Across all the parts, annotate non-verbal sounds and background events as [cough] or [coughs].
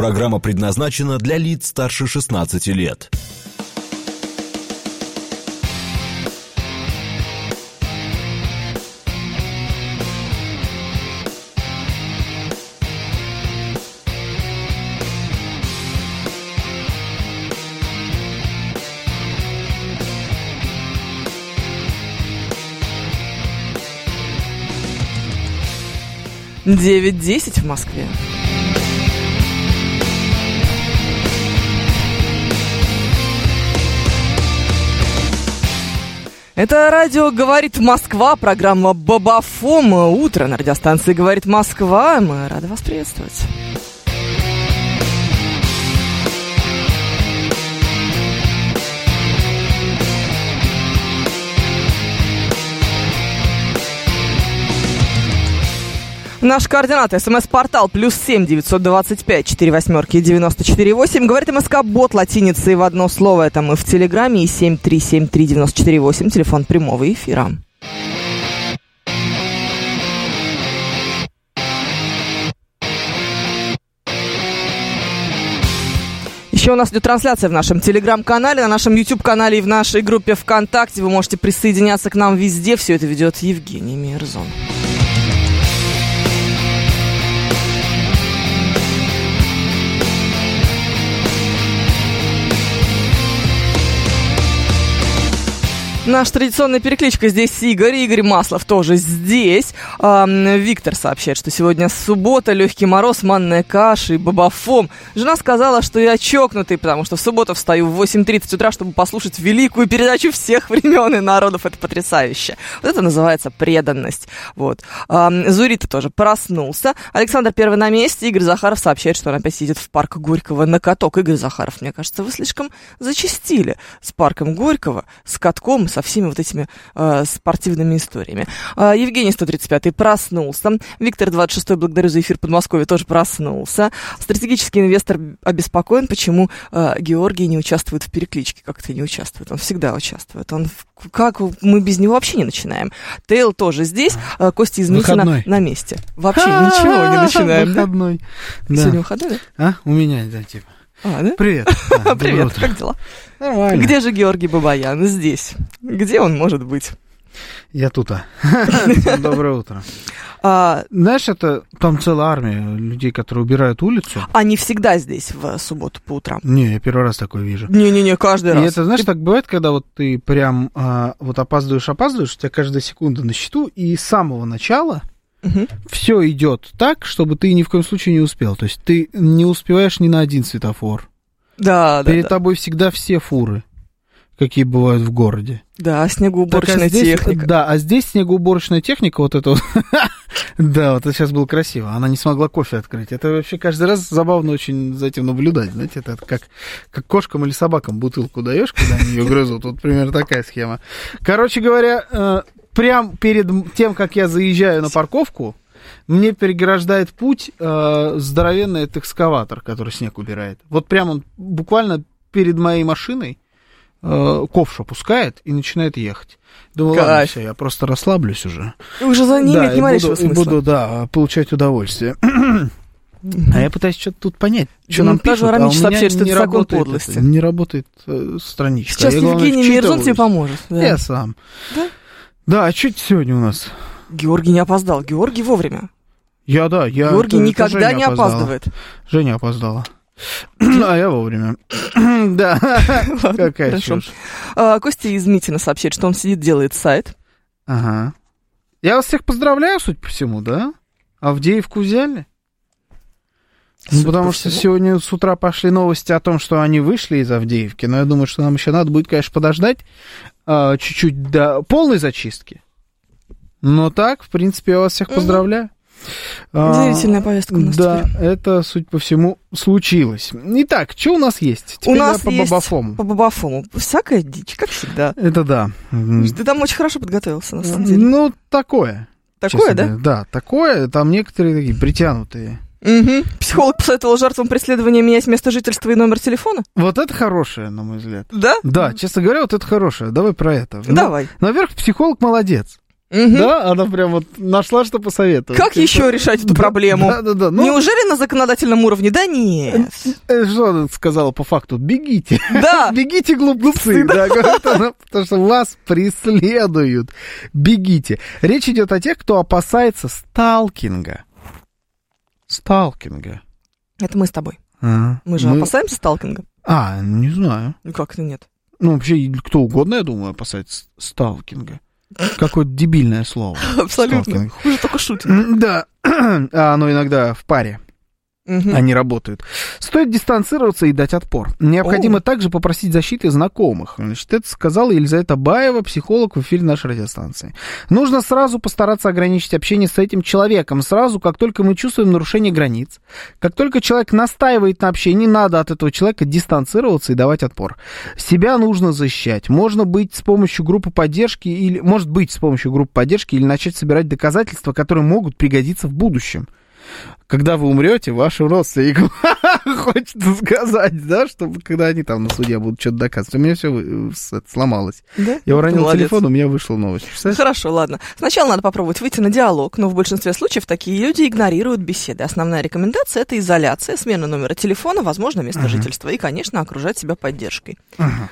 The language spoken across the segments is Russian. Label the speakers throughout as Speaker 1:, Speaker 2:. Speaker 1: Программа предназначена для лиц старше 16 лет.
Speaker 2: Девять десять в Москве. Это радио «Говорит Москва», программа «Бабафом». Утро на радиостанции «Говорит Москва». Мы рады вас приветствовать. Наш координат, смс-портал, плюс семь девятьсот двадцать пять, четыре восьмерки, девяносто четыре восемь. Говорит МСК Бот латиницей в одно слово. Это мы в Телеграме и семь три семь три девяносто четыре восемь. Телефон прямого эфира. Еще у нас идет трансляция в нашем телеграм-канале, на нашем YouTube-канале и в нашей группе ВКонтакте. Вы можете присоединяться к нам везде. Все это ведет Евгений Мирзон. Наша традиционная перекличка здесь Игорь, Игорь Маслов тоже здесь. Ам, Виктор сообщает, что сегодня суббота, легкий мороз, манная каша и бабафом. Жена сказала, что я чокнутый, потому что в субботу встаю в 8.30 утра, чтобы послушать великую передачу всех времен и народов. Это потрясающе. Вот это называется преданность. Вот. Ам, Зурита тоже проснулся. Александр первый на месте. Игорь Захаров сообщает, что он опять едет в парк Горького на каток. Игорь Захаров, мне кажется, вы слишком зачастили с парком Горького, с катком, со всеми вот этими э, спортивными историями. Э, Евгений 135 проснулся. Виктор 26 благодарю за эфир Подмосковье, тоже проснулся. Стратегический инвестор обеспокоен, почему э, Георгий не участвует в перекличке. Как-то не участвует. Он всегда участвует. Он в- как мы без него вообще не начинаем. Тейл тоже здесь. Э, Костя из Митина
Speaker 3: А. Выходной.
Speaker 2: на месте. Вообще ничего [laughs] не начинаем. да?
Speaker 3: Выходной.
Speaker 2: Сегодня
Speaker 3: Да.
Speaker 2: выходной, да?
Speaker 3: А? У меня, да, типа.
Speaker 2: А, да?
Speaker 3: Привет. [laughs] Да,
Speaker 2: [laughs]
Speaker 3: доброе
Speaker 2: Привет,
Speaker 3: утро.
Speaker 2: как дела?
Speaker 3: Нормально.
Speaker 2: Где же Георгий Бабаян? Здесь. Где он может быть?
Speaker 3: Я
Speaker 2: [laughs]
Speaker 3: тут. а. Доброе утро.
Speaker 2: А,
Speaker 3: Знаешь, это там целая армия людей, которые убирают улицу.
Speaker 2: Они всегда здесь в субботу по утрам.
Speaker 3: Не, я первый раз такое вижу.
Speaker 2: Не-не-не, каждый
Speaker 3: И
Speaker 2: раз.
Speaker 3: это, знаешь, так бывает, когда вот ты прям а, вот опаздываешь, опаздываешь, у тебя каждая секунда на счету, и с самого начала
Speaker 2: Мгм.
Speaker 3: все идет так, чтобы ты ни в коем случае не успел. То есть ты не успеваешь ни на один светофор.
Speaker 2: Да, да,
Speaker 3: Перед
Speaker 2: да.
Speaker 3: тобой всегда все фуры, какие бывают в городе.
Speaker 2: Да,
Speaker 3: Так, а
Speaker 2: снегоуборочная
Speaker 3: здесь-
Speaker 2: техника.
Speaker 3: Да, а здесь снегоуборочная техника, вот эта вот. [laughs] Да, вот это сейчас было красиво. Она не смогла кофе открыть. Это вообще каждый раз забавно очень за этим наблюдать. Знаете, это как, как кошкам или собакам бутылку даешь, когда они ее грызут. Вот примерно такая схема. Короче говоря, э, прям перед м- тем, как я заезжаю на парковку, мне переграждает путь э, здоровенный этот экскаватор, который снег убирает. Вот прям он буквально перед моей машиной э, ковш опускает и начинает ехать. Думаю, ладно,
Speaker 2: Кайф. Ну,
Speaker 3: все, я просто расслаблюсь уже.
Speaker 2: Уже за ними
Speaker 3: Да,
Speaker 2: нет
Speaker 3: и
Speaker 2: ни малейшего
Speaker 3: буду, и
Speaker 2: смысла.
Speaker 3: буду, да,
Speaker 2: [coughs]
Speaker 3: получать удовольствие. А я пытаюсь что-то тут понять, что
Speaker 2: Ну,
Speaker 3: нам
Speaker 2: та же
Speaker 3: пишут, а у
Speaker 2: Рамич
Speaker 3: меня
Speaker 2: сообщает, что
Speaker 3: не
Speaker 2: это закон
Speaker 3: работает это,
Speaker 2: подлости.
Speaker 3: не работает э, страничка.
Speaker 2: Сейчас
Speaker 3: Я, главное,
Speaker 2: Евгений Мирзон тебе
Speaker 3: вчитываюсь.
Speaker 2: поможет. да.
Speaker 3: Я сам.
Speaker 2: Да?
Speaker 3: Да, а что это сегодня у нас?
Speaker 2: Георгий не опоздал. Георгий вовремя.
Speaker 3: Я, да, я...
Speaker 2: Георгий
Speaker 3: это- это
Speaker 2: никогда
Speaker 3: Женя
Speaker 2: не
Speaker 3: опоздала.
Speaker 2: опаздывает. [laughs]
Speaker 3: Женя опоздала. [clears throat] А я вовремя. [clears throat]
Speaker 2: [laughs]
Speaker 3: Да,
Speaker 2: Ладно,
Speaker 3: какая
Speaker 2: хорошо.
Speaker 3: чушь.
Speaker 2: А, Костя из Митина сообщает, что он сидит, делает сайт.
Speaker 3: Ага. Я вас всех поздравляю, суть по всему, да? Авдеевку взяли? Ну,
Speaker 2: Судя
Speaker 3: потому
Speaker 2: по
Speaker 3: что
Speaker 2: всему.
Speaker 3: сегодня с утра пошли новости о том, что они вышли из Авдеевки, но я думаю, что нам еще надо будет, конечно, подождать а, чуть-чуть до полной зачистки. Но так, в принципе, я вас всех
Speaker 2: Мгм.
Speaker 3: поздравляю. А,
Speaker 2: Удивительная повестка у нас
Speaker 3: Да,
Speaker 2: теперь.
Speaker 3: это, суть по всему, случилось. Итак, что у нас есть? Теперь
Speaker 2: у нас
Speaker 3: я по
Speaker 2: есть
Speaker 3: бабафому.
Speaker 2: по Бабафому. Всякая дичь, как всегда.
Speaker 3: Это да. М,
Speaker 2: Ты там очень хорошо подготовился, на самом деле.
Speaker 3: Ну, такое.
Speaker 2: Такое,
Speaker 3: честно
Speaker 2: да?
Speaker 3: говоря. Да, такое. Там некоторые такие притянутые.
Speaker 2: Мгм. Психолог посоветовал жертвам преследования менять место жительства и номер телефона?
Speaker 3: Вот это хорошее, на мой взгляд.
Speaker 2: Да?
Speaker 3: Да, честно говоря, вот это хорошее. Давай про это. Ну,
Speaker 2: Давай.
Speaker 3: Наверх психолог молодец.
Speaker 2: Мгм.
Speaker 3: Да, она прям вот нашла, что посоветовать.
Speaker 2: Как
Speaker 3: Это-
Speaker 2: еще решать эту проблему?
Speaker 3: Да, да, да. Ну,
Speaker 2: Неужели на законодательном уровне? Да нет.
Speaker 3: э, что она сказала по факту? Бегите.
Speaker 2: Да.
Speaker 3: Бегите, глупцы, да, говорит она, потому что вас преследуют. Бегите. Речь идет о тех, кто опасается сталкинга. Сталкинга.
Speaker 2: Это мы с тобой.
Speaker 3: А,
Speaker 2: Мы же опасаемся сталкинга.
Speaker 3: А, не знаю.
Speaker 2: Ну как это нет? [laughs]
Speaker 3: Ну, вообще, кто угодно, я думаю, опасается сталкинга. Какое-то дебильное слово.
Speaker 2: Абсолютно.
Speaker 3: Сталкинг.
Speaker 2: Хуже только шутит.
Speaker 3: М, Да, [clears throat] а оно иногда в паре.
Speaker 2: Мгм.
Speaker 3: Они работают. Стоит дистанцироваться и дать отпор. Необходимо
Speaker 2: О.
Speaker 3: также попросить защиты знакомых. Значит, это сказала Елизавета Баева, психолог в эфире нашей радиостанции. Нужно сразу постараться ограничить общение с этим человеком. Сразу, как только мы чувствуем нарушение границ, как только человек настаивает на общении, надо от этого человека дистанцироваться и давать отпор. Себя нужно защищать. Можно быть с помощью группы поддержки или... Может быть с помощью группы поддержки или начать собирать доказательства, которые могут пригодиться в будущем когда вы умрете, вашим [laughs] родственникам хочется сказать, да, чтобы когда они там на суде будут что-то доказывать. У меня все сломалось.
Speaker 2: Да?
Speaker 3: Я уронил
Speaker 2: Ну, Молодец.
Speaker 3: телефон, у меня вышла новость. Представляешь?
Speaker 2: Хорошо, ладно. Сначала надо попробовать выйти на диалог, но в большинстве случаев такие люди игнорируют беседы. Основная рекомендация – это изоляция, смена номера телефона, возможно, место жительства и, конечно, окружать себя поддержкой.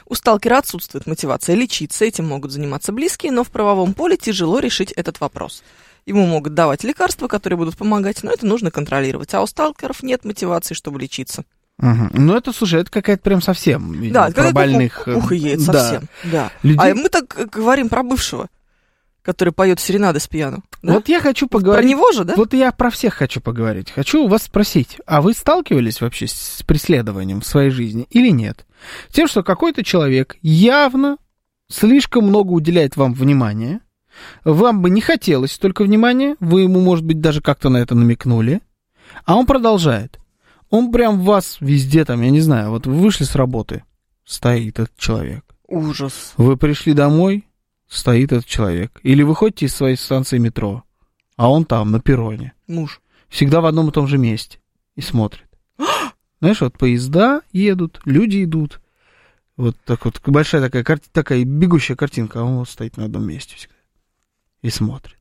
Speaker 2: У сталкера отсутствует мотивация лечиться, этим могут заниматься близкие, но в правовом поле тяжело решить этот вопрос. Ему могут давать лекарства, которые будут помогать, но это нужно контролировать. А у сталкеров нет мотивации, чтобы лечиться.
Speaker 3: Мгм. Ну, это, слушай, это какая-то прям совсем, видимо,
Speaker 2: Да, это
Speaker 3: про
Speaker 2: когда
Speaker 3: больных... э,
Speaker 2: кукух- кукуха едет
Speaker 3: да.
Speaker 2: совсем. Да.
Speaker 3: Людей-
Speaker 2: А мы так э, говорим про бывшего, который поет серенады с пьяну. да?
Speaker 3: Вот я хочу
Speaker 2: Про
Speaker 3: поговорить...
Speaker 2: него же, да?
Speaker 3: Вот я про всех хочу поговорить. Хочу у вас спросить, а вы сталкивались вообще с преследованием в своей жизни или нет? Тем, что какой-то человек явно слишком много уделяет вам внимания, вам бы не хотелось столько внимания, вы ему, может быть, даже как-то на это намекнули, а он продолжает. Он прям вас везде там, я не знаю, вот вы вышли с работы, стоит этот человек.
Speaker 2: Ужас.
Speaker 3: Вы пришли домой, стоит этот человек. Или выходите из своей станции метро, а он там, на перроне
Speaker 2: Муж.
Speaker 3: всегда в одном и том же месте и [gasps] смотрит. Знаешь, вот поезда едут, люди идут. Вот так вот, большая такая, карти- такая бегущая картинка, а он вот стоит на одном месте всегда и смотрит.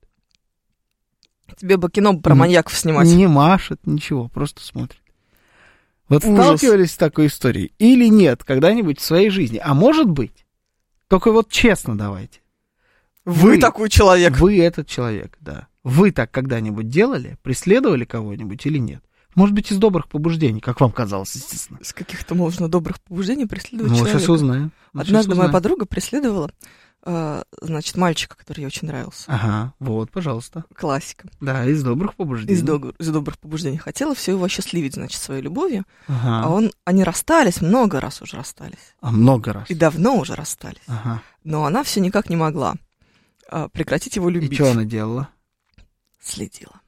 Speaker 2: Тебе бы кино про
Speaker 3: М.
Speaker 2: маньяков снимать.
Speaker 3: Не машет, ничего, просто смотрит. Вот
Speaker 2: Ужас.
Speaker 3: сталкивались с такой историей или нет когда-нибудь в своей жизни? А может быть, только вот честно давайте.
Speaker 2: Вы,
Speaker 3: Вы.
Speaker 2: такой человек.
Speaker 3: Вы этот человек, да. Вы так когда-нибудь делали, преследовали кого-нибудь или нет? Может быть, из добрых побуждений, как вам казалось, естественно.
Speaker 2: С каких-то можно добрых побуждений преследовать
Speaker 3: Ну,
Speaker 2: человека.
Speaker 3: сейчас узнаем. Мы щас
Speaker 2: Однажды моя
Speaker 3: узнаем.
Speaker 2: подруга преследовала, э, значит, мальчика, который ей очень нравился.
Speaker 3: Ага, вот, пожалуйста.
Speaker 2: Классика.
Speaker 3: Да, из добрых побуждений.
Speaker 2: Из, доб- из добрых побуждений. Хотела все его осчастливить, значит, своей любовью.
Speaker 3: Ага.
Speaker 2: А он, они расстались, много раз уже расстались.
Speaker 3: А много раз.
Speaker 2: И давно уже расстались.
Speaker 3: Ага.
Speaker 2: Но она все никак не могла э, прекратить его любить.
Speaker 3: И что она делала?
Speaker 2: следила.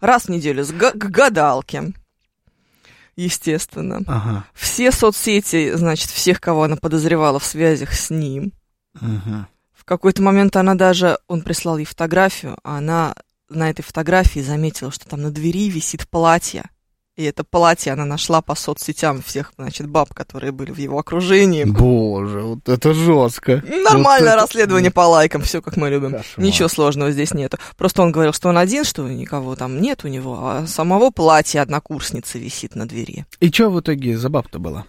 Speaker 2: Раз в неделю с га- к гадалке, естественно.
Speaker 3: Ага.
Speaker 2: Все соцсети, значит, всех, кого она подозревала в связях с ним.
Speaker 3: Ага.
Speaker 2: В какой-то момент она даже, он прислал ей фотографию, а она на этой фотографии заметила, что там на двери висит платье. И это платье она нашла по соцсетям всех, значит, баб, которые были в его окружении.
Speaker 3: Боже, вот это жестко.
Speaker 2: Нормальное
Speaker 3: Вот это-
Speaker 2: расследование по лайкам, все как мы любим.
Speaker 3: Кошмар.
Speaker 2: Ничего сложного здесь нету. Просто он говорил, что он один, что никого там нет у него, а самого платья однокурсницы висит на двери.
Speaker 3: И что в итоге за баб-то была?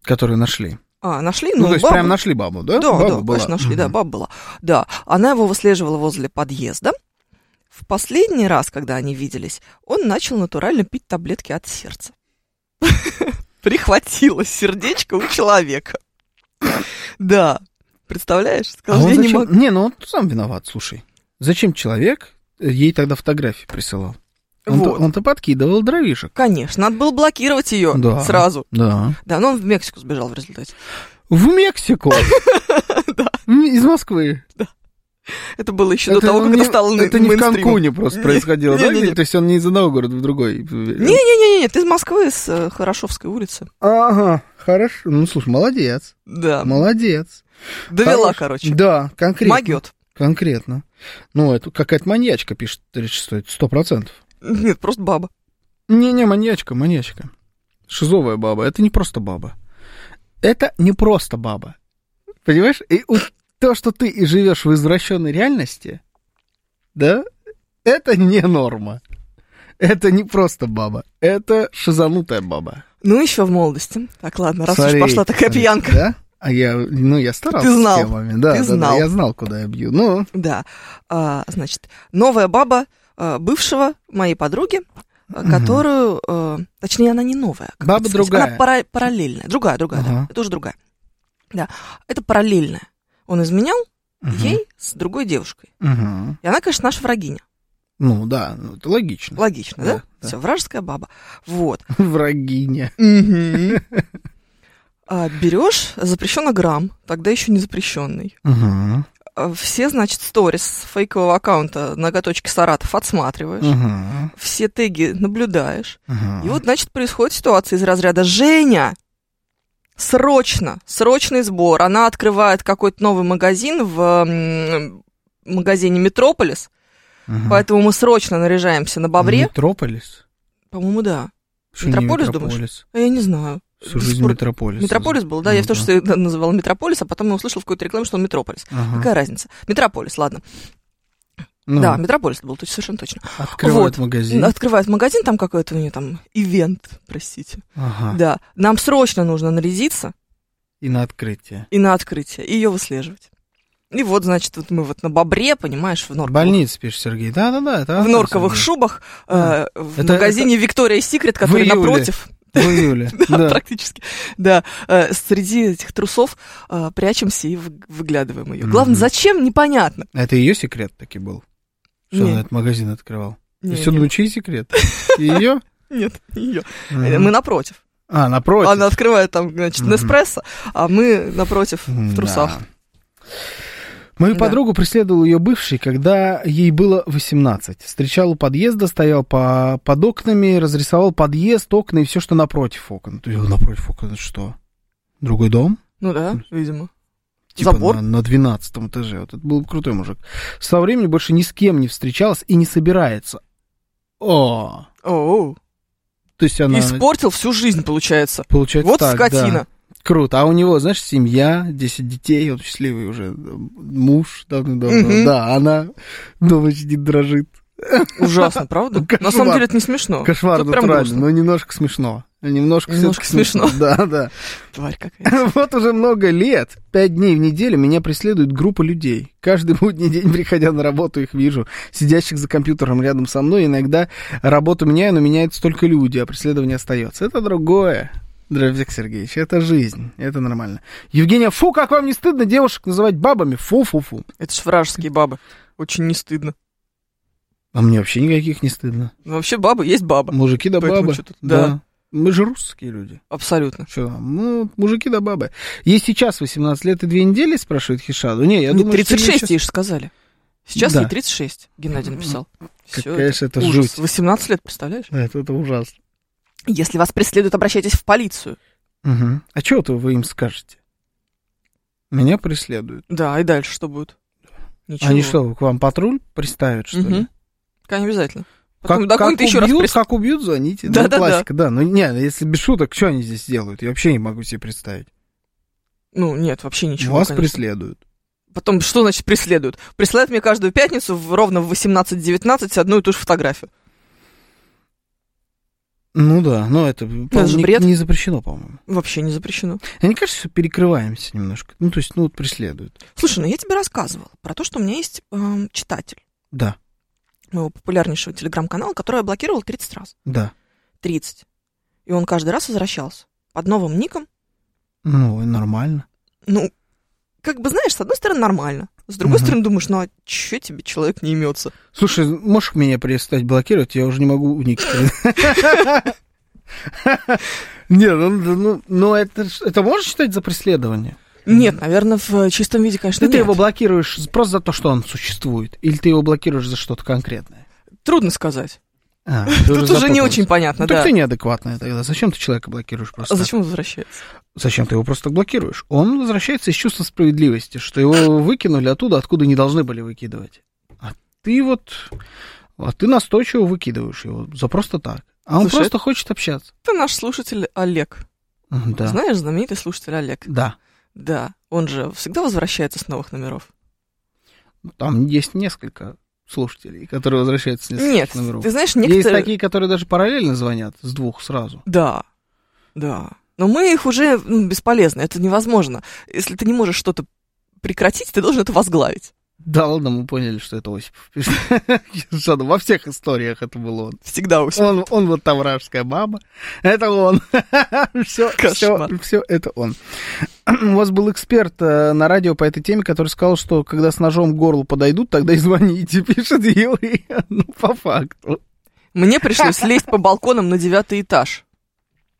Speaker 3: Которую нашли.
Speaker 2: А, нашли?
Speaker 3: Ну, то есть
Speaker 2: бабу-
Speaker 3: прям нашли бабу, да?
Speaker 2: Да,
Speaker 3: Баба
Speaker 2: да,
Speaker 3: была.
Speaker 2: конечно, нашли, да,
Speaker 3: Мгм.
Speaker 2: баба была. Да, она его выслеживала возле подъезда. В последний раз, когда они виделись, он начал натурально пить таблетки от сердца. [laughs] Прихватило сердечко у человека. Да, представляешь?
Speaker 3: А
Speaker 2: Сказал,
Speaker 3: он
Speaker 2: я не
Speaker 3: зачем-
Speaker 2: могу.
Speaker 3: Не, ну он сам виноват, слушай. Зачем человек э, ей тогда фотографии присылал? Он-то
Speaker 2: Вот.
Speaker 3: он-то подкидывал дровишек.
Speaker 2: Конечно, надо было блокировать ее
Speaker 3: Да.
Speaker 2: сразу.
Speaker 3: Да.
Speaker 2: Да, но он в Мексику сбежал в результате.
Speaker 3: В Мексику!
Speaker 2: [laughs]
Speaker 3: М, Из Москвы.
Speaker 2: Это было еще до
Speaker 3: Это
Speaker 2: того,
Speaker 3: он
Speaker 2: как
Speaker 3: не-
Speaker 2: это стало
Speaker 3: Это не в
Speaker 2: мейнстримом.
Speaker 3: Канкуне просто
Speaker 2: Не,
Speaker 3: происходило, да?
Speaker 2: не-не-не.
Speaker 3: То есть он не из одного города в другой.
Speaker 2: Не-не-не, ты из Москвы, с э, Хорошовской улицы.
Speaker 3: Ага, хорошо. Ну, слушай, молодец.
Speaker 2: Да, А
Speaker 3: Молодец.
Speaker 2: довела,
Speaker 3: Хорош.
Speaker 2: короче.
Speaker 3: Да, конкретно.
Speaker 2: Могет.
Speaker 3: Конкретно. Ну, это какая-то маньячка, пишет 36 это сто процентов.
Speaker 2: [laughs] Нет, просто баба.
Speaker 3: Не-не, маньячка, маньячка. Шизовая баба. Это не просто баба. Это не просто баба. Понимаешь? И у- то, что ты и живешь в извращенной реальности, да, это не норма. Это не просто баба, это шизанутая баба.
Speaker 2: Ну, еще в молодости. Так, ладно, раз
Speaker 3: Смотри,
Speaker 2: уж пошла такая
Speaker 3: смотри,
Speaker 2: пьянка.
Speaker 3: Да? А я, ну, я старался
Speaker 2: Ты знал,
Speaker 3: с темами. Да,
Speaker 2: ты
Speaker 3: да, да,
Speaker 2: знал.
Speaker 3: я знал, куда я бью. Ну,
Speaker 2: Да. А, значит, новая баба а, бывшего моей подруги, а, которую... а, точнее, она не новая. как
Speaker 3: Баба
Speaker 2: это сказать?
Speaker 3: другая.
Speaker 2: Она пара- параллельная. Другая, другая,
Speaker 3: Ага.
Speaker 2: да. Это уже другая. Да. Это параллельная. Он изменял
Speaker 3: Мгм.
Speaker 2: ей с другой девушкой.
Speaker 3: Мгм.
Speaker 2: И она, конечно, наша врагиня.
Speaker 3: ну да, ну, это логично.
Speaker 2: Логично, да?
Speaker 3: Да, да.
Speaker 2: Все, вражеская баба. Вот.
Speaker 3: [laughs] Врагиня.
Speaker 2: А, Берешь запрещенный грамм, тогда еще не запрещенный.
Speaker 3: Мгм.
Speaker 2: А, Все, значит, сторис с фейкового аккаунта ноготочки Саратов отсматриваешь.
Speaker 3: Мгм.
Speaker 2: Все теги наблюдаешь.
Speaker 3: Мгм.
Speaker 2: И вот, значит, происходит ситуация из разряда «Женя!» Срочно, срочный сбор. Она открывает какой-то новый магазин в м, магазине «Метрополис»,
Speaker 3: Мгм.
Speaker 2: поэтому мы срочно наряжаемся на бобре.
Speaker 3: Ну, Метрополис?
Speaker 2: По-моему, да.
Speaker 3: Что, не
Speaker 2: Метрополис, думаешь?
Speaker 3: Метрополис?
Speaker 2: А Я не знаю.
Speaker 3: Всю
Speaker 2: До сих
Speaker 3: жизнь
Speaker 2: пор-
Speaker 3: Метрополис.
Speaker 2: Метрополис был, да, я
Speaker 3: Ну
Speaker 2: в то,
Speaker 3: да.
Speaker 2: что я называла Метрополис, а потом я услышала в какой-то рекламе, что он Метрополис.
Speaker 3: Ага.
Speaker 2: Какая разница? Метрополис, ладно.
Speaker 3: Ну,
Speaker 2: Да, Метрополис был, то есть совершенно точно.
Speaker 3: Открывают
Speaker 2: вот.
Speaker 3: магазин.
Speaker 2: Открывает магазин, там какой-то у нее там ивент, простите.
Speaker 3: Ага.
Speaker 2: Да, нам срочно нужно нарядиться
Speaker 3: И на открытие.
Speaker 2: и на открытие, и ее выслеживать. И вот, значит, вот мы вот на бобре, понимаешь, в
Speaker 3: В
Speaker 2: норковых,
Speaker 3: больнице, пишешь, Сергей. Да-да-да. это
Speaker 2: в
Speaker 3: адрес,
Speaker 2: норковых
Speaker 3: Сергей.
Speaker 2: шубах, э, в
Speaker 3: Это-
Speaker 2: магазине Виктория Секрет, который
Speaker 3: июле.
Speaker 2: напротив.
Speaker 3: В июле.
Speaker 2: [laughs] Да,
Speaker 3: Да.
Speaker 2: практически. Да, э, среди этих трусов э, прячемся и вы- выглядываем ее. Главное,
Speaker 3: Мгм.
Speaker 2: зачем, непонятно.
Speaker 3: А Это ее секрет таки был. Что
Speaker 2: Не,
Speaker 3: она этот магазин открывал.
Speaker 2: не,
Speaker 3: И все
Speaker 2: не,
Speaker 3: думаю,
Speaker 2: [laughs]
Speaker 3: чей секрет? Ее?
Speaker 2: Нет, не ее. Мы напротив.
Speaker 3: А, напротив.
Speaker 2: Она открывает там, значит,
Speaker 3: Мгм.
Speaker 2: Неспрессо, а мы напротив в
Speaker 3: М-да.
Speaker 2: трусах.
Speaker 3: Мою
Speaker 2: Да.
Speaker 3: подругу преследовал ее бывший, когда ей было 18. Встречал у подъезда, стоял по, под окнами, разрисовал подъезд, окна и все, что напротив окон. То есть, напротив окон, это что? Другой дом?
Speaker 2: Ну да, видимо.
Speaker 3: Типа
Speaker 2: Забор?
Speaker 3: на, на 12 этаже. Вот это был бы крутой мужик. Со времени больше ни с кем не встречалась и не собирается. О!
Speaker 2: Оу.
Speaker 3: То есть она...
Speaker 2: Испортил всю жизнь, получается.
Speaker 3: Получается
Speaker 2: Вот
Speaker 3: так, да.
Speaker 2: скотина.
Speaker 3: Круто. А у него, знаешь, семья, 10 детей, он счастливый уже м, муж давным-давно.
Speaker 2: Мгм.
Speaker 3: Да, она дома сидит, дрожит.
Speaker 2: [laughs] Ужасно, правда?
Speaker 3: Кошмар.
Speaker 2: На самом деле это не смешно.
Speaker 3: Кошмар
Speaker 2: Тут прям
Speaker 3: натурально,
Speaker 2: грустно.
Speaker 3: но немножко смешно. Немножко,
Speaker 2: Немножко
Speaker 3: всё-таки [laughs] Да, да.
Speaker 2: Тварь какая.
Speaker 3: [laughs] Вот уже много лет, пять дней в неделю меня преследует группа людей. Каждый будний день, [laughs] приходя на работу, их вижу, сидящих за компьютером рядом со мной. Иногда работу меняю, но меняются только люди, а преследование остается. Это другое. дорогой Виктор Сергеевич, это жизнь, это нормально. Евгения, фу, как вам не стыдно девушек называть бабами? Фу-фу-фу.
Speaker 2: Это ж вражеские бабы. Очень не стыдно.
Speaker 3: А мне вообще никаких не стыдно.
Speaker 2: Ну, вообще бабы есть баба.
Speaker 3: Мужики да
Speaker 2: Поэтому
Speaker 3: бабы.
Speaker 2: чё тут- да.
Speaker 3: Мы же русские люди.
Speaker 2: Абсолютно.
Speaker 3: Что там? Ну, мужики да бабы. Ей сейчас 18 лет и 2 недели, спрашивает Хишаду. Не, я
Speaker 2: Ну,
Speaker 3: думаю, что ей
Speaker 2: 36
Speaker 3: щас-
Speaker 2: ей же сказали. Сейчас
Speaker 3: Да.
Speaker 2: ей 36, Геннадий написал. Всё,
Speaker 3: Какая же это
Speaker 2: ужас.
Speaker 3: жуть.
Speaker 2: 18 лет, представляешь?
Speaker 3: Да, это, это ужасно.
Speaker 2: Если вас преследуют, обращайтесь в полицию.
Speaker 3: А что то вы им скажете? Меня преследуют.
Speaker 2: Да, и дальше что будет? Ничего.
Speaker 3: А Они что, к вам патруль приставят, что
Speaker 2: Мгм.
Speaker 3: ли?
Speaker 2: Конечно, обязательно. Потом да,
Speaker 3: как
Speaker 2: какой-то еще раз
Speaker 3: убьют,
Speaker 2: прис-
Speaker 3: как убьют, звоните.
Speaker 2: Да, да,
Speaker 3: Ну,
Speaker 2: да.
Speaker 3: классика, да. Ну, не, если без шуток, что они здесь делают? Я вообще не могу себе представить.
Speaker 2: Ну, нет, вообще ничего.
Speaker 3: Вас
Speaker 2: конечно.
Speaker 3: преследуют.
Speaker 2: Потом, что значит преследуют? Присылают мне каждую пятницу в, ровно в 18-19 одну и ту же фотографию.
Speaker 3: Ну да, но это, по-моему,
Speaker 2: же
Speaker 3: не-
Speaker 2: бред.
Speaker 3: не запрещено, по-моему.
Speaker 2: Вообще не запрещено.
Speaker 3: А не кажется, что перекрываемся немножко? Ну, то есть, ну, вот преследуют.
Speaker 2: Слушай, ну я тебе рассказывала про то, что у меня есть эм, читатель
Speaker 3: Да,
Speaker 2: моего популярнейшего телеграм-канала, который я блокировал 30 раз.
Speaker 3: да.
Speaker 2: 30. И он каждый раз возвращался под новым ником.
Speaker 3: Ну, и нормально.
Speaker 2: Ну, как бы, знаешь, с одной стороны нормально. С другой
Speaker 3: Мгм.
Speaker 2: стороны думаешь, ну а чё тебе человек не имется?
Speaker 3: Слушай, можешь меня перестать блокировать? Я уже не могу в ник. Нет, ну, ну, ну, это, ж- это можно считать за преследование?
Speaker 2: Нет, наверное, в э, чистом виде, конечно,
Speaker 3: Ты, ты
Speaker 2: нет.
Speaker 3: его блокируешь просто за то, что он существует? Или ты его блокируешь за что-то конкретное?
Speaker 2: Трудно сказать.
Speaker 3: А,
Speaker 2: Тут уже не очень понятно,
Speaker 3: Ну,
Speaker 2: да.
Speaker 3: так ты неадекватная тогда. Зачем ты человека блокируешь просто?
Speaker 2: А
Speaker 3: так?
Speaker 2: зачем он возвращается?
Speaker 3: Зачем ты его просто блокируешь? Он возвращается из чувства справедливости, что его выкинули оттуда, откуда не должны были выкидывать. А ты вот... А ты настойчиво выкидываешь его за просто так. А он
Speaker 2: Слушай,
Speaker 3: просто хочет общаться.
Speaker 2: Это наш слушатель Олег.
Speaker 3: Да.
Speaker 2: Знаешь, знаменитый слушатель Олег.
Speaker 3: Да.
Speaker 2: Да, он же всегда возвращается с новых номеров.
Speaker 3: Ну, Там есть несколько слушателей, которые возвращаются с нескольких
Speaker 2: Нет,
Speaker 3: номеров.
Speaker 2: ты знаешь,
Speaker 3: Есть
Speaker 2: некоторые...
Speaker 3: такие, которые даже параллельно звонят с двух сразу.
Speaker 2: Да, да. Но мы их уже ну, бесполезно, это невозможно. Если ты не можешь что-то прекратить, ты должен это возглавить.
Speaker 3: Да ладно, мы поняли, что это Осипов. [laughs] пишет. Жадан, Во всех историях это был он.
Speaker 2: Всегда у себя.
Speaker 3: Он, он вот та вражеская баба. Это он. [laughs] все, все,
Speaker 2: Кошмар.
Speaker 3: все это он. [clears throat] У вас был эксперт э, на радио по этой теме, который сказал, что когда с ножом к горлу подойдут, тогда и звоните, [laughs] пишет Юрий. [laughs] ну, по факту.
Speaker 2: Мне пришлось лезть по балконам на девятый этаж,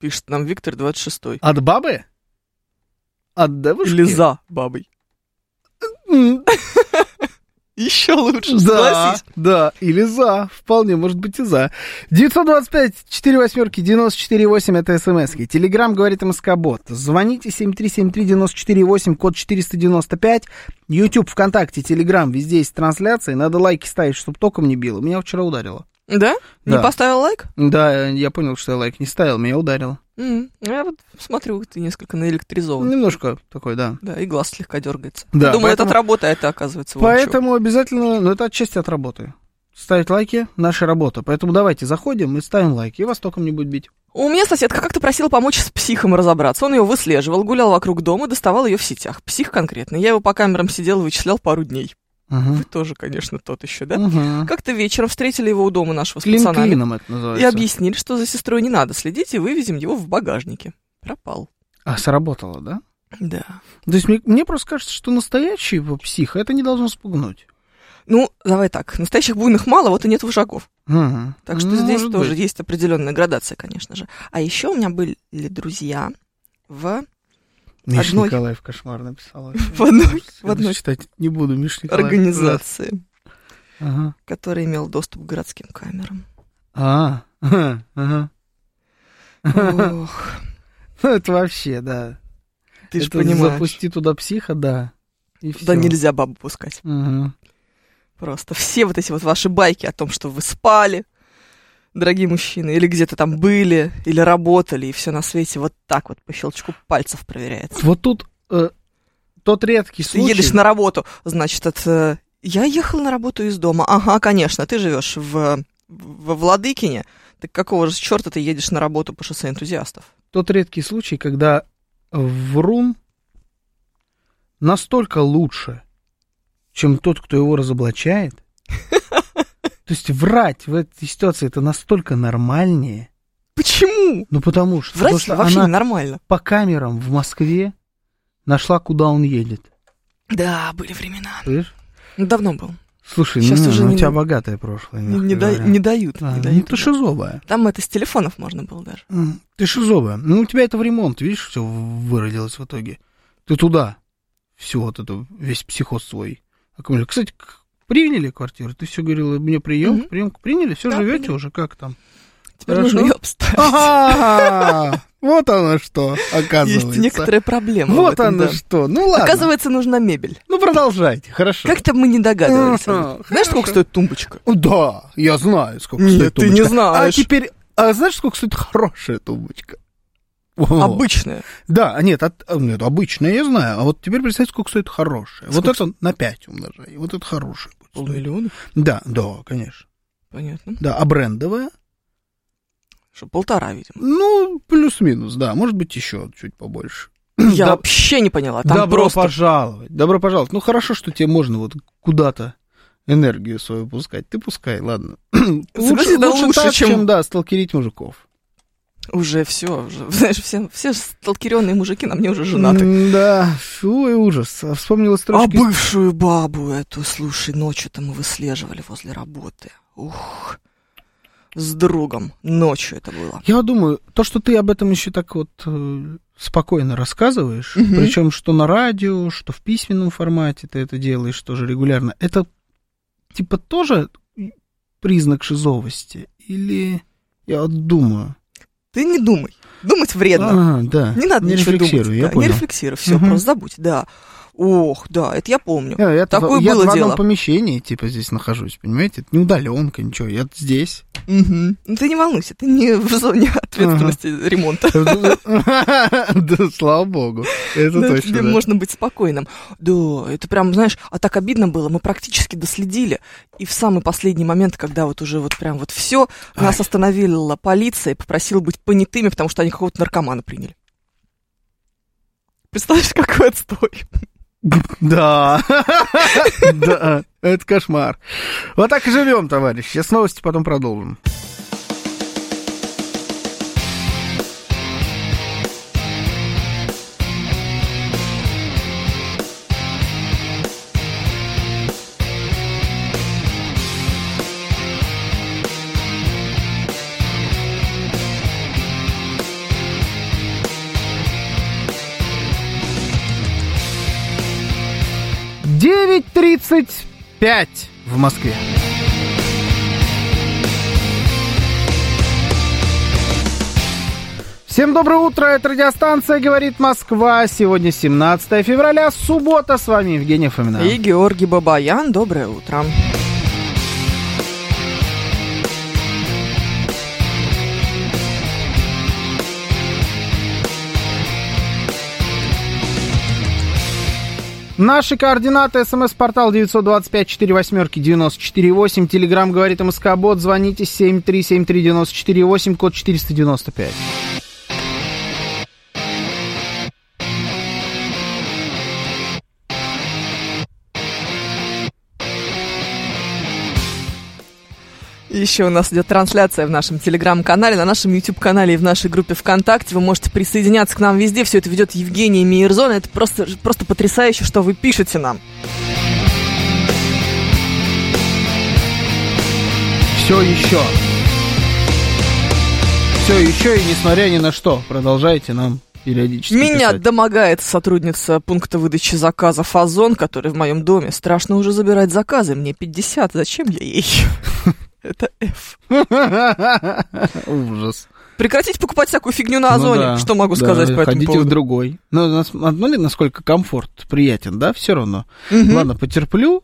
Speaker 2: пишет нам Виктор 26
Speaker 3: От бабы? От девушки?
Speaker 2: Или за бабой.
Speaker 3: М,
Speaker 2: Еще лучше,
Speaker 3: Да,
Speaker 2: согласись.
Speaker 3: да, или за, вполне может быть и за. 925-4 восьмерки, 94,8 это смс-ки. Телеграмм говорит МСК-бот. Звоните 7373948, код 495. YouTube, ВКонтакте, Телеграм, везде есть трансляции. Надо лайки ставить, чтобы током не било. Меня вчера ударило.
Speaker 2: Да? Не
Speaker 3: Да.
Speaker 2: поставил лайк?
Speaker 3: Да, я понял, что я лайк не ставил, меня ударило.
Speaker 2: М, Я вот смотрю, ты несколько наэлектризован.
Speaker 3: Немножко такой, да.
Speaker 2: Да, и глаз слегка дергается.
Speaker 3: Ну. Да,
Speaker 2: Думаю, это
Speaker 3: поэтому-
Speaker 2: от работы, а это оказывается вон чё.
Speaker 3: Поэтому обязательно, но это отчасти от работы. Ставить лайки – наша работа. Поэтому давайте заходим и ставим лайки, и вас током не будет бить.
Speaker 2: У меня соседка как-то просила помочь с психом разобраться. Он ее выслеживал, гулял вокруг дома, доставал ее в сетях. Псих конкретно. Я его по камерам сидел и вычислял пару дней.
Speaker 3: Угу.
Speaker 2: Вы тоже, конечно, тот еще, да?
Speaker 3: Угу.
Speaker 2: Как-то вечером встретили его у дома нашего с
Speaker 3: Клин
Speaker 2: пацанами.
Speaker 3: клином это
Speaker 2: И
Speaker 3: называется.
Speaker 2: объяснили, что за сестрой не надо следить, и вывезем его в багажнике. Пропал.
Speaker 3: А, сработало, да?
Speaker 2: Да.
Speaker 3: То есть мне, мне просто кажется, что настоящий его псих это не должно спугнуть.
Speaker 2: Ну, давай так. Настоящих буйных мало, вот и нет вожаков.
Speaker 3: Мгм.
Speaker 2: Так что
Speaker 3: Ну,
Speaker 2: здесь
Speaker 3: может
Speaker 2: тоже
Speaker 3: быть.
Speaker 2: есть определенная градация, конечно же. А еще у меня были друзья в
Speaker 3: Миша
Speaker 2: одной-
Speaker 3: Николаев кошмар написал.
Speaker 2: [laughs] В одной- в одной-
Speaker 3: читать не буду, Миша Николаев.
Speaker 2: организации,
Speaker 3: Да. Ага.
Speaker 2: который имел доступ к городским камерам.
Speaker 3: А, [laughs] ага, ага. [laughs]
Speaker 2: Ох,
Speaker 3: Ну, это вообще, да.
Speaker 2: [laughs] ты же
Speaker 3: Это
Speaker 2: понимаешь.
Speaker 3: Запусти туда психа, да. И
Speaker 2: Туда
Speaker 3: всё.
Speaker 2: нельзя бабу пускать.
Speaker 3: Мгм.
Speaker 2: Просто все вот эти вот ваши байки о том, что вы спали, дорогие мужчины, или где-то там были, или работали, и все на свете вот так вот по щелчку пальцев проверяется.
Speaker 3: Вот тут э, тот редкий
Speaker 2: Ты
Speaker 3: случай.
Speaker 2: едешь на работу, значит, от... э, Я ехал на работу из дома. Ага, конечно, ты живешь в, во Владыкине. Так какого же черта ты едешь на работу по шоссе энтузиастов?
Speaker 3: тот редкий случай, когда врун настолько лучше, чем тот, кто его разоблачает.
Speaker 2: [laughs]
Speaker 3: То есть врать в этой ситуации это настолько нормальнее.
Speaker 2: Почему?
Speaker 3: Ну потому что, потому
Speaker 2: Врать
Speaker 3: что
Speaker 2: вообще
Speaker 3: она
Speaker 2: ненормально.
Speaker 3: по камерам в Москве нашла, куда он едет.
Speaker 2: Да, были времена.
Speaker 3: Понимаешь?
Speaker 2: Ну, Давно был.
Speaker 3: Слушай,
Speaker 2: Сейчас
Speaker 3: ну,
Speaker 2: уже
Speaker 3: ну, у
Speaker 2: не-
Speaker 3: тебя богатое прошлое.
Speaker 2: Не,
Speaker 3: мягко
Speaker 2: не да-
Speaker 3: говоря.
Speaker 2: не дают.
Speaker 3: А,
Speaker 2: не
Speaker 3: ну,
Speaker 2: дают
Speaker 3: ты
Speaker 2: да.
Speaker 3: шизовая.
Speaker 2: Там это с телефонов можно было даже.
Speaker 3: М, Ты шизовая. Ну, у тебя это в ремонт, видишь, все выродилось в итоге. Ты туда. Все вот это, весь психоз свой. аккумулировал. Кстати, к- приняли квартиру? Ты все говорила, мне прием,
Speaker 2: Мгм.
Speaker 3: приемку приняли, все
Speaker 2: Да,
Speaker 3: живете
Speaker 2: приняли.
Speaker 3: уже, как там?
Speaker 2: Теперь
Speaker 3: Хорошо.
Speaker 2: нужно ее обставить.
Speaker 3: Ага! Вот оно что,
Speaker 2: Есть
Speaker 3: оказывается.
Speaker 2: некоторая проблема. в
Speaker 3: Вот
Speaker 2: этом,
Speaker 3: оно
Speaker 2: да.
Speaker 3: что. Ну ладно.
Speaker 2: Оказывается, нужна мебель.
Speaker 3: Ну продолжайте, хорошо.
Speaker 2: Как-то мы не догадывались.
Speaker 3: Ага,
Speaker 2: Андрей. Знаешь, сколько стоит тумбочка?
Speaker 3: О, Да, я знаю, сколько
Speaker 2: Нет,
Speaker 3: стоит
Speaker 2: ты не
Speaker 3: тумбочка.
Speaker 2: знаешь.
Speaker 3: А теперь, а знаешь, сколько стоит хорошая тумбочка? О.
Speaker 2: Обычная.
Speaker 3: Да, а нет, от, а, нет, обычное я знаю. А вот теперь представь, сколько стоит хорошее. Вот
Speaker 2: Сколько
Speaker 3: это на 5 умножай. Вот это хорошее будет стоить.
Speaker 2: Полмиллиона.
Speaker 3: Да, да, конечно.
Speaker 2: Понятно.
Speaker 3: Да, а брендовое?
Speaker 2: Что, полтора, видимо.
Speaker 3: Ну, плюс-минус, да. Может быть, еще чуть побольше.
Speaker 2: Я
Speaker 3: Да-
Speaker 2: вообще не поняла. Там
Speaker 3: добро
Speaker 2: просто...
Speaker 3: пожаловать. Добро пожаловать. Ну, хорошо, что тебе можно вот куда-то энергию свою пускать. Ты пускай, ладно.
Speaker 2: [clears throat] Согласись, да, лучше,
Speaker 3: так,
Speaker 2: чем-
Speaker 3: да, сталкерить мужиков.
Speaker 2: Уже [laughs] все. Знаешь, все, все сталкеренные мужики на мне уже женаты.
Speaker 3: М, Да, фу, и ужас. А Вспомнила
Speaker 2: А
Speaker 3: строчки. из
Speaker 2: бывшую бабу эту, слушай, ночью-то мы выслеживали возле работы. Ух. С другом. Ночью это было.
Speaker 3: Я думаю, то, что ты об этом еще так вот э, спокойно рассказываешь,
Speaker 2: Мгм.
Speaker 3: причем что на радио, что в письменном формате ты это делаешь тоже регулярно, это типа тоже признак шизовости? Или я вот думаю?
Speaker 2: Ты не думай. Думать вредно.
Speaker 3: А, да.
Speaker 2: ну, Не надо ничего
Speaker 3: рефлексирую,
Speaker 2: думать.
Speaker 3: я
Speaker 2: да,
Speaker 3: понял.
Speaker 2: Не рефлексируй, все,
Speaker 3: Мгм.
Speaker 2: просто забудь, да. Ох, да, это я помню.
Speaker 3: Я, я
Speaker 2: Такое
Speaker 3: я
Speaker 2: было
Speaker 3: в одном
Speaker 2: дело. [laughs]
Speaker 3: помещении, типа, здесь [laughs] нахожусь, понимаете? Это не удаленка, ничего, я здесь.
Speaker 2: Мгм. Ну, ты не волнуйся, ты не в зоне [laughs] ответственности ремонта.
Speaker 3: Да, слава богу. Это
Speaker 2: Да,
Speaker 3: точно.
Speaker 2: Ну, тебе
Speaker 3: да.
Speaker 2: можно быть спокойным. Да, это прям, знаешь, а так обидно было, мы практически доследили. И в самый последний момент, когда вот уже вот прям вот все, нас остановила полиция и попросила быть понятыми, потому что они какого-то наркомана приняли. Представляешь, какой отстой?
Speaker 3: Да. [laughs] Да, это кошмар. Вот так и живем, товарищи. С новости потом продолжим. Девять тридцать пять в Москве. Всем доброе утро, это радиостанция «Говорит Москва». Сегодня 17 февраля, суббота, с вами Евгений Фомина.
Speaker 2: И Георгий Бабаян, доброе утро.
Speaker 3: Наши координаты. СМС-портал 925-48-94-8. Телеграмм говорит МСК-бот. Звоните 7373948, код 495.
Speaker 2: Еще у нас идет трансляция в нашем телеграм-канале, на нашем YouTube-канале и в нашей группе ВКонтакте. Вы можете присоединяться к нам везде. Все это ведет Евгений Миерзон. Это просто, просто потрясающе, что вы пишете нам.
Speaker 3: Все еще. Все еще и несмотря ни на что. Продолжайте нам периодически
Speaker 2: Меня
Speaker 3: писать.
Speaker 2: домогается сотрудница пункта выдачи заказа Фазон, который в моем доме. Страшно уже забирать заказы. Мне 50. Зачем я ей? [laughs] Это F.
Speaker 3: Ужас.
Speaker 2: Прекратить покупать всякую фигню на
Speaker 3: Ну
Speaker 2: Озоне.
Speaker 3: да,
Speaker 2: А Что могу сказать
Speaker 3: да,
Speaker 2: по этому
Speaker 3: ходите в
Speaker 2: поводу?
Speaker 3: другой. Ну, нас- ну, насколько комфорт приятен, да, все равно.
Speaker 2: Мгм.
Speaker 3: Ладно, потерплю.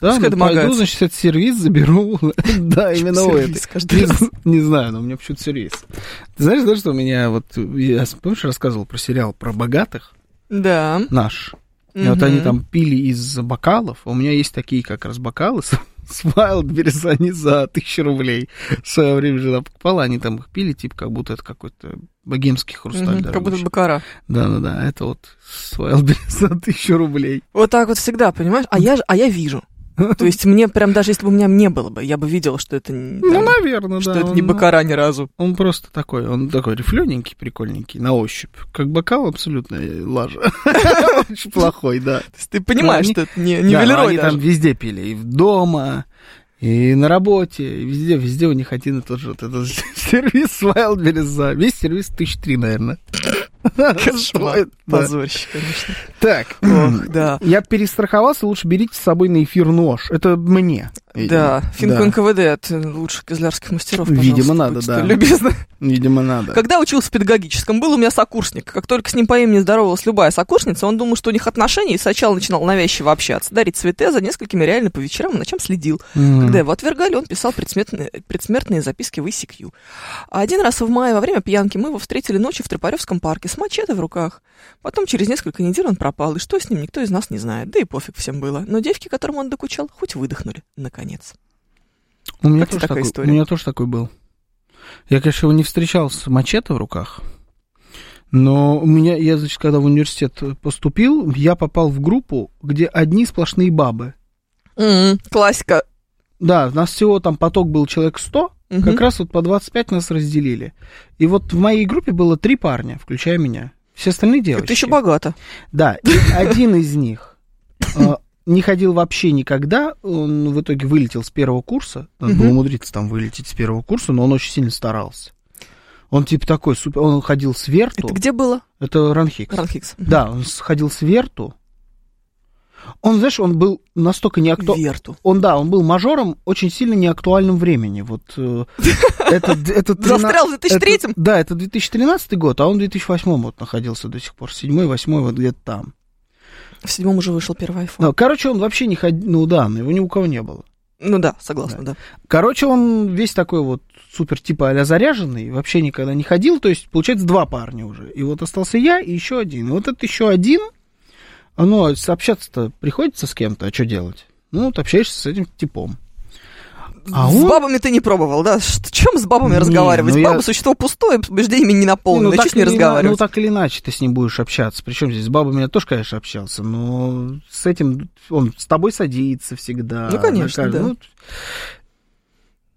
Speaker 3: Да,
Speaker 2: Пускай
Speaker 3: ну, пойду,
Speaker 2: домогаются.
Speaker 3: значит, этот сервис заберу. [laughs] Да, именно у
Speaker 2: Сервис
Speaker 3: этой.
Speaker 2: каждый
Speaker 3: Не,
Speaker 2: раз.
Speaker 3: не знаю, но у меня почему-то сервис. Ты знаешь, да, что у меня вот... Я, помнишь, рассказывал про сериал про богатых?
Speaker 2: Да.
Speaker 3: Наш. И вот они
Speaker 2: Мгм.
Speaker 3: там пили из бокалов. А У меня есть такие как раз бокалы с, с Wildberries, они за тысячу рублей. В свое время жена покупала, они там их пили, типа, как будто это какой-то богемский хрусталь.
Speaker 2: Мгм,
Speaker 3: даже
Speaker 2: Как будто
Speaker 3: лучше.
Speaker 2: бакара.
Speaker 3: Да-да-да, А это вот с Wildberries за тысячу рублей.
Speaker 2: Вот так вот всегда, понимаешь? А я, ж- а я вижу.
Speaker 3: [laughs]
Speaker 2: То есть мне прям даже если бы у меня не было бы, я бы видела, что это, не-
Speaker 3: Ну,
Speaker 2: там,
Speaker 3: наверное,
Speaker 2: что
Speaker 3: да.
Speaker 2: это не
Speaker 3: он-
Speaker 2: бакара ни разу.
Speaker 3: Он просто такой, он такой рифлененький, прикольненький, на ощупь. Как бокал абсолютно э, лажа. [laughs] Очень плохой, да.
Speaker 2: То есть ты понимаешь,
Speaker 3: они-
Speaker 2: что это не, не
Speaker 3: Да, но
Speaker 2: Велерой
Speaker 3: Они
Speaker 2: даже.
Speaker 3: [laughs] там везде пили, и в дома, и на работе, и везде, везде у них один и тот же вот этот [laughs] сервис Wildberries за. Весь сервис тысяч три, наверное.
Speaker 2: Кошмар.
Speaker 3: стоит, да.
Speaker 2: Позорище, конечно.
Speaker 3: [clears throat] Так, [laughs]
Speaker 2: Ох, да.
Speaker 3: я перестраховался, лучше берите с собой на эфир нож. Это мне.
Speaker 2: Да, Финку
Speaker 3: Да.
Speaker 2: НКВД от э, лучших кизлярских мастеров,
Speaker 3: Видимо,
Speaker 2: пожалуйста,
Speaker 3: надо,
Speaker 2: будь
Speaker 3: да.
Speaker 2: столь
Speaker 3: [laughs]
Speaker 2: любезна.
Speaker 3: Видимо, надо.
Speaker 2: Когда учился в педагогическом, был у меня сокурсник. Как только с ним по имени здоровалась любая сокурсница, он думал, что у них отношения, и сначала начинал навязчиво общаться, дарить цветы, а за несколькими реально по вечерам и ночам следил.
Speaker 3: М.
Speaker 2: Когда его отвергали, он писал предсмертные, предсмертные записки в ICQ. А один раз в мае во время пьянки мы его встретили ночью в Тропаревском парке с мачете в руках. Потом через несколько недель он пропал, и что с ним, никто из нас не знает. Да и пофиг всем было. Но девки, которым он докучал, хоть выдохнули, наконец.
Speaker 3: У меня,
Speaker 2: Как тебе такая
Speaker 3: тоже такой,
Speaker 2: история?
Speaker 3: у меня тоже такой был. Я, конечно, его не встречал с мачете в руках, но у меня, я, значит, когда в университет поступил, я попал в группу, где одни сплошные бабы.
Speaker 2: М, М-м, Классика.
Speaker 3: Да, нас всего там поток был человек 100,
Speaker 2: Мгм.
Speaker 3: как раз вот по 25 нас разделили. И вот в моей группе было три парня, включая меня. Все остальные девочки.
Speaker 2: Это еще богато.
Speaker 3: Да, и один из них э, не ходил вообще никогда. Он в итоге вылетел с первого курса. Надо было
Speaker 2: Мгм.
Speaker 3: умудриться там вылететь с первого курса, но он очень сильно старался. Он типа такой супер... Он ходил с Верту.
Speaker 2: Это
Speaker 3: Это,
Speaker 2: где было?
Speaker 3: Ранхикс.
Speaker 2: Ранхикс.
Speaker 3: Да, он сходил с Верту. Он, знаешь, он был настолько неактуален.
Speaker 2: Верту.
Speaker 3: Он, да, он был мажором очень сильно неактуальным времени. Вот э, это... это 13
Speaker 2: Застрял в 2003
Speaker 3: это- да, это 2013 год, а он в 2008 вот находился до сих пор. Седьмой, восьмой, вот где-то там.
Speaker 2: В седьмом уже вышел первый iPhone.
Speaker 3: Ну, Короче, он вообще не ходил, ну да, но его ну ни у кого не было.
Speaker 2: Ну да, согласна, да.
Speaker 3: Короче, он весь такой вот супер типа а заряженный, вообще никогда не ходил. То есть, получается, два парня уже. И вот остался я и еще один. И вот этот еще один, ну, общаться-то приходится с кем-то, а что делать? Ну, вот общаешься с этим типом. А
Speaker 2: с
Speaker 3: он-
Speaker 2: бабами ты не пробовал, да? Ш- чем с бабами
Speaker 3: Не,
Speaker 2: разговаривать?
Speaker 3: ну я-
Speaker 2: Бабы существо пустое, убеждениями не наполнено.
Speaker 3: Не,
Speaker 2: Чё с ней
Speaker 3: или ина- Ну,
Speaker 2: разговаривать?
Speaker 3: так или иначе ты с ним будешь общаться. Причем здесь с бабами я тоже, конечно, общался, но с этим он с тобой садится всегда.
Speaker 2: Ну, конечно,
Speaker 3: на каждом-
Speaker 2: да.
Speaker 3: Ну, т-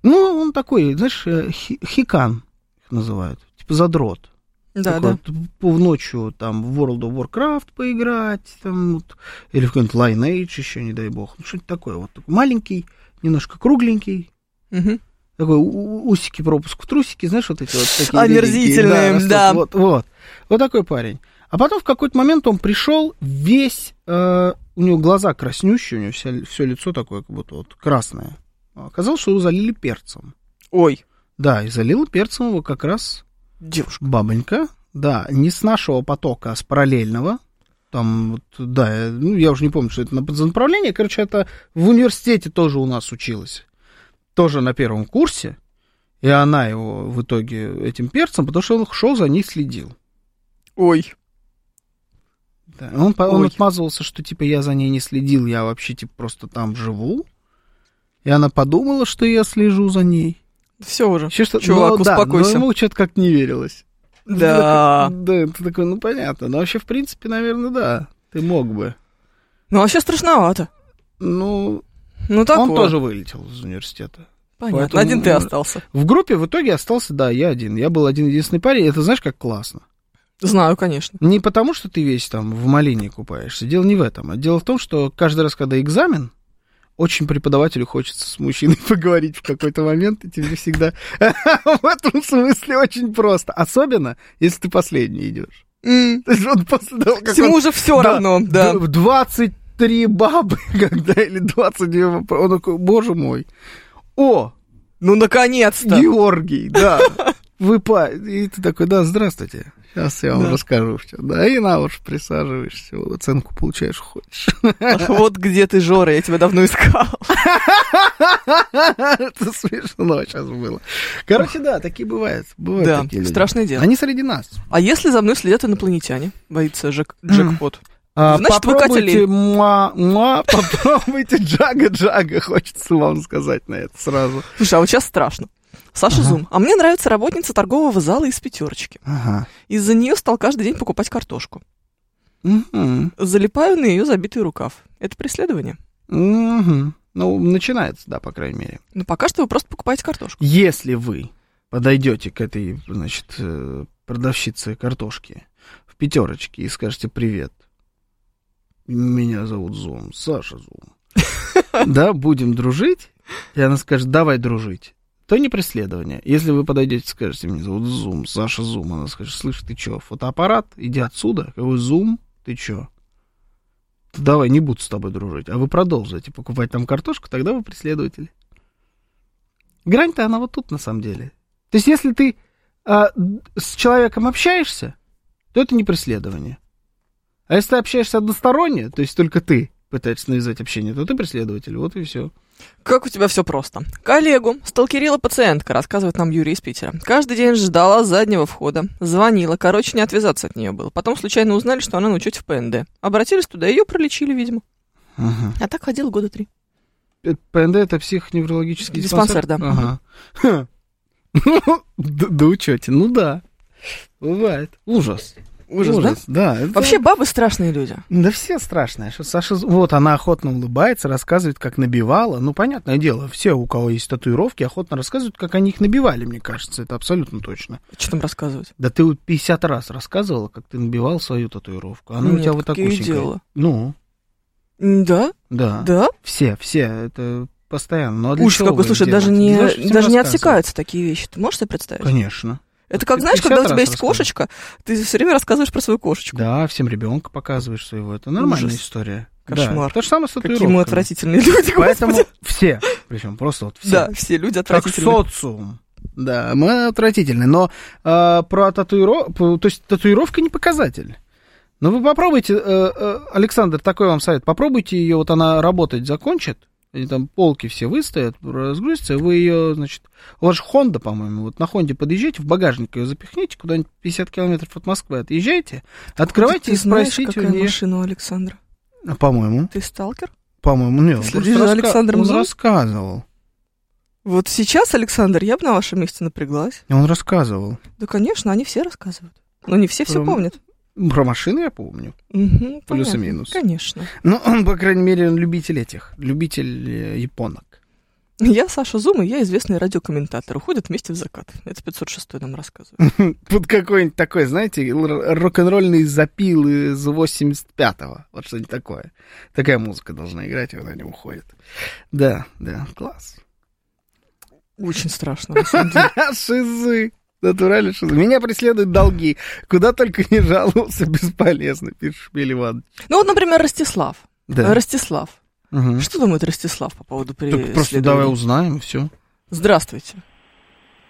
Speaker 3: ну, он такой, знаешь, э, хи- хикан их называют. Типа задрот.
Speaker 2: да,
Speaker 3: Такой
Speaker 2: да.
Speaker 3: вот по- ночью там в World of Warcraft поиграть, там, вот, или в какой-нибудь Lineage еще, не дай бог. Ну, что-нибудь такое. Вот такой маленький, немножко кругленький,
Speaker 2: Мгм.
Speaker 3: такой у- у- усики пропуск в трусики, знаешь, вот эти вот такие.
Speaker 2: Омерзительные,
Speaker 3: великие, растут.
Speaker 2: да.
Speaker 3: Вот, вот. Вот такой парень. А потом в какой-то момент он пришел весь, э, у него глаза краснющие, у него все, все лицо такое, как будто вот красное. Оказалось, что его залили перцем.
Speaker 2: Ой,
Speaker 3: Да, и залил перцем его как раз
Speaker 2: девушка.
Speaker 3: Бабонька, да, не с нашего потока, а с параллельного. Там, вот, да, я- ну, я уже не помню, что это на- за направление. Короче, это в университете тоже у нас училась. Тоже на первом курсе. И она его в итоге этим перцем, потому что он шел за ней следил.
Speaker 2: Ой.
Speaker 3: Да, Он, по- он
Speaker 2: Ой.
Speaker 3: отмазывался, что типа я за ней не следил, я вообще типа просто там живу. И она подумала, что я слежу за ней.
Speaker 2: Все уже.
Speaker 3: Еще что-
Speaker 2: Чувак,
Speaker 3: но, да, но
Speaker 2: успокойся.
Speaker 3: ему что-то как-то не верилось.
Speaker 2: Да.
Speaker 3: Да, ты такой, ну понятно. Но вообще, в принципе, наверное, да. Ты мог бы.
Speaker 2: Ну, вообще страшновато.
Speaker 3: Ну,
Speaker 2: Ну, так
Speaker 3: он тоже вылетел из университета.
Speaker 2: Понятно.
Speaker 3: поэтому-
Speaker 2: Один ты остался.
Speaker 3: В группе в итоге остался, да, я один. Я был один единственный парень. Это знаешь, как классно.
Speaker 2: Знаю, конечно.
Speaker 3: Не потому, что ты весь там в малине купаешься. Дело не в этом. А дело в том, что каждый раз, когда экзамен, очень преподавателю хочется с мужчиной [laughs] поговорить в какой-то момент, и тебе всегда [laughs] в этом смысле очень просто. Особенно, если ты последний идешь.
Speaker 2: М,
Speaker 3: То есть он после того, как он
Speaker 2: Всему уже все
Speaker 3: Да,
Speaker 2: равно, да.
Speaker 3: Д- 23 бабы, [laughs] когда, или 22, бабы. он такой, боже мой. О,
Speaker 2: Ну, наконец-то. [laughs]
Speaker 3: Георгий, да, вы па... И ты такой, да, здравствуйте. Сейчас я вам
Speaker 2: Да.
Speaker 3: расскажу все. Да, и на уж присаживаешься, оценку получаешь, хочешь. [laughs]
Speaker 2: Ах, Вот где ты, Жора, я тебя давно искал.
Speaker 3: Это смешно сейчас было. Короче, да, такие бывают. Бывают
Speaker 2: Да,
Speaker 3: такие люди.
Speaker 2: страшное дело.
Speaker 3: Они среди нас.
Speaker 2: А если за мной следят инопланетяне? Боится Джек,
Speaker 3: Мгм.
Speaker 2: джекпот.
Speaker 3: А,
Speaker 2: Значит, вы
Speaker 3: попробуйте,
Speaker 2: катали.
Speaker 3: муа, муа, попробуйте [laughs] джага-джага, хочется вам сказать на это сразу.
Speaker 2: Слушай, а вот сейчас страшно. Саша
Speaker 3: Ага.
Speaker 2: Зум. А мне нравится работница торгового зала из пятерочки.
Speaker 3: Ага.
Speaker 2: Из-за нее стал каждый день покупать картошку.
Speaker 3: Мгм.
Speaker 2: Залипаю на ее забитый рукав. Это преследование.
Speaker 3: Мгм. Ну, начинается, да, по крайней мере.
Speaker 2: Но пока что вы просто покупаете картошку.
Speaker 3: Если вы подойдете к этой, значит, э, продавщице картошки в пятерочке и скажете привет. Меня зовут Зум, Саша Зум. Да, будем дружить. И она скажет, давай дружить. То не преследование. Если вы подойдете и скажете, меня зовут Зум, Саша Зум, она скажет, слышь, ты чё, фотоаппарат, иди отсюда. Какой Зум, ты чё? Давай, не буду с тобой дружить. А вы продолжите покупать там картошку, тогда вы преследователь. Грань-то она вот тут на самом деле. То есть, если ты а, д- с человеком общаешься, то это не преследование. А если ты общаешься односторонне, то есть только ты пытаешься навязать общение, то ты преследователь. Вот и все.
Speaker 2: Как у тебя все просто. Коллегу сталкерила пациентка, рассказывает нам Юрий из Питера. Каждый день ждала заднего входа. Звонила. Короче, не отвязаться от нее было. Потом случайно узнали, что она на учете в ПНД. Обратились туда, ее пролечили, видимо. А так ходила года три.
Speaker 3: Э, ПНД это психоневрологический диспансер?
Speaker 2: Диспансер, да.
Speaker 3: Ага. Ха. Ну, д- до учете. Ну да. Бывает. Ужас.
Speaker 2: Ужас, да?
Speaker 3: да? это-
Speaker 2: Вообще бабы страшные люди.
Speaker 3: Да все страшное. Что Саша... З- Вот, она охотно улыбается, рассказывает, как набивала. Ну, понятное дело, все, у кого есть татуировки, охотно рассказывают, как они их набивали, мне кажется. Это абсолютно точно.
Speaker 2: Что там рассказывать?
Speaker 3: Да ты вот 50 раз рассказывала, как ты набивал свою татуировку. Она А ну, у
Speaker 2: Нет,
Speaker 3: тебя вот так
Speaker 2: какие
Speaker 3: усенькая.
Speaker 2: дела?
Speaker 3: Ну,
Speaker 2: М, Да,
Speaker 3: да.
Speaker 2: да.
Speaker 3: Все, все, это постоянно. Ну, а для
Speaker 2: Ужас
Speaker 3: чего
Speaker 2: какой,
Speaker 3: вы
Speaker 2: слушай,
Speaker 3: их
Speaker 2: даже
Speaker 3: делаете?
Speaker 2: не,
Speaker 3: Для чего всем
Speaker 2: даже не
Speaker 3: рассказывать?
Speaker 2: отсекаются такие вещи. Ты можешь себе представить?
Speaker 3: Конечно.
Speaker 2: Это как,
Speaker 3: Ты
Speaker 2: знаешь,
Speaker 3: 50
Speaker 2: когда у тебя
Speaker 3: раз
Speaker 2: есть
Speaker 3: рассказывай.
Speaker 2: кошечка, ты все время рассказываешь про свою кошечку.
Speaker 3: Да, всем ребенка показываешь своего. Это нормальная
Speaker 2: Ужас.
Speaker 3: история.
Speaker 2: Кошмар.
Speaker 3: Да. То же самое с
Speaker 2: Какие мы
Speaker 3: татуировками.
Speaker 2: отвратительные люди,
Speaker 3: Поэтому
Speaker 2: господи.
Speaker 3: все, причем просто вот все.
Speaker 2: Да, все люди
Speaker 3: как
Speaker 2: отвратительные.
Speaker 3: социум. Да, мы отвратительны. Но э, про татуировку, то есть татуировка не показатель. Ну, Но вы попробуйте, э, э, Александр, такой вам совет, попробуйте ее, вот она работать закончит, они там полки все выстоят, разгрузится, вы ее, значит, у вас же Honda, по-моему, вот на Хонде подъезжайте, в багажник ее запихните, куда-нибудь 50 километров от Москвы отъезжайте, открывайте
Speaker 2: Ты
Speaker 3: и
Speaker 2: знаешь,
Speaker 3: спросите
Speaker 2: какая
Speaker 3: у нее.
Speaker 2: машина у Александра?
Speaker 3: А, По-моему,
Speaker 2: Ты сталкер?
Speaker 3: по-моему, нет, он
Speaker 2: Ты
Speaker 3: просто
Speaker 2: следишь за
Speaker 3: раска-
Speaker 2: Александром
Speaker 3: он
Speaker 2: Зуевым?
Speaker 3: рассказывал,
Speaker 2: Вот сейчас, Александр, я бы на вашем месте напряглась.
Speaker 3: он рассказывал.
Speaker 2: Да, конечно, они все рассказывают. Но не все все
Speaker 3: Эм,
Speaker 2: помнят.
Speaker 3: Про машины я помню.
Speaker 2: Мгм,
Speaker 3: плюс и
Speaker 2: понятно.
Speaker 3: минус.
Speaker 2: Конечно.
Speaker 3: Ну, он, по крайней мере, он любитель этих, любитель э, японок.
Speaker 2: Я Саша Зум, и я известный радиокомментатор. Уходят вместе в закат. Это 506 нам
Speaker 3: [laughs]
Speaker 2: рассказывает.
Speaker 3: Под какой-нибудь такой, знаете, р- рок-н-ролльный запил из 85-го. Вот что-нибудь такое. Такая музыка должна играть, и вот они уходят. Да, да, класс. [laughs]
Speaker 2: Очень страшно, на самом деле.
Speaker 3: Шизы. Натурально шизы. Меня преследуют долги. Куда только не жаловался, бесполезно, пишет Шмель Иванович.
Speaker 2: Ну вот, например, Ростислав.
Speaker 3: Да.
Speaker 2: Ростислав. Что думает Ростислав по поводу
Speaker 3: Так
Speaker 2: преследования?
Speaker 3: просто давай узнаем, все.
Speaker 2: Здравствуйте.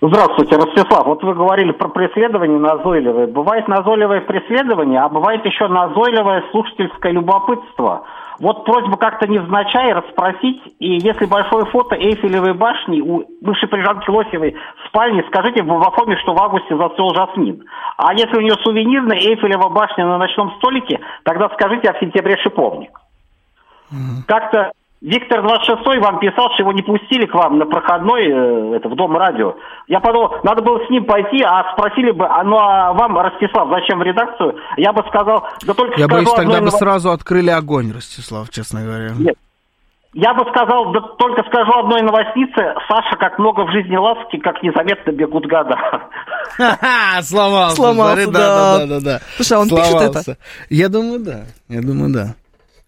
Speaker 4: Здравствуйте, Ростислав. Вот вы говорили про преследование назойливое. Бывает назойливое преследование, а бывает еще назойливое слушательское любопытство. Вот просьба как-то невзначай расспросить, и если большое фото Эйфелевой башни у бывшей прижанки Лосевой в спальне, скажите в Бабафоме, что в августе зацвел жасмин. А если у нее сувенирная Эйфелева башня на ночном столике, тогда скажите, а в сентябре шиповник. Как-то Виктор 26 вам писал, что его не пустили к вам на проходной, э, это, в Дом радио. Я подумал, надо было с ним пойти, а спросили бы, а, ну а вам, Ростислав, зачем в редакцию? Я бы сказал, да только
Speaker 3: Я
Speaker 4: скажу
Speaker 3: боюсь,
Speaker 4: одной
Speaker 3: тогда бы
Speaker 4: ново-
Speaker 3: сразу открыли огонь, Ростислав, честно говоря.
Speaker 4: Нет. Я бы сказал, да только скажу одной новостнице, Саша, как много в жизни ласки, как незаметно бегут [laughs] года.
Speaker 3: Ха-ха, сломался.
Speaker 2: Сломался,
Speaker 3: смотри,
Speaker 2: да.
Speaker 3: да, да, да, да.
Speaker 2: Слушай, а он пишет это?
Speaker 3: Сломался. Я думаю, да. Я думаю, да.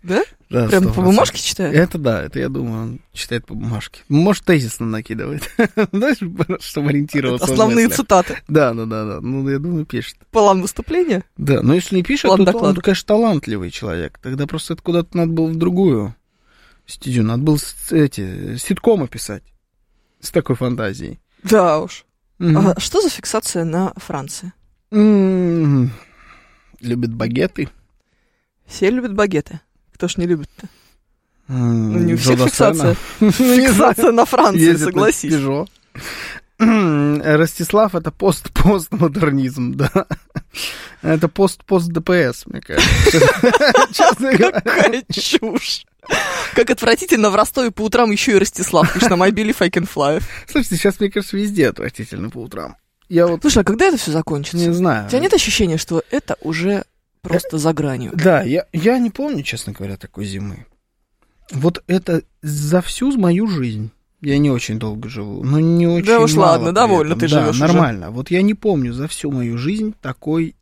Speaker 2: Да?
Speaker 3: Да,
Speaker 2: Прям по
Speaker 3: 100%.
Speaker 2: бумажке читает?
Speaker 3: Это да, это я думаю, он читает по бумажке. Может, тезисно накидывает. [laughs] Знаешь, чтобы ориентироваться. в
Speaker 2: Основные
Speaker 3: мыслях.
Speaker 2: цитаты.
Speaker 3: Да, да, да, да. Ну, я думаю, пишет.
Speaker 2: План выступления?
Speaker 3: Да, но если не пишет,
Speaker 2: План
Speaker 3: то он,
Speaker 2: доклада.
Speaker 3: конечно, талантливый человек. Тогда просто это куда-то надо было в другую стезю. Надо было с- эти ситкомы писать. С такой фантазией.
Speaker 2: Да уж.
Speaker 3: Мгм.
Speaker 2: А что за фиксация на Франции?
Speaker 3: М. М-м-м. Любит багеты.
Speaker 2: Все любят багеты. Кто ж не
Speaker 3: [laughs]
Speaker 2: любит-то?
Speaker 3: Ну,
Speaker 2: Ну, не у всех [laughs] фиксация. Ну, Фиксация на Франции, согласись.
Speaker 3: Peugeot. Ростислав это пост-постмодернизм, да. Это пост-пост-ДПС, мне
Speaker 2: [laughs]
Speaker 3: кажется. Честно говоря. [laughs]
Speaker 2: Какая чушь. Как отвратительно в Ростове по утрам еще и Ростислав, пишет на I believe I can fly.
Speaker 3: Слушайте, сейчас, мне кажется, везде отвратительно по утрам. Я вот
Speaker 2: Слушай, а когда это все закончится?
Speaker 3: не знаю.
Speaker 2: У тебя нет ощущения, что это уже просто за гранью?
Speaker 3: Да, я, я не помню, честно говоря, такой зимы. Вот это за всю мою жизнь. Я не очень долго живу, но не очень
Speaker 2: уж
Speaker 3: мало
Speaker 2: ладно,
Speaker 3: при
Speaker 2: довольно
Speaker 3: этом.
Speaker 2: ты
Speaker 3: да,
Speaker 2: живешь уже.
Speaker 3: нормально. Вот я не помню за всю мою жизнь такой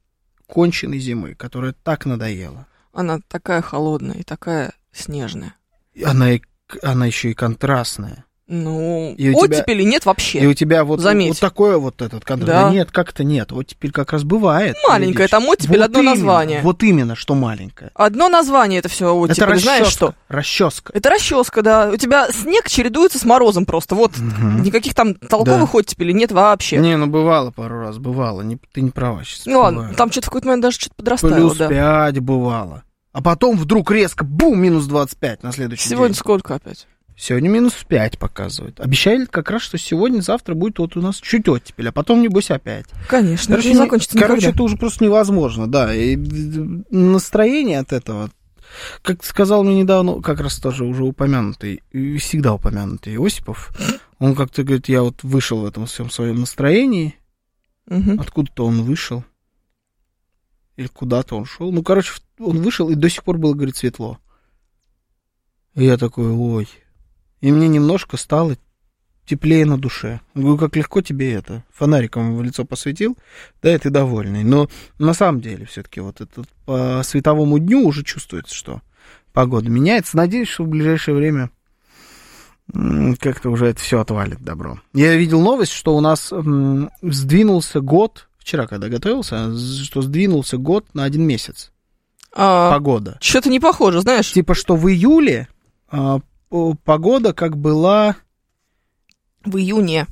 Speaker 3: конченной зимы, которая так надоела.
Speaker 2: Она такая холодная и такая снежная.
Speaker 3: И Она, и, к- она еще и контрастная.
Speaker 2: Ну,
Speaker 3: И у тебя-
Speaker 2: оттепели нет вообще.
Speaker 3: И у тебя вот,
Speaker 2: Заметь.
Speaker 3: вот такое вот этот контраст.
Speaker 2: Да.
Speaker 3: Да нет, как-то нет. Вот теперь как раз бывает.
Speaker 2: Маленькая,
Speaker 3: видишь.
Speaker 2: там оттепель
Speaker 3: Вот
Speaker 2: одно
Speaker 3: именно,
Speaker 2: название.
Speaker 3: Вот именно, что маленькая.
Speaker 2: Одно название это все оттепель,
Speaker 3: это расческа.
Speaker 2: знаешь что?
Speaker 3: Расческа.
Speaker 2: Это расческа, да. У тебя снег чередуется с морозом просто. Вот
Speaker 3: Мгм.
Speaker 2: никаких там толковых оттепелей нет вообще.
Speaker 3: Не, ну бывало пару раз, бывало. Не, ты не права сейчас.
Speaker 2: Ну ладно, там что-то в какой-то момент даже что-то подрастало,
Speaker 3: Плюс
Speaker 2: да.
Speaker 3: 5 бывало. А потом вдруг резко, бум, минус 25 на следующий
Speaker 2: Сегодня
Speaker 3: день.
Speaker 2: сколько опять?
Speaker 3: Сегодня минус 5 показывают. Обещали как раз, что сегодня-завтра будет вот у нас чуть оттепель, а потом, небось, опять.
Speaker 2: Конечно, это
Speaker 3: не-
Speaker 2: не закончится
Speaker 3: короче,
Speaker 2: никогда.
Speaker 3: это уже просто невозможно, да. И д- д- настроение от этого, как сказал мне недавно, как раз тоже уже упомянутый, и всегда упомянутый Осипов, он как-то говорит, я вот вышел в этом всем своем настроении,
Speaker 2: Мгм.
Speaker 3: Откуда-то он вышел. Или куда-то он шел. Ну, короче, в- он вышел, и до сих пор было, говорит, светло. И я такой, ой. И мне немножко стало теплее на душе. Я Говорю, как легко тебе это. Фонариком в лицо посветил, да, и ты довольный. Но на самом деле все-таки вот этот по световому дню уже чувствуется, что погода меняется. Надеюсь, что в ближайшее время м, как-то уже это все отвалит добро. Я видел новость, что у нас м, сдвинулся год, вчера когда готовился, с- что сдвинулся год на один месяц
Speaker 2: А,
Speaker 3: погода.
Speaker 2: Что-то не похоже, знаешь.
Speaker 3: Типа, что в июле а, п- погода как была...
Speaker 2: В июне.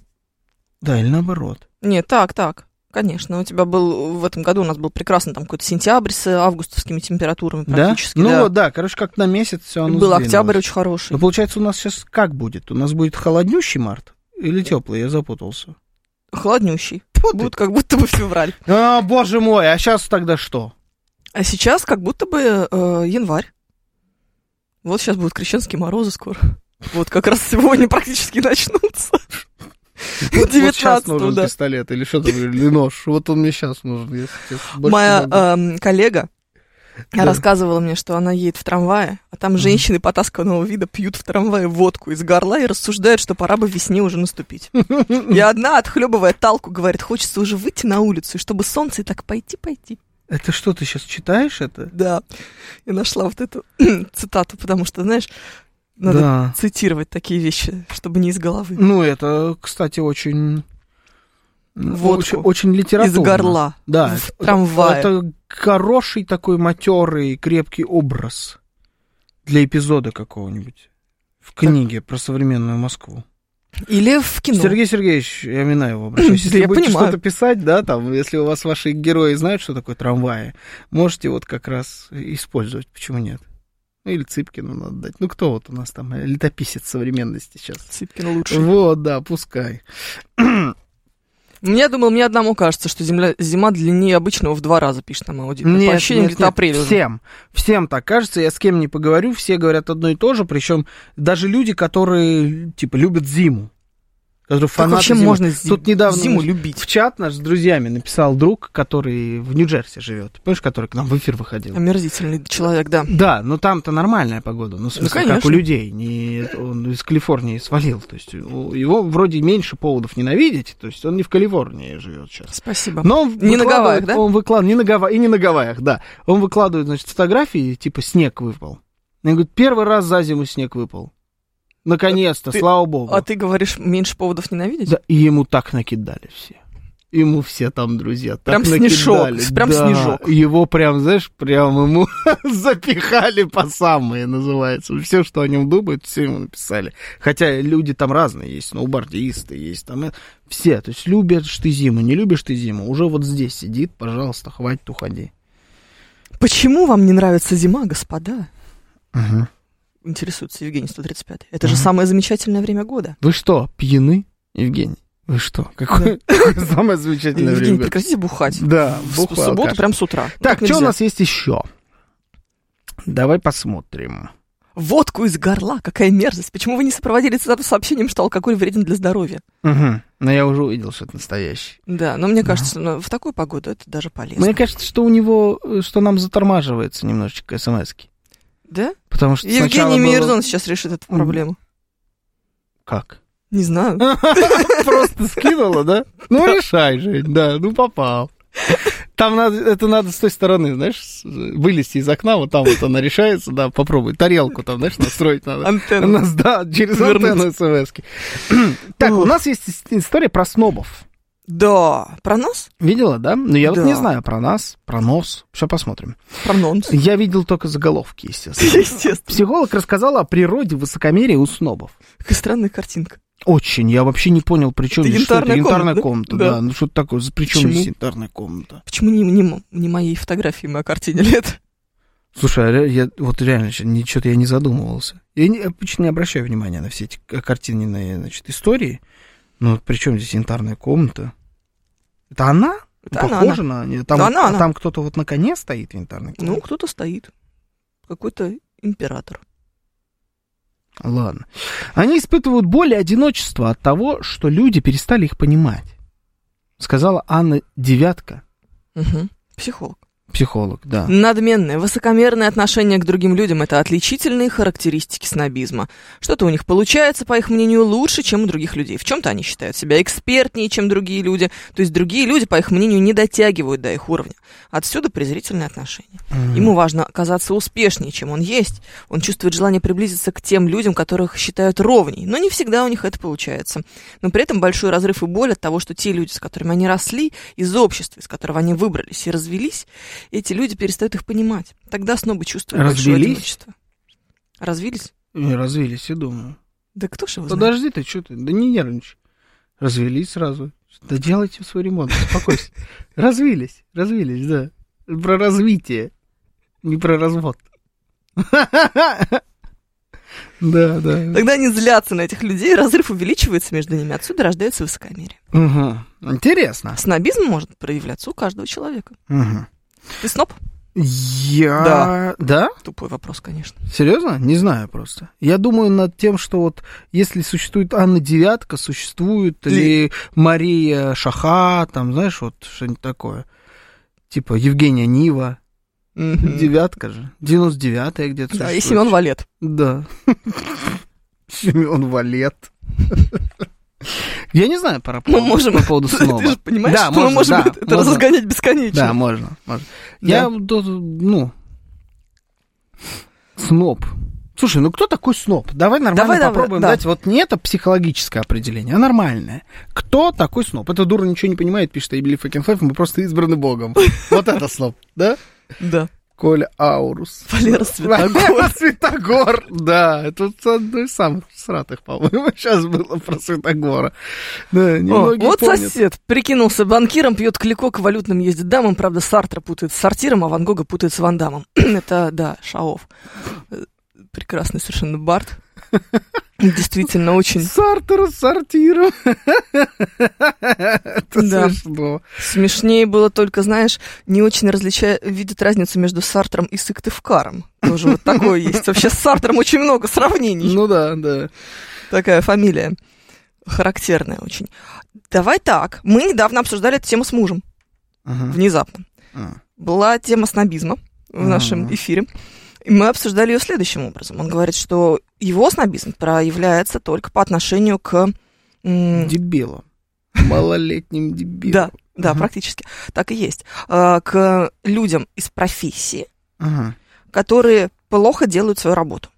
Speaker 3: Да, или наоборот.
Speaker 2: Нет, так, так. Конечно, у тебя был в этом году у нас был прекрасный там какой-то сентябрь с августовскими температурами
Speaker 3: Да?
Speaker 2: практически.
Speaker 3: Ну
Speaker 2: да.
Speaker 3: вот, да, короче, как на месяц все оно
Speaker 2: был
Speaker 3: сдвинулось.
Speaker 2: октябрь очень хороший.
Speaker 3: Ну, получается, у нас сейчас как будет? У нас будет холоднющий март или теплый? Я запутался.
Speaker 2: Холоднющий.
Speaker 3: Вот ты.
Speaker 2: Будет как будто бы февраль.
Speaker 3: А, боже мой, а сейчас тогда что?
Speaker 2: А сейчас как будто бы э, январь. Вот сейчас будут крещенские морозы скоро. Вот как раз сегодня практически начнутся.
Speaker 3: Вот- вот сейчас
Speaker 2: 19
Speaker 3: нужен
Speaker 2: да.
Speaker 3: пистолет или что-то, или нож. Вот он мне сейчас нужен. я сейчас больше
Speaker 2: Моя
Speaker 3: не могу.
Speaker 2: эм, коллега
Speaker 3: Да.
Speaker 2: рассказывала мне, что она едет в трамвае, а там женщины потасканного вида пьют в трамвае водку из горла и рассуждают, что пора бы весне уже
Speaker 3: [laughs]
Speaker 2: наступить. И одна, отхлебывая талку, говорит, хочется уже выйти на улицу, и чтобы солнце и так пойти-пойти.
Speaker 3: Это что, ты сейчас читаешь это?
Speaker 2: Да. Я нашла вот эту [clears throat] цитату, потому что, знаешь, надо
Speaker 3: Да.
Speaker 2: цитировать такие вещи, чтобы не из головы.
Speaker 3: Ну, это, кстати, очень...
Speaker 2: Водку.
Speaker 3: Очень, очень литературно.
Speaker 2: Из горла.
Speaker 3: Да.
Speaker 2: В
Speaker 3: это-
Speaker 2: трамвае.
Speaker 3: Это хороший такой матерый, крепкий образ для эпизода какого-нибудь. В книге про современную Москву.
Speaker 2: Или в кино.
Speaker 3: Сергей Сергеевич, я
Speaker 2: [laughs]
Speaker 3: Минаева
Speaker 2: Да
Speaker 3: обращаюсь. Если
Speaker 2: я
Speaker 3: будете
Speaker 2: понимаю.
Speaker 3: что-то писать, да, там, если у вас ваши герои знают, что такое трамваи, можете вот как раз использовать. Почему нет? Ну, или Цыпкину надо дать. Ну, кто вот у нас там э, летописец современности сейчас?
Speaker 2: Цыпкин лучше.
Speaker 3: Вот, да, пускай. [clears throat]
Speaker 2: Мне думал, мне одному кажется, что земля, зима длиннее обычного в два раза, пишет нам аудит. По ощущениям, где-то апреля.
Speaker 3: Всем, всем так кажется, я с кем не поговорю, все говорят одно и то же, причем даже люди, которые, типа, любят зиму. Которые
Speaker 2: Как
Speaker 3: фанаты
Speaker 2: вообще
Speaker 3: зимы.
Speaker 2: можно зи-
Speaker 3: Тут недавно
Speaker 2: зиму
Speaker 3: мы в
Speaker 2: любить?
Speaker 3: чат наш с друзьями написал друг, который в Нью-Джерси живет. Помнишь, который к нам в эфир выходил?
Speaker 2: Омерзительный человек, да.
Speaker 3: Да, но там-то нормальная погода, ну, в смысле, как у
Speaker 2: конечно.
Speaker 3: людей. Не, он из Калифорнии свалил. То есть у- его вроде меньше поводов ненавидеть, то есть он не в Калифорнии живет сейчас.
Speaker 2: Спасибо.
Speaker 3: Но он
Speaker 2: Не на
Speaker 3: выкладывает-
Speaker 2: Гавайях, да?
Speaker 3: Он выкладывает, не на Гава- и не на Гавайях, да. Он выкладывает, значит, фотографии, типа снег выпал. И говорит, первый раз за зиму снег выпал. Наконец-то,
Speaker 2: Ты-
Speaker 3: слава богу.
Speaker 2: А ты говоришь, меньше поводов ненавидеть?
Speaker 3: Да, и ему так накидали все. Ему все там друзья так
Speaker 2: Прям
Speaker 3: накидали.
Speaker 2: снежок, прям
Speaker 3: Да,
Speaker 2: снежок.
Speaker 3: Его прям, знаешь, прям ему [laughs] запихали по самые, называется. Все, что о нем думают, все ему написали. Хотя люди там разные, есть сноубордисты, есть там... э, Все, то есть любишь ты зиму, не любишь ты зиму, уже вот здесь сидит, пожалуйста, хватит, уходи.
Speaker 2: Почему вам не нравится зима, господа? Интересуется Евгений 135. Это же
Speaker 3: Мгм.
Speaker 2: самое замечательное время года.
Speaker 3: Вы что, пьяны, Евгений? Вы что? Какое, какое [laughs] самое замечательное
Speaker 2: Евгений,
Speaker 3: время.
Speaker 2: прекратите бухать.
Speaker 3: Да,
Speaker 2: В с- в
Speaker 3: бухал,
Speaker 2: субботу
Speaker 3: конечно.
Speaker 2: прям с утра.
Speaker 3: Так, что
Speaker 2: нельзя.
Speaker 3: у нас есть еще? Давай посмотрим.
Speaker 2: Водку из горла, какая мерзость. Почему вы не сопроводили цитату сообщением, что алкоголь вреден для здоровья?
Speaker 3: Угу. Но я уже увидел, что это настоящий.
Speaker 2: Да, но мне кажется, что ну, в такую погоду это даже полезно.
Speaker 3: Мне кажется, что у него, э, что нам затормаживается немножечко смс -ки.
Speaker 2: Да?
Speaker 3: Потому что сначала
Speaker 2: Евгений
Speaker 3: было-
Speaker 2: Мирзон сейчас решит эту
Speaker 3: Мгм.
Speaker 2: проблему.
Speaker 3: Как?
Speaker 2: Не знаю.
Speaker 3: [laughs] Просто скинула, да? Ну, решай, Жень, да, ну попал. Там надо, это надо с той стороны, знаешь, с- э, вылезти из окна, вот там вот она решается, да, попробуй. Тарелку там, знаешь, настроить надо. У
Speaker 2: Антенна.
Speaker 3: нас, да, через
Speaker 2: Вернуть.
Speaker 3: антенну смс [clears throat] Так, у нас есть ис- история про снобов.
Speaker 2: Да, про нас?
Speaker 3: Видела, да? Но я
Speaker 2: Да.
Speaker 3: вот не знаю про нас, про нос. Все посмотрим.
Speaker 2: Про нонс.
Speaker 3: Я видел только заголовки, естественно.
Speaker 2: [laughs] Естественно.
Speaker 3: Психолог рассказала о природе высокомерия у снобов.
Speaker 2: Какая странная картинка.
Speaker 3: Очень. Я вообще не понял, при чем
Speaker 2: Это
Speaker 3: здесь что это.
Speaker 2: янтарная
Speaker 3: Янтарная
Speaker 2: комната,
Speaker 3: комната,
Speaker 2: да?
Speaker 3: да. Ну что такое? За- При чем
Speaker 2: Почему?
Speaker 3: здесь янтарная комната?
Speaker 2: Почему не, не, м- не моей фотографии, мы о картине лет?
Speaker 3: Слушай, а ре- я вот реально что-то я не задумывался. Я не- обычно не обращаю внимания на все эти к- картинные значит, истории. Но вот при чем здесь янтарная комната? Это она? Ну,
Speaker 2: Это она,
Speaker 3: Похоже на нее. Там,
Speaker 2: Да, она,
Speaker 3: а
Speaker 2: она.
Speaker 3: там кто-то вот на коне стоит в янтарной комнате.
Speaker 2: Ну, кто-то стоит. Какой-то император.
Speaker 3: Ладно. Они испытывают боль и одиночество от того, что люди перестали их понимать. Сказала Анна Девятка,
Speaker 2: Мгм. Психолог.
Speaker 3: психолог, да.
Speaker 2: Ну, Надменное, высокомерное отношение к другим людям – это отличительные характеристики снобизма. Что-то у них получается, по их мнению, лучше, чем у других людей. В чем-то они считают себя экспертнее, чем другие люди. То есть другие люди, по их мнению, не дотягивают до их уровня. Отсюда презрительные отношения. Ему важно оказаться успешнее, чем он есть. Он чувствует желание приблизиться к тем людям, которых считают ровней. Но не всегда у них это получается. Но при этом большой разрыв и боль от того, что те люди, с которыми они росли, из общества, из которого они выбрались и развелись, эти люди перестают их понимать. Тогда снобы чувствуют большое
Speaker 3: Развелись?
Speaker 2: одиночество. Развелись?
Speaker 3: Э, Развелись, я думаю.
Speaker 2: Да кто же его знает?
Speaker 3: Подожди ты, что ты? Да не нервничай. Развелись сразу. Да делайте свой ремонт, успокойся. Развились, развились, да. Про развитие, не про развод. [laughs] Да, да.
Speaker 2: Тогда не злятся на этих людей, разрыв увеличивается между ними, отсюда рождается высокомерие.
Speaker 3: Мгм. Интересно.
Speaker 2: Снобизм может проявляться у каждого человека.
Speaker 3: Мгм.
Speaker 2: Ты сноб?
Speaker 3: Я... Да?
Speaker 2: Тупой вопрос, конечно.
Speaker 3: Серьезно? Не знаю просто. Я думаю над тем, что вот если существует Анна Девятка, существует ли Мария Шаха, там, знаешь, вот что-нибудь такое. Типа Евгения Нива. Девятка же. 99-я где-то.
Speaker 2: Да, и
Speaker 3: существует.
Speaker 2: Семен Валет.
Speaker 3: Да.
Speaker 2: [laughs]
Speaker 3: Семен Валет. Я не знаю про
Speaker 2: Мы можем-
Speaker 3: по
Speaker 2: [laughs]
Speaker 3: поводу
Speaker 2: Ты
Speaker 3: Ну, снова.
Speaker 2: же понимаешь,
Speaker 3: Да,
Speaker 2: что мы
Speaker 3: можно,
Speaker 2: можем
Speaker 3: да,
Speaker 2: это
Speaker 3: можно.
Speaker 2: разгонять бесконечно.
Speaker 3: Да, можно, можно.
Speaker 2: Да.
Speaker 3: Я, тут, ну, сноб. Слушай, ну кто такой сноб? Давай нормально
Speaker 2: Давай, давай,
Speaker 3: попробуем
Speaker 2: да.
Speaker 3: дать вот не это психологическое определение, а нормальное. Кто такой сноб? Это дура ничего не понимает, пишет I believe I can fly, мы просто
Speaker 2: [laughs]
Speaker 3: избраны богом. Вот это сноб, да?
Speaker 2: Да.
Speaker 3: Коля Аурус.
Speaker 2: Валера Светогор.
Speaker 3: Светогор, да. Это вот одно из самых сратых, по-моему, [laughs] сейчас было про Светогора. Да,
Speaker 2: О,
Speaker 3: немногие
Speaker 2: вот
Speaker 3: помнят.
Speaker 2: сосед прикинулся банкиром, пьет кликок, валютным ездит дамам. Правда, Сартра путает с сортиром, а Ван Гога путает с Ван Дамом. [clears throat] Это, да, Шаов. Э, Прекрасный совершенно бард. Действительно, очень
Speaker 3: Сартер, сортиру. [laughs] Это
Speaker 2: Да.
Speaker 3: смешно.
Speaker 2: смешнее было только, знаешь, не очень различая, видит разницу между Сартром и Сыктывкаром. Тоже вот такое есть. Вообще с Сартром очень много сравнений.
Speaker 3: Ну да, да.
Speaker 2: Такая фамилия. Характерная очень. Давай так. Мы недавно обсуждали эту тему с мужем.
Speaker 3: Ага.
Speaker 2: Внезапно.
Speaker 3: А.
Speaker 2: была тема снобизма в
Speaker 3: Ага.
Speaker 2: нашем эфире. И мы обсуждали ее следующим образом. Он говорит, что его снобизм проявляется только по отношению к... м,
Speaker 3: Дебилом. Малолетним дебилом.
Speaker 2: Да, да,
Speaker 3: Ага.
Speaker 2: практически. Так и есть. А, К людям из профессии,
Speaker 3: Ага.
Speaker 2: которые плохо делают свою работу.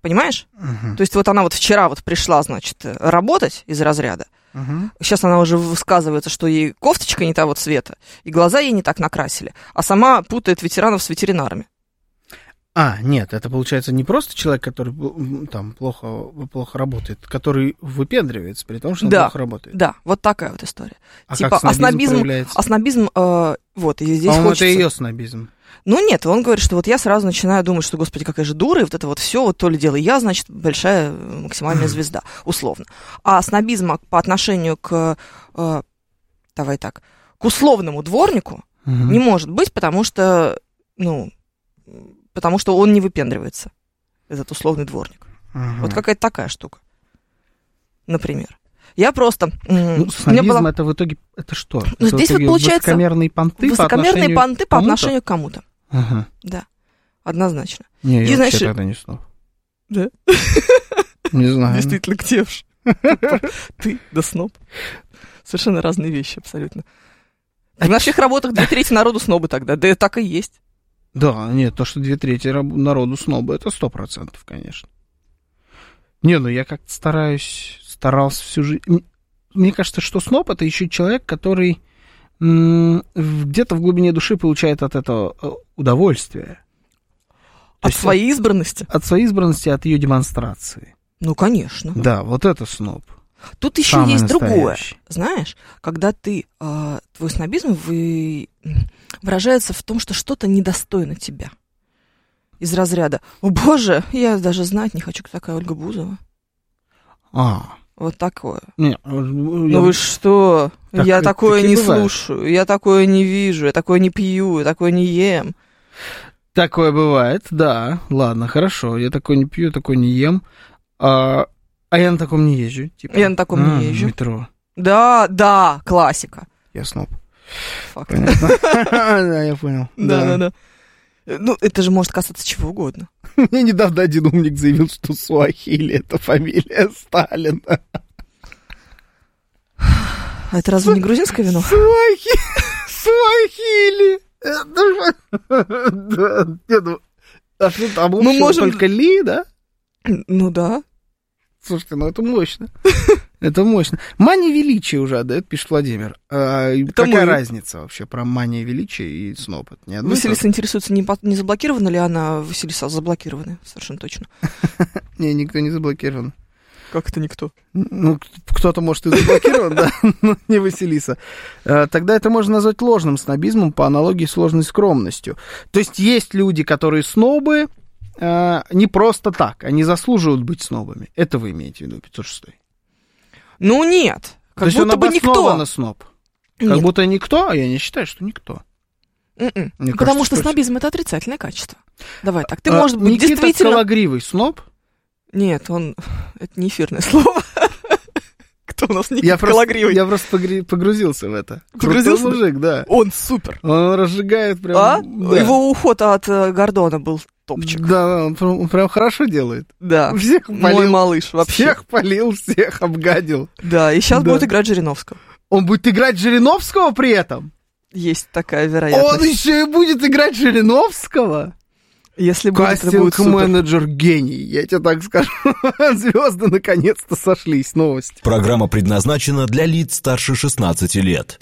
Speaker 2: Понимаешь?
Speaker 3: Ага.
Speaker 2: То есть вот она вот вчера вот пришла, значит, работать из разряда,
Speaker 3: Ага.
Speaker 2: Сейчас она уже высказывается, что ей кофточка не того цвета, и глаза ей не так накрасили, а сама путает ветеранов с ветеринарами.
Speaker 3: А, нет, это получается не просто человек, который м, там плохо, плохо работает, который выпендривается при том, что он
Speaker 2: Да.
Speaker 3: плохо работает.
Speaker 2: Да, вот такая вот история.
Speaker 3: А
Speaker 2: типа,
Speaker 3: как
Speaker 2: а
Speaker 3: снобизм,
Speaker 2: снобизм-
Speaker 3: проявляется?
Speaker 2: А снобизм, э, вот, и здесь
Speaker 3: По-моему,
Speaker 2: хочется...
Speaker 3: это ее снобизм.
Speaker 2: Ну нет, он говорит, что вот я сразу начинаю думать, что, господи, какая же дура, и вот это вот все, вот то ли дело я, значит, большая э, максимальная
Speaker 3: [clears throat] Мгм.
Speaker 2: звезда, условно. А снобизм по отношению к, э, давай так, к условному дворнику
Speaker 3: Мгм.
Speaker 2: не может быть, потому что, ну, потому что он не выпендривается, этот условный дворник.
Speaker 3: Ага.
Speaker 2: Вот какая-то такая штука, например. Я просто... м,
Speaker 3: Ну,
Speaker 2: у меня
Speaker 3: снобизм
Speaker 2: была
Speaker 3: это в итоге, это что?
Speaker 2: Ну,
Speaker 3: Это в
Speaker 2: здесь вот
Speaker 3: итоге
Speaker 2: получается
Speaker 3: Высокомерные понты по
Speaker 2: высокомерные
Speaker 3: отношению...
Speaker 2: понты по
Speaker 3: кому-то?
Speaker 2: отношению к кому-то,
Speaker 3: Ага.
Speaker 2: однозначно.
Speaker 3: Не,
Speaker 2: И,
Speaker 3: я
Speaker 2: знаешь,
Speaker 3: вообще тогда не сноб.
Speaker 2: Да.
Speaker 3: [laughs] Не знаю.
Speaker 2: Действительно, где уж? [laughs] Ты да сноб. Совершенно разные вещи абсолютно. В наших работах две трети народу снобы тогда. Да так и есть.
Speaker 3: Да, нет, то, что две трети раб- народу снобы, это сто процентов, конечно. Не, ну я как-то стараюсь, старался всю жизнь. М, Мне кажется, что сноб это еще человек, который м, в- где-то в глубине души получает от этого э, удовольствие. То
Speaker 2: От
Speaker 3: есть
Speaker 2: своей избранности.
Speaker 3: От своей избранности, от ее демонстрации.
Speaker 2: Ну, конечно.
Speaker 3: Да, вот это сноб.
Speaker 2: Тут еще
Speaker 3: Самый
Speaker 2: есть другое.
Speaker 3: настоящий.
Speaker 2: Знаешь, когда ты, э, твой снобизм вы- выражается в том, что что-то недостойно тебя. Из разряда «О, боже, я даже знать не хочу, кто такая Ольга Бузова».
Speaker 3: А,
Speaker 2: Вот такое.
Speaker 3: не, ну,
Speaker 2: Ну вы что?
Speaker 3: Так,
Speaker 2: я
Speaker 3: э,
Speaker 2: такое не
Speaker 3: такие бывают.
Speaker 2: слушаю, я такое не вижу, я такое не пью, я такое не ем.
Speaker 3: Такое бывает, да. Ладно, хорошо. Я такой не пью, такой не ем. А, а я на таком не езжу. Типа.
Speaker 2: Я на таком не
Speaker 3: А,
Speaker 2: езжу.
Speaker 3: Метро.
Speaker 2: Да, да, классика.
Speaker 3: Я сноб.
Speaker 2: Факт.
Speaker 3: [laughs] Понятно. Да, я понял.
Speaker 2: Да, да, да. Ну, это же может касаться чего угодно.
Speaker 3: Мне недавно один умник заявил, что Суахили — это фамилия Сталина.
Speaker 2: А это разве не грузинское вино?
Speaker 3: Суахи... Суахили! Это ж- [laughs] Да, не, ну, А что там
Speaker 2: Мы
Speaker 3: лучше
Speaker 2: Ну, можем-
Speaker 3: только Ли, да?
Speaker 2: [laughs] Ну да.
Speaker 3: Слушайте, ну это мощно. [laughs] Это мощно. Мания величия уже отдает, пишет Владимир. А, и
Speaker 2: Это
Speaker 3: Какая
Speaker 2: мы.
Speaker 3: разница вообще про мания величия и сноб? Это не одно и то же?
Speaker 2: Василиса интересуется, не, по- не заблокирована ли она, Василиса, заблокирована, совершенно точно.
Speaker 3: Не, никто не заблокирован.
Speaker 2: Как это никто?
Speaker 3: Ну, кто-то, может, и заблокирован, [laughs] да, но не Василиса. Э, Тогда это можно назвать ложным снобизмом по аналогии с ложной скромностью. То есть есть люди, которые снобы э, не просто так, они заслуживают быть снобами. Это вы имеете в виду, 506
Speaker 2: Ну нет.
Speaker 3: То
Speaker 2: Как
Speaker 3: есть
Speaker 2: будто
Speaker 3: он
Speaker 2: бы никто.
Speaker 3: обоснованно сноб. Как
Speaker 2: Нет.
Speaker 3: будто никто, а я не считаю, что никто.
Speaker 2: М-м.
Speaker 3: Мне
Speaker 2: Потому
Speaker 3: кажется,
Speaker 2: что
Speaker 3: что
Speaker 2: снобизм это отрицательное качество. Давай так. Ты,
Speaker 3: А,
Speaker 2: может быть,
Speaker 3: Никита
Speaker 2: действительно... [laughs]
Speaker 3: Кологривый сноб?
Speaker 2: Нет, он... Это не эфирное слово. [laughs] Кто у нас
Speaker 3: Я
Speaker 2: Никита
Speaker 3: просто,
Speaker 2: Калагривый?
Speaker 3: я просто погри- погрузился в это.
Speaker 2: Погрузился?
Speaker 3: Крутой мужик, да.
Speaker 2: Он супер.
Speaker 3: Он разжигает прям...
Speaker 2: А?
Speaker 3: Эм, да.
Speaker 2: Его уход от э, Гордона был топчик.
Speaker 3: Да, да, он, прям- он прям хорошо делает.
Speaker 2: Да.
Speaker 3: Всех
Speaker 2: А, Мой
Speaker 3: полил,
Speaker 2: малыш вообще.
Speaker 3: всех полил, всех обгадил.
Speaker 2: Да, и сейчас
Speaker 3: Да.
Speaker 2: будет играть Жириновского.
Speaker 3: Он будет играть Жириновского при этом?
Speaker 2: Есть такая
Speaker 3: Он
Speaker 2: вероятность.
Speaker 3: еще и будет играть Жириновского?
Speaker 2: Если будет, это будет супер.
Speaker 3: Кастинг-менеджер гений, я тебе так скажу. [laughs] Звезды наконец-то сошлись, новости.
Speaker 1: Программа предназначена для лиц старше 16 лет.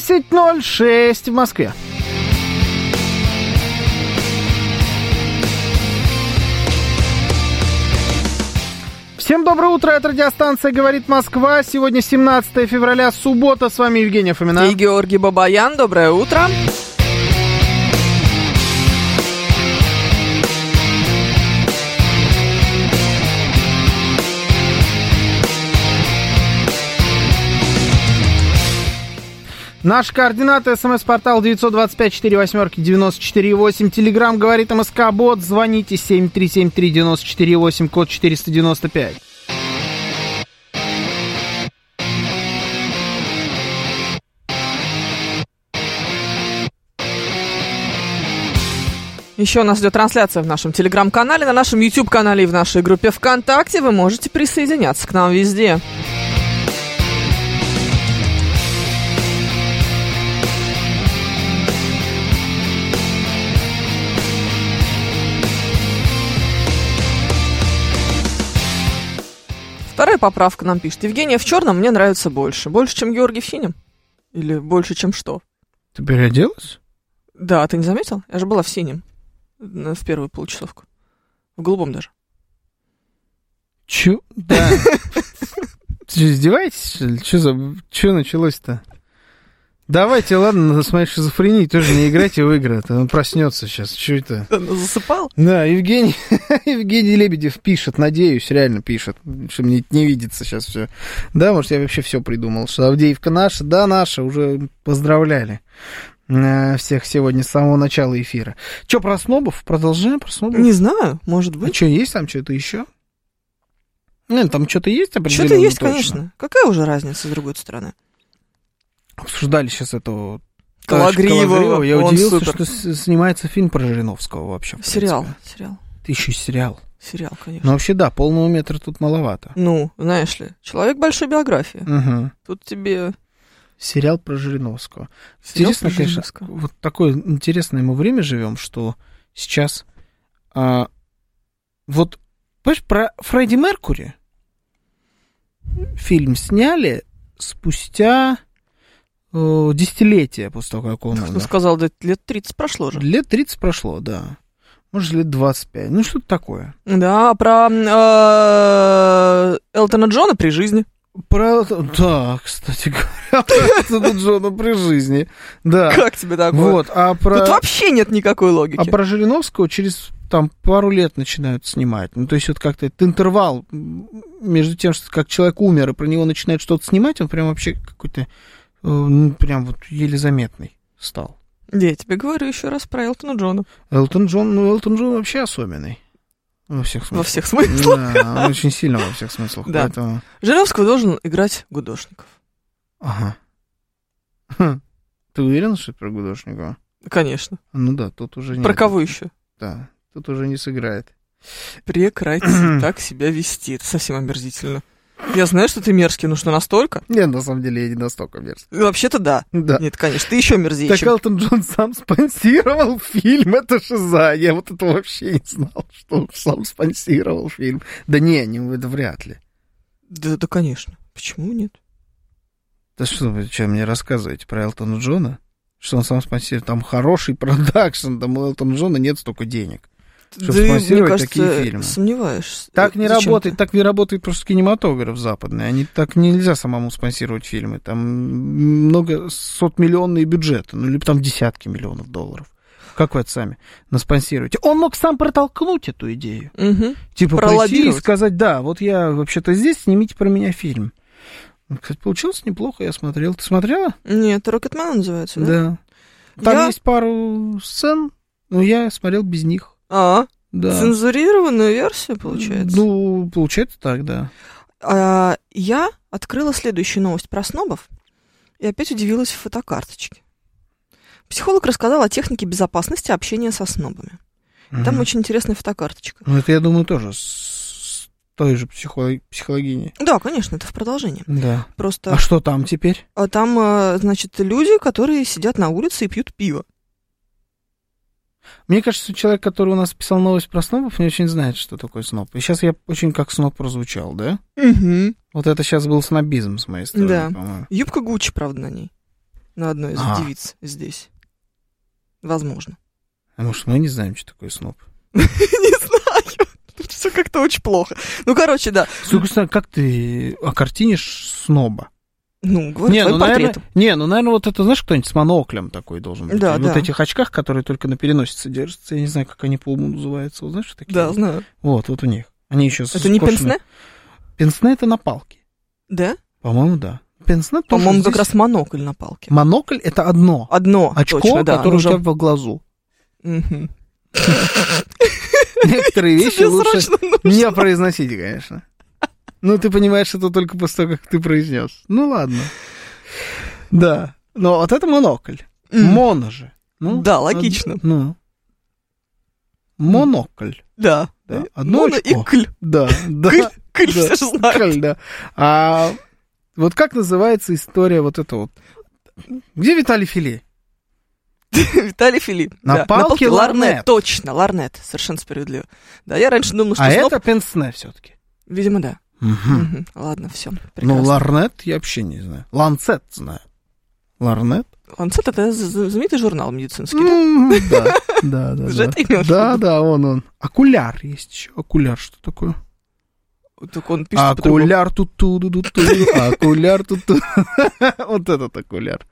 Speaker 3: 10.06 в Москве. Всем доброе утро, это радиостанция «Говорит Москва». Сегодня 17 февраля, суббота. С вами Евгения Фомина.
Speaker 2: И Георгий Бабаян, доброе утро.
Speaker 3: Наши координаты. СМС-портал 925-48-94-8. Телеграмм «Говорит МСК-бот». Звоните 7373-94-8, код 495.
Speaker 2: Еще нас ждет трансляция в нашем телеграм-канале, на нашем YouTube-канале и в нашей группе ВКонтакте. Вы можете присоединяться к нам везде. Вторая поправка нам пишет. Евгения в черном мне нравится больше. Больше, чем Георгий в синем? Или больше, чем что?
Speaker 3: Ты переоделась?
Speaker 2: Да, а ты не заметил? Я же была в синем э, в первую получасовку. В голубом даже.
Speaker 3: Чё? [laughs] Да. Ты издеваетесь, что ли? Чё за... Чё началось-то? Давайте, ладно, на своей шизофрении тоже не играйте в игры. а то Он проснется сейчас. Чё это?
Speaker 2: Она засыпала?
Speaker 3: Да, Евгений, [laughs] Евгений Лебедев пишет, надеюсь, реально пишет, что мне это не видится сейчас все. Да, может, я вообще все придумал, что Авдеевка наша, да, наша, уже поздравляли э, всех сегодня с самого начала эфира. Че, про снобов? Продолжаем про снобов?
Speaker 2: Не знаю, может
Speaker 3: А
Speaker 2: быть.
Speaker 3: что, есть там что-то еще? Нет, там что-то есть определенно
Speaker 2: Что-то есть,
Speaker 3: ну, точно?
Speaker 2: конечно. Какая уже разница с другой стороны?
Speaker 3: Обсуждали сейчас этого товарища
Speaker 2: Калагриева,
Speaker 3: Калагриева. Я
Speaker 2: он
Speaker 3: удивился,
Speaker 2: супер.
Speaker 3: что с- снимается фильм про Жириновского вообще. в
Speaker 2: Сериал,
Speaker 3: принципе.
Speaker 2: сериал,
Speaker 3: Это еще и сериал.
Speaker 2: сериал, конечно.
Speaker 3: Ну, вообще, да, полного метра тут маловато.
Speaker 2: Ну, знаешь ли, человек большой биографии.
Speaker 3: Мгм.
Speaker 2: Тут
Speaker 3: Ну
Speaker 2: тебе...
Speaker 3: Сериал про Жириновского.
Speaker 2: сериал
Speaker 3: Интересно,
Speaker 2: про
Speaker 3: конечно,
Speaker 2: Жириновского.
Speaker 3: вот такое интересное мы время живем, что сейчас... а, вот, понимаешь, про Фредди Меркури фильм сняли спустя э, десятилетия после того, как он
Speaker 2: Ну,
Speaker 3: умер.
Speaker 2: сказал, да, лет 30 прошло же.
Speaker 3: Лет 30 прошло, да. Может, лет 25. Ну, что-то такое.
Speaker 2: Да, про э, Элтона Джона при жизни.
Speaker 3: Про... Да, кстати [laughs] говоря, про Элтона Джона при жизни. Да.
Speaker 2: Как тебе такое?
Speaker 3: Вот, а про...
Speaker 2: Тут вообще нет никакой
Speaker 3: А
Speaker 2: логики.
Speaker 3: про Жириновского через там пару лет начинают снимать. Ну, то есть вот как-то этот интервал м, между тем, что как человек умер, и про него начинают что-то снимать, он прям вообще какой-то, э, ну, прям вот еле заметный стал.
Speaker 2: Да, Я тебе говорю еще раз про Элтона Джона.
Speaker 3: Элтон Джон, ну, Элтон Джон вообще особенный. Во всех
Speaker 2: Во
Speaker 3: смыслах.
Speaker 2: всех смыслах.
Speaker 3: Ну. Да, он очень сильно во всех смыслах.
Speaker 2: Да.
Speaker 3: Поэтому...
Speaker 2: Жириновского должен играть Гудошников.
Speaker 3: Ага. Хм. Ты уверен, что это про Гудошникова?
Speaker 2: Конечно.
Speaker 3: Ну да, тут уже не...
Speaker 2: Про кого еще?
Speaker 3: Да, тут уже не сыграет.
Speaker 2: Прекрати так себя вести. Это совсем омерзительно. Я знаю, что ты мерзкий, ну что настолько?
Speaker 3: Не, на самом деле я не настолько мерзкий.
Speaker 2: Вообще-то да.
Speaker 3: Да.
Speaker 2: Нет, конечно, ты еще мерзейший.
Speaker 3: А. Так а Элтон Джон сам спонсировал фильм, это шиза. Я вот это вообще не знал, что он сам спонсировал фильм. Да не, не это вряд ли.
Speaker 2: Да, да, конечно. Почему нет?
Speaker 3: Да что вы что, мне рассказываете про Элтона Джона? Что он сам спонсирует? Там хороший [laughs] продакшн, там у Элтона Джона нет столько денег. Чтобы
Speaker 2: да, мне
Speaker 3: спонсировать
Speaker 2: кажется,
Speaker 3: такие фильмы.
Speaker 2: сомневаешься.
Speaker 3: Так не
Speaker 2: Зачем
Speaker 3: работает,
Speaker 2: ты?
Speaker 3: так не работает просто кинематограф западный. Они так нельзя самому спонсировать фильмы. Там много сотмиллионные бюджеты, ну или там десятки миллионов долларов. Как вы это сами наспонсируете? Он мог сам протолкнуть эту идею.
Speaker 2: Мгм.
Speaker 3: Типа прийти и
Speaker 2: Пролоббировать.
Speaker 3: сказать, да, вот я вообще-то здесь, снимите про меня фильм. Ну, Кстати, получилось неплохо, я смотрел. Ты смотрела?
Speaker 2: Нет, Рокетмен называется, да?
Speaker 3: Там
Speaker 2: Я-
Speaker 3: есть пару сцен, но я смотрел без них.
Speaker 2: А,
Speaker 3: Да.
Speaker 2: цензурированную версию, получается.
Speaker 3: Ну, получается так, да.
Speaker 2: А, я открыла следующую новость про снобов и опять удивилась фотокарточке. Психолог рассказал о технике безопасности общения со снобами. Там
Speaker 3: Мгм.
Speaker 2: очень интересная фотокарточка.
Speaker 3: Ну, это, я думаю, тоже с той же психо- психологини.
Speaker 2: Да, конечно, это в продолжение.
Speaker 3: Да.
Speaker 2: Просто
Speaker 3: А что там теперь?
Speaker 2: а там, а, значит, люди, которые сидят на улице и пьют пиво.
Speaker 3: Мне кажется, человек, который у нас писал новость про снобов, не очень знает, что такое сноб. И сейчас я очень как сноб прозвучал, да?
Speaker 2: Угу.
Speaker 3: Вот это сейчас был снобизм с моей стороны,
Speaker 2: Да.
Speaker 3: по-моему.
Speaker 2: Юбка Гуччи, правда, на ней. На одной из
Speaker 3: А.
Speaker 2: девиц здесь.
Speaker 3: [laughs]
Speaker 2: Возможно.
Speaker 3: А может, мы не знаем, что такое сноб?
Speaker 2: Не знаю. Тут все как-то очень плохо. Ну, короче, да.
Speaker 3: Слушай, Костя, как ты окартинишь сноба?
Speaker 2: Ну, говорю, твоим
Speaker 3: наверное,
Speaker 2: портретом.
Speaker 3: не, ну, наверное, вот это, знаешь, кто-нибудь с моноклем такой должен быть.
Speaker 2: Да,
Speaker 3: вот
Speaker 2: да.
Speaker 3: этих очках, которые только на переносице держатся, я не знаю, как они по уму называются, вот знаешь, такие?
Speaker 2: Да, знаю.
Speaker 3: Вот, вот у них. Они еще
Speaker 2: Это не
Speaker 3: пенсне?
Speaker 2: пенсне?
Speaker 3: Пенсне это на палке.
Speaker 2: Да?
Speaker 3: По-моему, да. Пенсне тоже
Speaker 2: По-моему, как
Speaker 3: здесь-
Speaker 2: раз монокль на палке.
Speaker 3: Монокль это одно
Speaker 2: Одно,
Speaker 3: очко,
Speaker 2: точно, да.
Speaker 3: которое
Speaker 2: уже-
Speaker 3: у тебя
Speaker 2: [laughs]
Speaker 3: во глазу.
Speaker 2: Мгм.
Speaker 3: Некоторые вещи
Speaker 2: Тебе
Speaker 3: лучше
Speaker 2: срочно нужно.
Speaker 3: не произносить, конечно. Ну, ты понимаешь, это только после того, как ты произнес. Ну, ладно. Да. Но вот это монокль.
Speaker 2: М.
Speaker 3: Моно же. Ну,
Speaker 2: Да,
Speaker 3: од-
Speaker 2: логично.
Speaker 3: Ну. Монокль.
Speaker 2: Да.
Speaker 3: Да. Одно
Speaker 2: Э, Моно и
Speaker 3: очко.
Speaker 2: кль.
Speaker 3: Да, да.
Speaker 2: Кль, кль, все
Speaker 3: да.
Speaker 2: же знают.
Speaker 3: Коль, да. А вот как называется история вот эта вот? Где Виталий Филе?
Speaker 2: Виталий Филипп.
Speaker 3: На
Speaker 2: да.
Speaker 3: палке
Speaker 2: ларнет.
Speaker 3: ларнет.
Speaker 2: Точно, ларнет. Совершенно справедливо. Да, я раньше думала, что
Speaker 3: а
Speaker 2: сноп-
Speaker 3: это пенсне все-таки.
Speaker 2: Видимо, да. Мгм. Ладно, все.
Speaker 3: Ну, ларнет я вообще не знаю. Ланцет знаю. Ларнет?
Speaker 2: Ланцет это з- з- знаменитый журнал медицинский, да?
Speaker 3: М, Да,
Speaker 2: [laughs]
Speaker 3: да, да.
Speaker 2: Ты же
Speaker 3: да.
Speaker 2: это имел в
Speaker 3: Да,
Speaker 2: виду.
Speaker 3: да, он, он. Окуляр есть еще. Окуляр что такое?
Speaker 2: Так он пишет
Speaker 3: а
Speaker 2: по-другому.
Speaker 3: Окуляр тут ту ду ду ту Окуляр тут ту [laughs] Вот этот окуляр.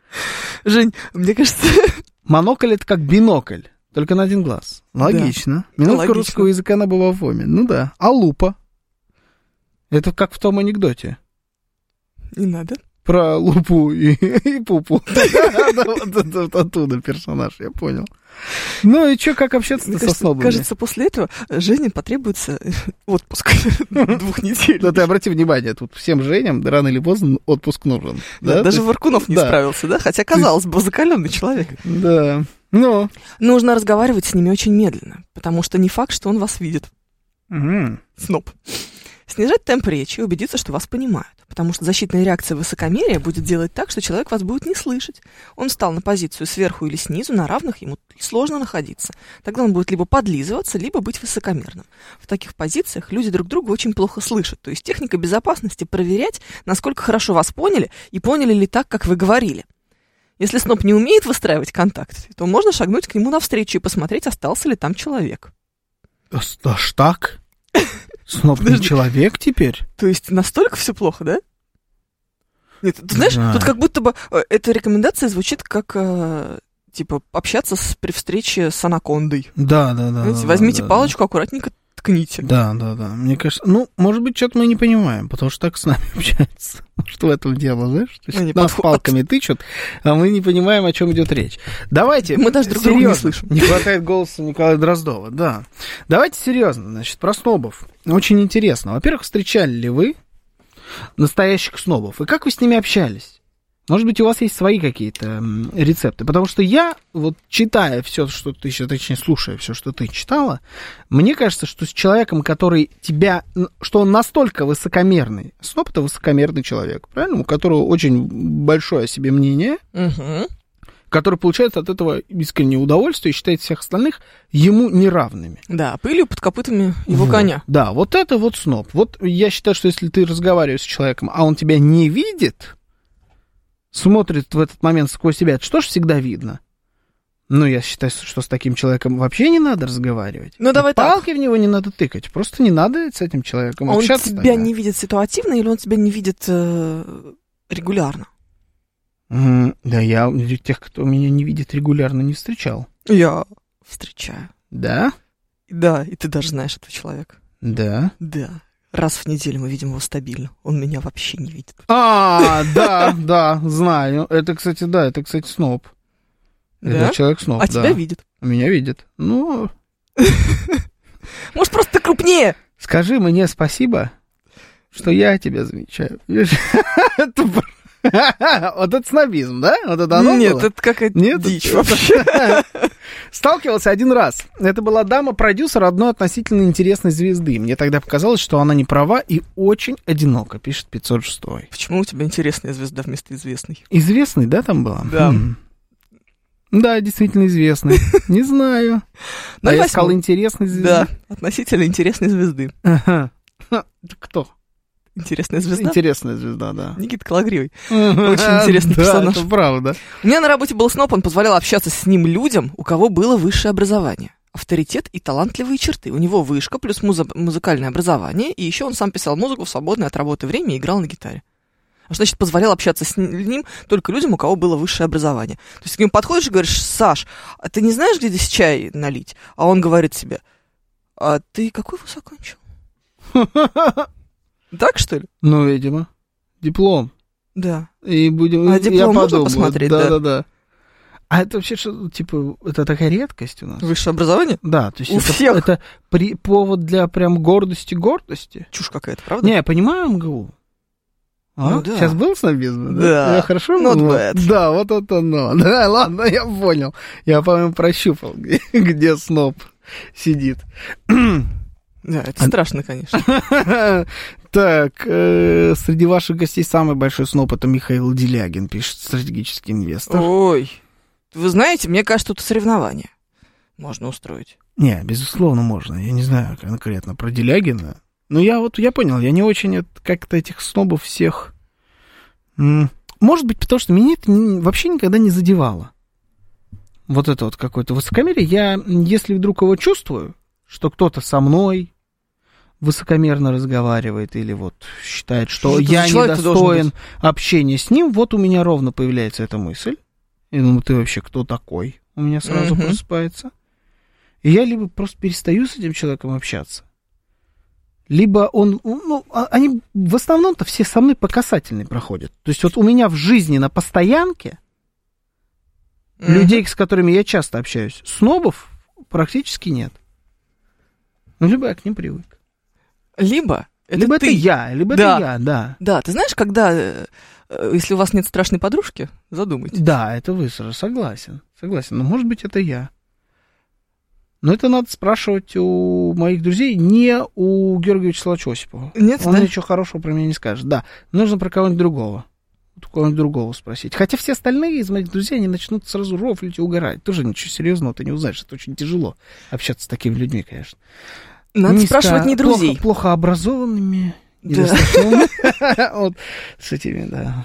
Speaker 2: Жень, мне кажется, [laughs]
Speaker 3: Монокль это как бинокль, только на один глаз. Логично. Минутка
Speaker 2: Логично.
Speaker 3: русского языка на бабафоме. Ну да. А лупа? Это как в том анекдоте.
Speaker 2: не надо.
Speaker 3: Про лупу и, [laughs] и пупу. Да, вот это вот Оттуда персонаж, я понял. Ну и что, как общаться
Speaker 2: Мне
Speaker 3: со
Speaker 2: кажется,
Speaker 3: снобами?
Speaker 2: кажется, после этого Жене потребуется [laughs]
Speaker 3: [laughs]
Speaker 2: отпуск двух недель.
Speaker 3: Да Ну, ты обрати внимание, тут всем Женям да, рано или поздно отпуск нужен.
Speaker 2: Да,
Speaker 3: Да,
Speaker 2: даже
Speaker 3: То
Speaker 2: Варкунов не
Speaker 3: да.
Speaker 2: справился, да? Хотя, казалось бы, закаленный человек.
Speaker 3: есть- Да. Ну.
Speaker 2: Нужно разговаривать с ними очень медленно, потому что не факт, что он вас видит.
Speaker 3: Мгм.
Speaker 2: Сноб. Снижать темп речи и убедиться, что вас понимают, потому что защитная реакция высокомерия будет делать так, что человек вас будет не слышать. Он встал на позицию сверху или снизу, на равных ему сложно находиться. Тогда он будет либо подлизываться, либо быть высокомерным. В таких позициях люди друг друга очень плохо слышат. То есть техника безопасности проверять, насколько хорошо вас поняли и поняли ли так, как вы говорили. Если сноб не умеет выстраивать контакт, то можно шагнуть к нему навстречу и посмотреть, остался ли там человек.
Speaker 3: Да с- да ж
Speaker 2: [laughs]
Speaker 3: так? Сноб не
Speaker 2: Подожди.
Speaker 3: человек теперь?
Speaker 2: То есть настолько все плохо, да? Нет, ты знаешь,
Speaker 3: знаю.
Speaker 2: тут как будто бы э, эта рекомендация звучит как э, типа общаться с- при встрече с анакондой.
Speaker 3: Да, да, да.
Speaker 2: Знаете,
Speaker 3: да,
Speaker 2: Ну, возьмите
Speaker 3: да, да.
Speaker 2: палочку, аккуратненько ткните.
Speaker 3: Да, да, да. Мне кажется, ну, может быть, что-то мы не понимаем, потому что так с нами [laughs] общаются. Что в этом дело, знаешь? То есть
Speaker 2: Они
Speaker 3: нас
Speaker 2: Ну, подход-
Speaker 3: палками тычут, а мы не понимаем, о чем идет речь. Давайте.
Speaker 2: Мы даже друг друга не
Speaker 3: серьезно.
Speaker 2: слышим.
Speaker 3: Не хватает голоса Николая Дроздова, да. Давайте серьезно, значит, про снобов. Очень интересно. Во-первых, встречали ли вы настоящих снобов? И как вы с ними общались? Может быть, у вас есть свои какие-то м, рецепты. Потому что я, вот читая все, что ты, читала, точнее, слушая все, что ты читала, мне кажется, что с человеком, который тебя, н- что он настолько высокомерный, сноп это высокомерный человек, правильно? У которого очень большое о себе мнение,
Speaker 2: Мгм.
Speaker 3: который получает от этого искреннее удовольствие и считает всех остальных ему неравными.
Speaker 2: Да, пылью под копытами его
Speaker 3: Вот.
Speaker 2: коня.
Speaker 3: Да, вот это вот сноб. Вот я считаю, что если ты разговариваешь с человеком, а он тебя не видит, смотрит в этот момент сквозь тебя, это что ж всегда видно? Ну, я считаю, что с таким человеком вообще не надо разговаривать.
Speaker 2: Ну,
Speaker 3: И
Speaker 2: давай так.
Speaker 3: Палки в него не надо тыкать. Просто не надо с этим человеком
Speaker 2: А он тебя
Speaker 3: общаться. тогда.
Speaker 2: не видит ситуативно или он тебя не видит э, регулярно?
Speaker 3: М, Да, я тех, кто меня не видит, регулярно не встречал.
Speaker 2: Я встречаю.
Speaker 3: Да?
Speaker 2: Да, и ты даже знаешь этого человека.
Speaker 3: Да.
Speaker 2: Да. Раз в неделю мы видим его стабильно. Он меня вообще не видит.
Speaker 3: А, да, да, знаю. Это, кстати, да, это, кстати, сноб.
Speaker 2: Да?
Speaker 3: Это человек сноб,
Speaker 2: а
Speaker 3: да.
Speaker 2: тебя видит.
Speaker 3: Меня видит. Ну,
Speaker 2: Может, просто ты крупнее?
Speaker 3: скажи мне спасибо, что я тебя замечаю. Видишь? Это пр- Вот это снобизм, да? Вот это оно
Speaker 2: Нет,
Speaker 3: было?
Speaker 2: это какая-то
Speaker 3: Нет,
Speaker 2: дичь
Speaker 3: это-
Speaker 2: вообще.
Speaker 3: [laughs] Сталкивался один раз. Это была дама-продюсер одной относительно интересной звезды. Мне тогда показалось, что она не права и очень одинока, пишет 506.
Speaker 2: Почему у тебя интересная звезда вместо известной?
Speaker 3: Известный, да, там была?
Speaker 2: Да.
Speaker 3: М. Да,
Speaker 2: [laughs]
Speaker 3: действительно известный. Не знаю. А я
Speaker 2: 08.
Speaker 3: искал интересной звезды.
Speaker 2: Да, относительно интересной звезды.
Speaker 3: Да. Кто?
Speaker 2: Интересная звезда?
Speaker 3: Интересная звезда, да.
Speaker 2: Никита Калагривый.
Speaker 3: Очень
Speaker 2: интересный персонаж.
Speaker 3: это правда. [laughs]
Speaker 2: У меня на работе был сноп, он позволял общаться с ним людям, у кого было высшее образование. Авторитет и талантливые черты. У него вышка плюс муза- музыкальное образование, и еще он сам писал музыку в свободное от работы время и играл на гитаре. А что значит позволял общаться с н- ним только людям, у кого было высшее образование? То есть к нему подходишь и говоришь, Саш, а ты не знаешь, где здесь чай налить? А он говорит себе, а ты какой вуз окончил? Так что ли?
Speaker 3: Ну, видимо. Диплом.
Speaker 2: Да.
Speaker 3: И будем...
Speaker 2: А
Speaker 3: и-
Speaker 2: диплом
Speaker 3: я
Speaker 2: можно
Speaker 3: подумаю.
Speaker 2: посмотреть, да?
Speaker 3: да? Да, да, А это вообще, что, типа, это такая редкость у нас?
Speaker 2: Высшее образование?
Speaker 3: Да, то есть
Speaker 2: У
Speaker 3: это,
Speaker 2: всех.
Speaker 3: это при, повод для прям гордости-гордости.
Speaker 2: Чушь какая-то, правда?
Speaker 3: Не, я понимаю МГУ. А?
Speaker 2: Ну да.
Speaker 3: Сейчас был снобизм, да?
Speaker 2: Да.
Speaker 3: Я хорошо
Speaker 2: Not
Speaker 3: понимаю?
Speaker 2: bad.
Speaker 3: Да, вот это оно. [laughs] Да, ладно, я понял. Я, по-моему, прощупал, [laughs] где, где сноб сидит. [clears throat]
Speaker 2: Да, это страшно, конечно.
Speaker 3: Так, э, среди ваших гостей самый большой сноп это Михаил Делягин, пишет стратегический инвестор.
Speaker 2: Ой, вы знаете, мне кажется, тут соревнования можно устроить.
Speaker 3: Не, безусловно, можно. Я не знаю конкретно про Делягина. Но я вот, я понял, я не очень это- как-то этих снобов всех... М, Может быть, потому что меня это н- вообще никогда не задевало. Вот это вот какое-то высокомерие. Я, м, если вдруг его чувствую, что кто-то со мной высокомерно разговаривает или вот считает,
Speaker 2: Что
Speaker 3: что
Speaker 2: Ну, это за
Speaker 3: я
Speaker 2: человек ты должен
Speaker 3: недостоин
Speaker 2: быть?
Speaker 3: общения с ним, вот у меня ровно появляется эта мысль. Я думаю, ты вообще кто такой? У меня сразу
Speaker 2: Мгм.
Speaker 3: просыпается. И я либо просто перестаю с этим человеком общаться, либо он, ну, а- они в основном-то все со мной по касательной проходят. То есть вот у меня в жизни на постоянке
Speaker 2: Мгм.
Speaker 3: людей, с которыми я часто общаюсь, снобов практически нет. Ну, либо я к ним привык.
Speaker 2: Либо это
Speaker 3: либо
Speaker 2: ты.
Speaker 3: это я, либо
Speaker 2: Да.
Speaker 3: это я, да.
Speaker 2: Да, ты знаешь, когда, э, э, если у вас нет страшной подружки, задумайтесь.
Speaker 3: Да, это вы, Саша, согласен. Согласен, но может быть это я. Но это надо спрашивать у моих друзей, не у Георгия Вячеславовича Осипова.
Speaker 2: Нет,
Speaker 3: Он
Speaker 2: да?
Speaker 3: ничего хорошего про меня не скажет. Да, нужно про кого-нибудь другого. Вот У кого-нибудь другого спросить. Хотя все остальные из моих друзей, они начнут сразу рофлить и угорать. Тоже ничего серьезного ты не узнаешь. Это очень тяжело общаться с такими людьми, конечно.
Speaker 2: Надо
Speaker 3: Низко-
Speaker 2: спрашивать не
Speaker 3: плохо-
Speaker 2: друзей.
Speaker 3: Плохо, образованными.
Speaker 2: Да.
Speaker 3: недостаточно- [laughs] Вот с этими, да.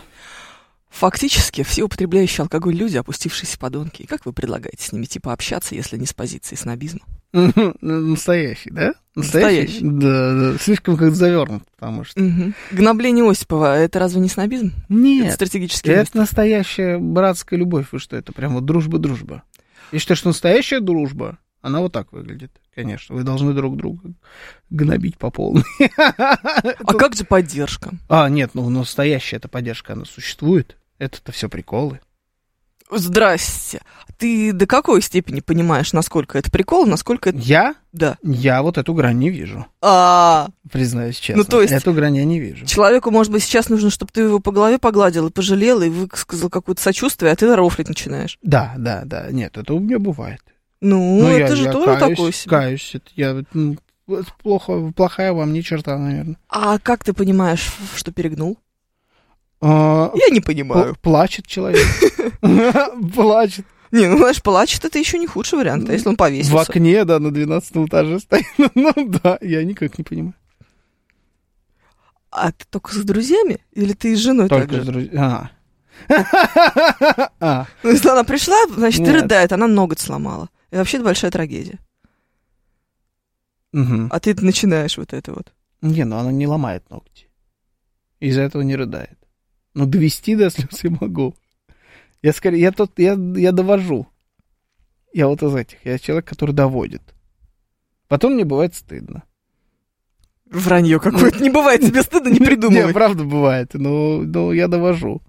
Speaker 2: Фактически, все употребляющие алкоголь люди, опустившиеся подонки. И как вы предлагаете с ними типа общаться, если не с позиции снобизма?
Speaker 3: Мгм. Настоящий, да?
Speaker 2: Настоящий.
Speaker 3: Да, да. Слишком как завернут, потому что...
Speaker 2: Мгм. Гнобление Осипова, это разве не снобизм? Это
Speaker 3: Нет,
Speaker 2: стратегический инвест.
Speaker 3: это настоящая братская любовь. Вы что, это прям вот дружба-дружба. Я считаю, что настоящая дружба, она вот так выглядит, конечно. Вы должны друг друга гнобить по полной. [laughs]
Speaker 2: А как же поддержка?
Speaker 3: А, нет, ну настоящая эта поддержка, она существует. Это-то все приколы.
Speaker 2: Здрасте. Ты до какой степени понимаешь, насколько это прикол, насколько это...
Speaker 3: Я?
Speaker 2: Да.
Speaker 3: Я вот эту грань не вижу,
Speaker 2: А,
Speaker 3: признаюсь честно.
Speaker 2: Ну, то есть-
Speaker 3: Эту грань я не вижу.
Speaker 2: человеку, может быть, сейчас нужно, чтобы ты его по голове погладил и пожалел, и высказал какое-то сочувствие, а ты рофлить начинаешь.
Speaker 3: Да, да, да. Нет, это у меня бывает.
Speaker 2: Ну,
Speaker 3: Ну,
Speaker 2: это
Speaker 3: я-
Speaker 2: же
Speaker 3: я
Speaker 2: тоже
Speaker 3: каюсь,
Speaker 2: такое себе.
Speaker 3: Каюсь. Это Я, ну, это плохо, плохая вам не черта, наверное.
Speaker 2: А как ты понимаешь, что перегнул?
Speaker 3: А,
Speaker 2: Я не
Speaker 3: пл-
Speaker 2: понимаю.
Speaker 3: плачет человек. [laughs] Плачет.
Speaker 2: Не, ну, знаешь, плачет это еще не худший вариант, а если он
Speaker 3: В
Speaker 2: повесился.
Speaker 3: окне, да, на 12 этаже стоит. [laughs] Ну да, я никак не понимаю.
Speaker 2: А ты только с друзьями? Или ты с женой Ну, так
Speaker 3: Только
Speaker 2: же?
Speaker 3: друзья. А. [laughs] А.
Speaker 2: Ну, если она пришла, значит, ты
Speaker 3: Нет.
Speaker 2: рыдает, она ноготь сломала. И вообще это большая трагедия.
Speaker 3: Мгм.
Speaker 2: А ты начинаешь вот это вот.
Speaker 3: Не, ну она не ломает ногти. Из-за этого не рыдает. Но довести до слез я могу. Я скорее, я тот, я, я довожу. Я вот из этих. Я человек, который доводит. Потом мне бывает стыдно.
Speaker 2: Вранье какое-то. Не бывает, тебе стыдно не
Speaker 3: [laughs] Не,
Speaker 2: придумывай.
Speaker 3: правда бывает, но, но я довожу.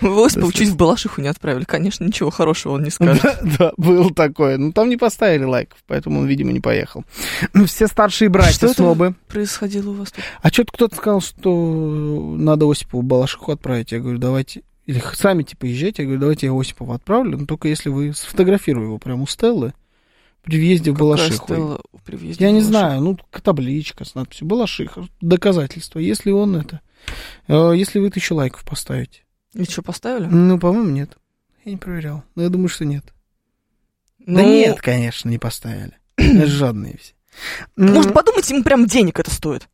Speaker 2: Вось
Speaker 3: Да, [laughs]
Speaker 2: получить в Балашиху не отправили. Конечно, ничего хорошего он не скажет.
Speaker 3: Да, [laughs] да, был такое. Но там не поставили лайков, поэтому он, видимо, не поехал. Ну, Все старшие
Speaker 2: Что
Speaker 3: братья
Speaker 2: это
Speaker 3: снобы.
Speaker 2: Происходило у вас тут.
Speaker 3: А что-то кто-то сказал, что надо Осипова Балашиху отправить. Я говорю, давайте... Или х- сами, типа, езжайте. Я говорю, давайте я Осипова отправлю, но только если вы сфотографирую его прямо у Стеллы при въезде в Балашиху.
Speaker 2: Стелла при въезде
Speaker 3: Я
Speaker 2: в
Speaker 3: не
Speaker 2: Балашиху.
Speaker 3: знаю, ну, к- табличка с надписью Балашиха. Доказательство, если он это... э, Если вы тысячу лайков поставите.
Speaker 2: И что, поставили?
Speaker 3: Ну, по-моему, нет. Я не проверял. Но я думаю, что нет. Да
Speaker 2: Ну,
Speaker 3: нет, конечно, не поставили. [clears throat] Это Жадные все.
Speaker 2: Может,
Speaker 3: М,
Speaker 2: подумать, ему прям денег это стоит.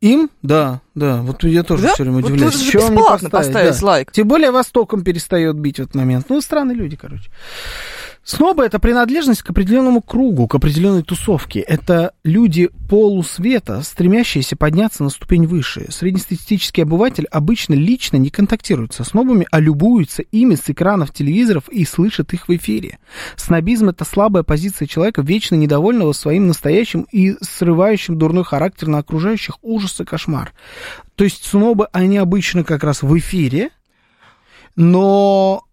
Speaker 3: Им? Да, да. Вот я тоже
Speaker 2: Да?
Speaker 3: все время
Speaker 2: Вот
Speaker 3: удивляюсь.
Speaker 2: тут же
Speaker 3: чего они
Speaker 2: бесплатно
Speaker 3: поставили,
Speaker 2: поставить
Speaker 3: да.
Speaker 2: лайк.
Speaker 3: Тем более Востоком перестает бить в этот момент. Ну, странные люди, короче. Снобы — это принадлежность к определенному кругу, к определенной тусовке. Это люди полусвета, стремящиеся подняться на ступень выше. Среднестатистический обыватель обычно лично не контактирует со снобами, а любуется ими с экранов телевизоров и слышит их в эфире. Снобизм — это слабая позиция человека, вечно недовольного своим настоящим и срывающим дурной характер на окружающих ужас и кошмар. То есть снобы, они обычно как раз в эфире, но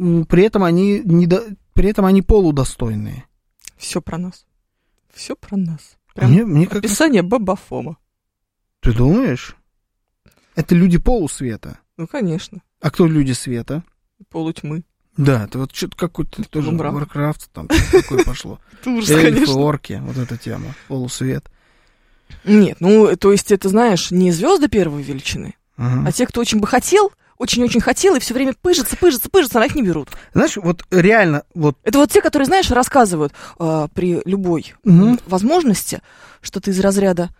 Speaker 3: м, при этом они недо- при этом они полудостойные.
Speaker 2: Все про нас. Все про нас. Прям
Speaker 3: Мне, мне как
Speaker 2: описание Бабафома.
Speaker 3: ты думаешь? Это люди полусвета.
Speaker 2: Ну, конечно.
Speaker 3: А кто люди света?
Speaker 2: полутьмы.
Speaker 3: Да, это вот что-то какой-то тоже
Speaker 2: Лумбра.
Speaker 3: Warcraft там что-то
Speaker 2: [laughs]
Speaker 3: такое пошло.
Speaker 2: Это ужас,
Speaker 3: Эльфы, орки, вот эта тема, полусвет.
Speaker 2: Нет, ну, то есть это, знаешь, не звезды первой величины,
Speaker 3: Ага.
Speaker 2: а те, кто очень бы хотел, очень-очень хотел, и все время пыжится, пыжится, пыжится, а их не берут.
Speaker 3: Знаешь, вот реально, вот
Speaker 2: Это вот те, которые, знаешь, рассказывают а, при любой
Speaker 3: Мгм.
Speaker 2: м, возможности, что ты из разряда.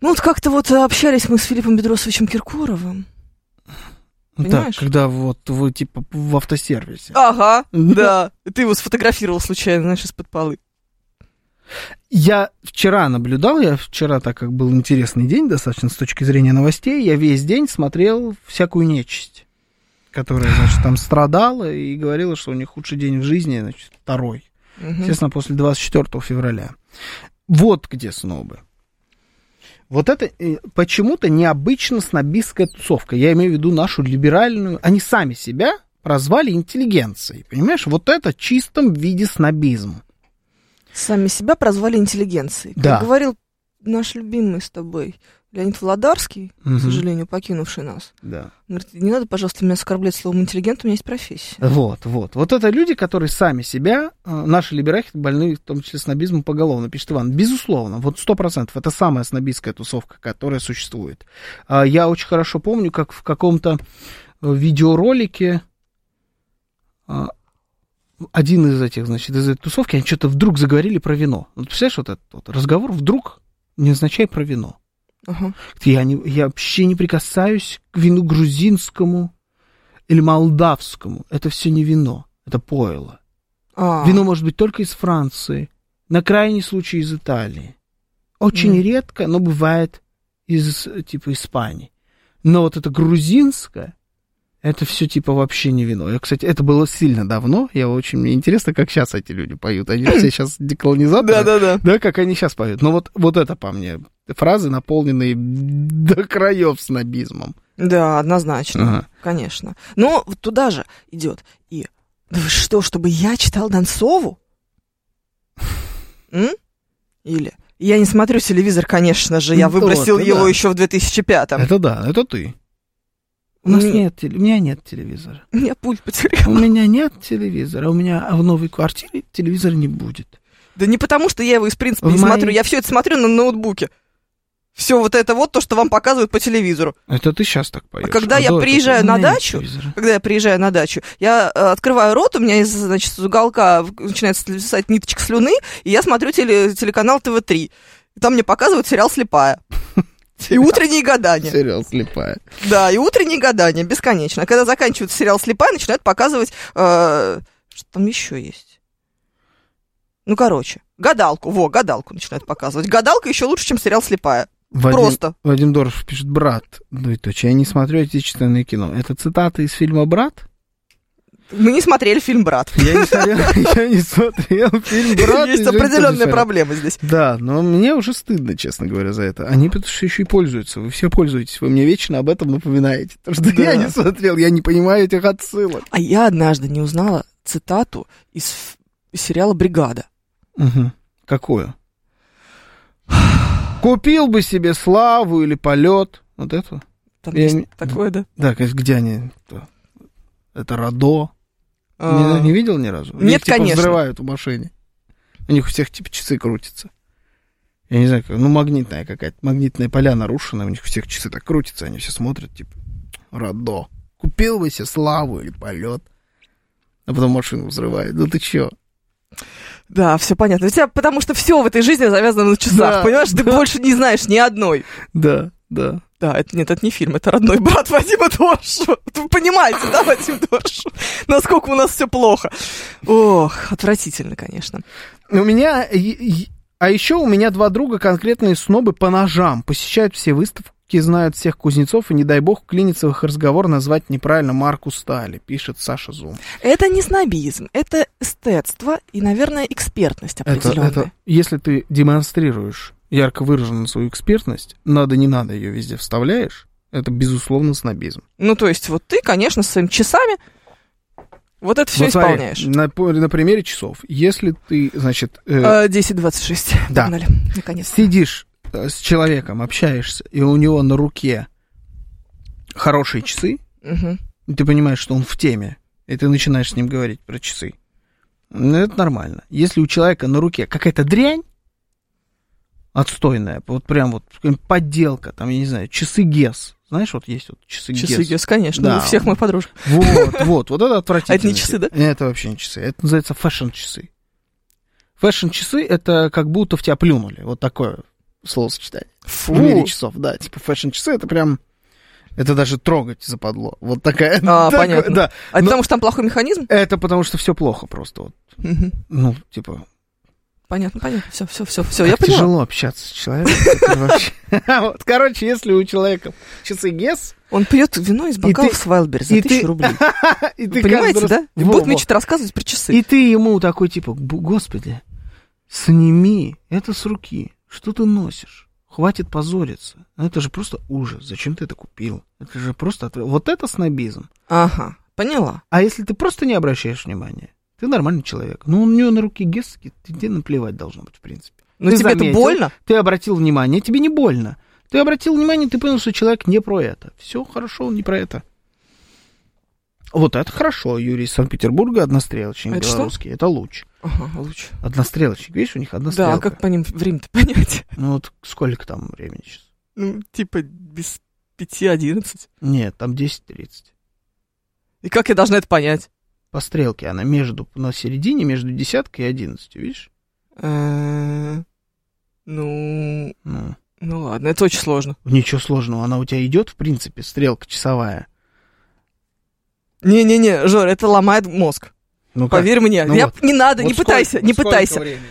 Speaker 2: Ну, вот как-то вот общались мы с Филиппом Бедросовичем Киркоровым.
Speaker 3: да,
Speaker 2: Понимаешь?
Speaker 3: когда вот вы типа в автосервисе.
Speaker 2: Ага, да. Ты его сфотографировал случайно, знаешь, из-под полы.
Speaker 3: Я вчера наблюдал, я вчера, так как был интересный день достаточно с точки зрения новостей, я весь день смотрел всякую нечисть, которая, значит, там страдала и говорила, что у них худший день в жизни, значит, второй.
Speaker 2: Мгм.
Speaker 3: Естественно, после 24 февраля. Вот где снобы. Вот это э, почему-то необычно снобистская тусовка. Я имею в виду нашу либеральную. Они сами себя прозвали интеллигенцией. Понимаешь, вот это в чистом виде снобизм.
Speaker 2: Сами себя прозвали интеллигенцией.
Speaker 3: Да.
Speaker 2: Как говорил наш любимый с тобой Леонид Володарский,
Speaker 3: Мгм.
Speaker 2: к сожалению, покинувший нас,
Speaker 3: Да.
Speaker 2: Он Говорит, не надо, пожалуйста, меня оскорблять словом интеллигент, у меня есть профессия.
Speaker 3: Вот, вот. Вот это люди, которые сами себя, э, наши либерахи, больны в том числе снобизмом поголовно, пишет Иван. Безусловно, вот сто процентов. Это самая снобистская тусовка, которая существует. А Я очень хорошо помню, как в каком-то э, видеоролике а, один из этих, значит, из этой тусовки, они что-то вдруг заговорили про вино. Вот представляешь, вот этот вот разговор вдруг невзначай про вино.
Speaker 2: Ага.
Speaker 3: Я, не, я вообще не прикасаюсь к вину грузинскому или молдавскому. Это все не вино, это пойло.
Speaker 2: А,
Speaker 3: Вино может быть только из Франции, на крайний случай из Италии. Очень
Speaker 2: Мгм.
Speaker 3: редко, но бывает из э, типа Испании. Но вот это грузинское, это все типа вообще не вино. Я, кстати, это было сильно давно. Я очень мне интересно, как сейчас эти люди поют. Они
Speaker 2: [coughs]
Speaker 3: все сейчас деколонизаторы.
Speaker 2: Да-да-да.
Speaker 3: Да, как они Ну, сейчас поют. Но вот, вот это, по мне, фразы, наполненные до краев снобизмом.
Speaker 2: Да, однозначно,
Speaker 3: Ага.
Speaker 2: конечно. Но вот туда же идет и... Да вы что, чтобы я читал Донцову? М? Или... Я не смотрю телевизор, конечно же, я
Speaker 3: Ну,
Speaker 2: выбросил
Speaker 3: вот,
Speaker 2: его
Speaker 3: да.
Speaker 2: еще в 2005-м.
Speaker 3: Это да, это ты. У нас
Speaker 2: Мне-
Speaker 3: нет, теле- у меня нет телевизора.
Speaker 2: У меня пульт потерял.
Speaker 3: У меня нет телевизора. У меня а в новой квартире телевизора не будет.
Speaker 2: Да не потому, что я его из принципа
Speaker 3: В
Speaker 2: не
Speaker 3: моей-
Speaker 2: смотрю, я все это смотрю на ноутбуке. Все вот это вот, то, что вам показывают по телевизору.
Speaker 3: Это ты сейчас так поешь.
Speaker 2: А когда я
Speaker 3: до этого
Speaker 2: приезжаю
Speaker 3: у
Speaker 2: на
Speaker 3: меня нет
Speaker 2: дачу,
Speaker 3: телевизора.
Speaker 2: Когда я приезжаю на дачу, я э, открываю рот, у меня из, значит, с уголка в- начинает слезать ниточка слюны, и я смотрю теле- телеканал ТВ-3. И Там мне показывают сериал «Слепая». [laughs] И
Speaker 3: [laughs]
Speaker 2: «Утренние гадания».
Speaker 3: Сериал слепая.
Speaker 2: Да, и «Утренние гадания» бесконечно. А когда заканчивается сериал «Слепая», начинают показывать... э, что там еще есть? Ну, короче, гадалку. Во, гадалку начинают показывать. Гадалка еще лучше, чем сериал «Слепая».
Speaker 3: Вадим,
Speaker 2: Просто.
Speaker 3: Вадим Дорф пишет, брат, ну двоеточие, я не смотрю отечественное кино. Это цитата из фильма «Брат»?
Speaker 2: Мы не смотрели фильм «Брат».
Speaker 3: Я не смотрел, [laughs] я не смотрел фильм «Брат».
Speaker 2: Есть
Speaker 3: извините, не
Speaker 2: определенные
Speaker 3: смотрел.
Speaker 2: проблемы здесь.
Speaker 3: Да, но мне уже стыдно, честно говоря, за это. Они потому что еще и пользуются. Вы все пользуетесь. Вы мне вечно об этом напоминаете. Потому что
Speaker 2: Да.
Speaker 3: я не смотрел, я не понимаю этих отсылок.
Speaker 2: А я однажды не узнала цитату из, ф- из сериала «Бригада».
Speaker 3: Какое? Купил бы себе славу или полет. Вот это?
Speaker 2: Там
Speaker 3: Я
Speaker 2: есть
Speaker 3: не-
Speaker 2: такое, да?
Speaker 3: Да, конечно, где они? Это- Это Радо.
Speaker 2: А,
Speaker 3: Не, не видел ни разу?
Speaker 2: нет,
Speaker 3: Их, типа,
Speaker 2: конечно.
Speaker 3: взрывают в машине. У них у всех типа часы крутятся. Я не знаю, как- ну магнитная какая-то, магнитная поля нарушена, у них у всех часы так крутятся, они все смотрят, типа, Радо, купил бы себе славу или полет. А потом машину взрывают. Ну ты чё?
Speaker 2: Да, все понятно. У тебя, потому что все в этой жизни завязано на часах,
Speaker 3: Да,
Speaker 2: понимаешь? Ты больше не знаешь ни одной.
Speaker 3: Да, да.
Speaker 2: Да, это нет, это не фильм, это родной [laughs] брат Вадима Доршу. Вы понимаете, да, Вадим Доршу? Насколько у нас все плохо. Ох, отвратительно, конечно.
Speaker 3: У меня... и- и- А еще у меня два друга конкретные снобы по ножам. Посещают все выставки, знают всех кузнецов, и, не дай бог, клинится в их разговор назвать неправильно марку стали, пишет Саша Зум.
Speaker 2: Это не снобизм, это эстетство и, наверное, экспертность
Speaker 3: Это,
Speaker 2: определенная.
Speaker 3: это- если ты демонстрируешь ярко выраженную свою экспертность, надо не надо ее везде вставляешь, это безусловно снобизм.
Speaker 2: Ну, то есть, вот ты, конечно, с своими часами вот это все
Speaker 3: Вот смотри,
Speaker 2: исполняешь.
Speaker 3: на, по- на примере часов. Если ты, значит, э,
Speaker 2: Э, 10.26.
Speaker 3: Да.
Speaker 2: Погнали. Наконец.
Speaker 3: сидишь э, с человеком, общаешься, и у него на руке хорошие часы,
Speaker 2: Мгм.
Speaker 3: и Ну, ты понимаешь, что он в теме, и ты начинаешь с ним говорить про часы. Ну, это нормально. Если у человека на руке какая-то дрянь отстойная, вот прям вот какая-нибудь подделка, там, я не знаю, часы ГЕС. Знаешь, вот есть вот часы,
Speaker 2: Часы
Speaker 3: ГЕС.
Speaker 2: Гесс, конечно, Ну,
Speaker 3: Да.
Speaker 2: у всех моих подружек.
Speaker 3: Вот,
Speaker 2: [laughs]
Speaker 3: вот, вот это отвратительно.
Speaker 2: Это не часы, да?
Speaker 3: Это вообще не часы. Это называется фэшн-часы. Фэшн-часы — это как будто в тебя плюнули. Вот такое словосочетание.
Speaker 2: Фу.
Speaker 3: В мире часов, да. Типа фэшн-часы — это прям... Это даже трогать западло. Вот такая...
Speaker 2: А,
Speaker 3: [laughs] такое-
Speaker 2: понятно.
Speaker 3: Да.
Speaker 2: А это
Speaker 3: Но-
Speaker 2: потому что там плохой механизм?
Speaker 3: Это потому что все плохо просто. Вот.
Speaker 2: Мгм.
Speaker 3: Ну, типа,
Speaker 2: Понятно, понятно. Все, все, все, все. Я
Speaker 3: как
Speaker 2: поняла.
Speaker 3: тяжело общаться с человеком. который вообще- [laughs] А Вот, короче, если у человека часы ГЕС, [laughs]
Speaker 2: Он пьет вино из бокалов
Speaker 3: ты-
Speaker 2: с Вайлдберри за
Speaker 3: и ты-
Speaker 2: тысячу
Speaker 3: [laughs]
Speaker 2: рублей.
Speaker 3: и ты
Speaker 2: Понимаете,
Speaker 3: каждый раз-
Speaker 2: да? И
Speaker 3: Во,
Speaker 2: будет
Speaker 3: во.
Speaker 2: мне что-то рассказывать про часы.
Speaker 3: И ты ему такой, типа, «Б- господи, сними это с руки, что ты носишь? Хватит позориться. Ну, Это же просто ужас. Зачем ты это купил? Это же просто... отв- Вот это снобизм.
Speaker 2: Ага, поняла.
Speaker 3: А если ты просто не обращаешь внимания, ты нормальный человек. Ну, у нее на руке гески, тебе наплевать должно быть, в принципе.
Speaker 2: Но
Speaker 3: Ты
Speaker 2: тебе это
Speaker 3: заметил?
Speaker 2: Ну, больно?
Speaker 3: Ты обратил внимание, тебе не больно. Ты обратил внимание, ты понял, что человек не про это. Все хорошо, он не про это. Вот это хорошо, Юрий из Санкт-Петербурга, однострелочник
Speaker 2: Это что?
Speaker 3: белорусский. Это луч.
Speaker 2: Ага, лучше.
Speaker 3: Однострелочник, видишь, у них одна
Speaker 2: Да, а
Speaker 3: стрелка.
Speaker 2: как по ним время-то понять? [laughs]
Speaker 3: Ну вот сколько там времени сейчас?
Speaker 2: Ну, типа без пяти одиннадцать.
Speaker 3: Нет, там 10.30.
Speaker 2: И как я должна это понять?
Speaker 3: По стрелке она между, на середине, между десяткой и одиннадцатью, видишь?
Speaker 2: Э, Ну,
Speaker 3: Ну,
Speaker 2: ну ладно, это очень сложно.
Speaker 3: ничего сложного, она у тебя идет, в принципе, стрелка часовая.
Speaker 2: Не-не-не, Жор, это ломает мозг.
Speaker 3: Ну как?
Speaker 2: Поверь мне,
Speaker 3: Ну
Speaker 2: я-
Speaker 3: вот.
Speaker 2: не надо,
Speaker 3: Вот
Speaker 2: не
Speaker 3: сколько-
Speaker 2: пытайся,
Speaker 3: вот
Speaker 2: не
Speaker 3: сколько
Speaker 2: пытайся.
Speaker 3: времени?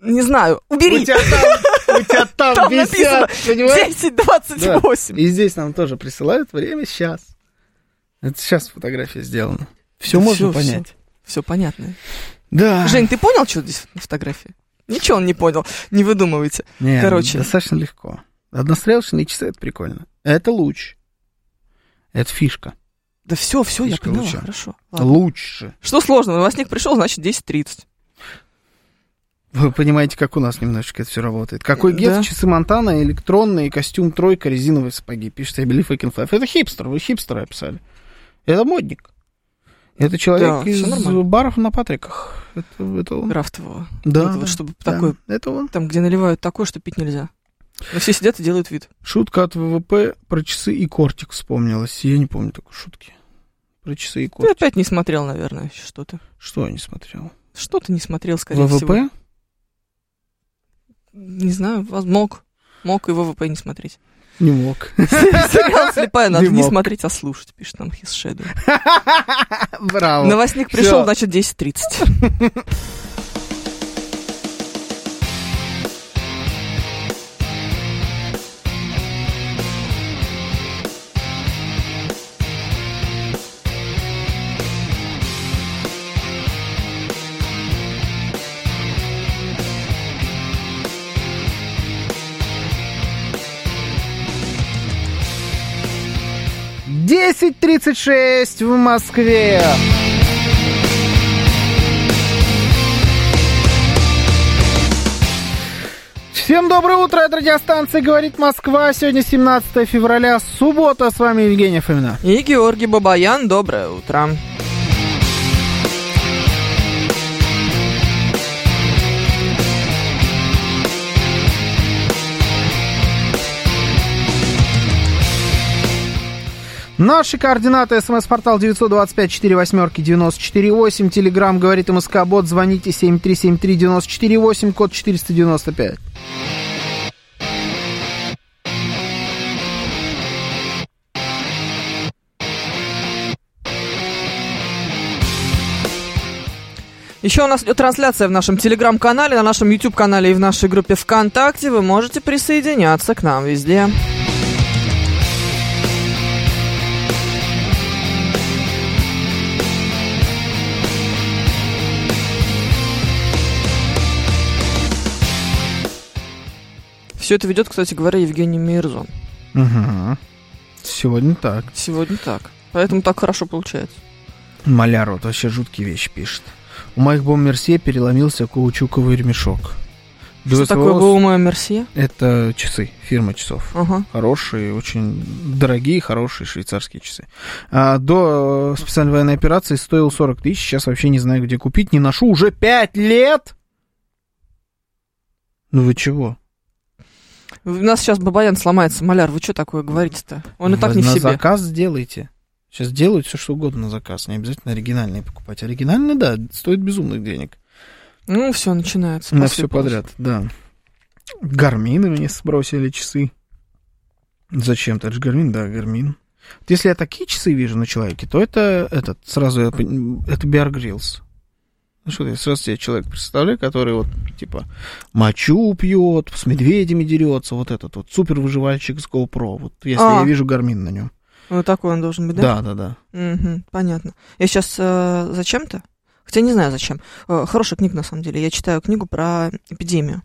Speaker 2: Не знаю,
Speaker 3: У
Speaker 2: убери.
Speaker 3: тебя там, у тебя
Speaker 2: [laughs]
Speaker 3: там
Speaker 2: Там
Speaker 3: висят, понимаешь?
Speaker 2: 10.28.
Speaker 3: И здесь нам тоже присылают время сейчас. Это сейчас фотография сделана. Все можно понять. А.
Speaker 2: Все понятно.
Speaker 3: Да.
Speaker 2: Жень, ты понял, что здесь на фотографии? Ничего он не понял, не выдумывайте.
Speaker 3: Не, ну,
Speaker 2: Короче.
Speaker 3: Короче. достаточно легко. Однострелочные часы — это прикольно. Это луч. Это фишка.
Speaker 2: Да все, все, я
Speaker 3: Фишка
Speaker 2: поняла,
Speaker 3: луча.
Speaker 2: хорошо. ладно.
Speaker 3: Лучше.
Speaker 2: Что сложного? Новостник пришел, значит, 10.30.
Speaker 3: Вы понимаете, как у нас немножечко это все работает. Какой гет,
Speaker 2: Э, Да.
Speaker 3: часы Монтана, электронные, костюм тройка, резиновые сапоги. Пишет I believe I can fly. Это хипстер, вы хипстера описали. Это модник. Это человек
Speaker 2: Да,
Speaker 3: из
Speaker 2: всё нормально.
Speaker 3: баров на Патриках. Это, это он.
Speaker 2: Крафтового.
Speaker 3: Да,
Speaker 2: Вот,
Speaker 3: да,
Speaker 2: вот, чтобы
Speaker 3: да.
Speaker 2: такой,
Speaker 3: Это он.
Speaker 2: там, где наливают такое, что пить нельзя. Но все сидят и делают вид.
Speaker 3: Шутка от ВВП про часы и кортик вспомнилась. Я не помню такой шутки. Про часы и
Speaker 2: Ты
Speaker 3: кортик.
Speaker 2: опять не смотрел, наверное, ещё что-то.
Speaker 3: Что я не смотрел?
Speaker 2: Что ты не смотрел, скорее
Speaker 3: ВВП?
Speaker 2: всего. Не знаю, воз- мог. Мог и ВВП не смотреть.
Speaker 3: Не мог.
Speaker 2: [laughs] Сериал «Слепая» надо
Speaker 3: Не
Speaker 2: не
Speaker 3: мог.
Speaker 2: смотреть, а слушать, пишет нам His Shadow.
Speaker 3: Браво.
Speaker 2: Новостник
Speaker 3: Всё.
Speaker 2: пришел, значит, 10.30.
Speaker 3: Десять тридцать шесть в Москве. Всем доброе утро, это радиостанция «Говорит Москва». Сегодня 17 февраля, суббота. С вами Евгений Фомина.
Speaker 2: И Георгий Бабаян, доброе утро.
Speaker 3: Наши координаты. СМС-портал 925-48-94-8. Телеграмм «Говорит МСК Бот». Звоните 7373-94-8, код 495.
Speaker 2: Еще у нас идет трансляция в нашем телеграм-канале, на нашем YouTube-канале и в нашей группе ВКонтакте. Вы можете присоединяться к нам везде. Все это ведет, кстати говоря, Евгений Мирзон.
Speaker 3: Угу. Сегодня так.
Speaker 2: Сегодня так. Поэтому так хорошо получается.
Speaker 3: Маляр вот вообще жуткие вещи пишет. У моих бомберсе переломился каучуковый ремешок.
Speaker 2: Что
Speaker 3: DSVO
Speaker 2: такое было мое мерсье?
Speaker 3: Это часы, фирма часов.
Speaker 2: Ага.
Speaker 3: Хорошие, очень дорогие, хорошие швейцарские часы. А, до э, специальной военной операции стоил 40 тысяч. Сейчас вообще не знаю, где купить. Не ношу уже 5 лет. Ну вы чего?
Speaker 2: У нас сейчас Бабаян сломается, маляр, вы что такое говорите-то? Он и так
Speaker 3: Вы
Speaker 2: не в
Speaker 3: на
Speaker 2: себе.
Speaker 3: заказ сделайте. Сейчас делают все, что угодно на заказ. Не обязательно оригинальные покупать. Оригинальные, да, стоят безумных денег.
Speaker 2: Ну, все, начинается.
Speaker 3: На все
Speaker 2: посыпалось.
Speaker 3: подряд, да. Гармины мне сбросили часы. Зачем? Это же Гармин, да, Гармин. Вот если я такие часы вижу на человеке, то это этот, сразу я пон- это Bear Grylls. Ну что, я сразу себе человек представляю, который вот, типа, мочу пьет, с медведями дерется, вот этот вот супер выживальщик с GoPro. Вот если
Speaker 2: А.
Speaker 3: я вижу Гармин на нем.
Speaker 2: Вот такой он должен быть, да?
Speaker 3: да, да. да.
Speaker 2: Мгм, понятно. Я сейчас зачем-то? Хотя не знаю зачем. Э, хорошая книга, на самом деле. Я читаю книгу про эпидемию,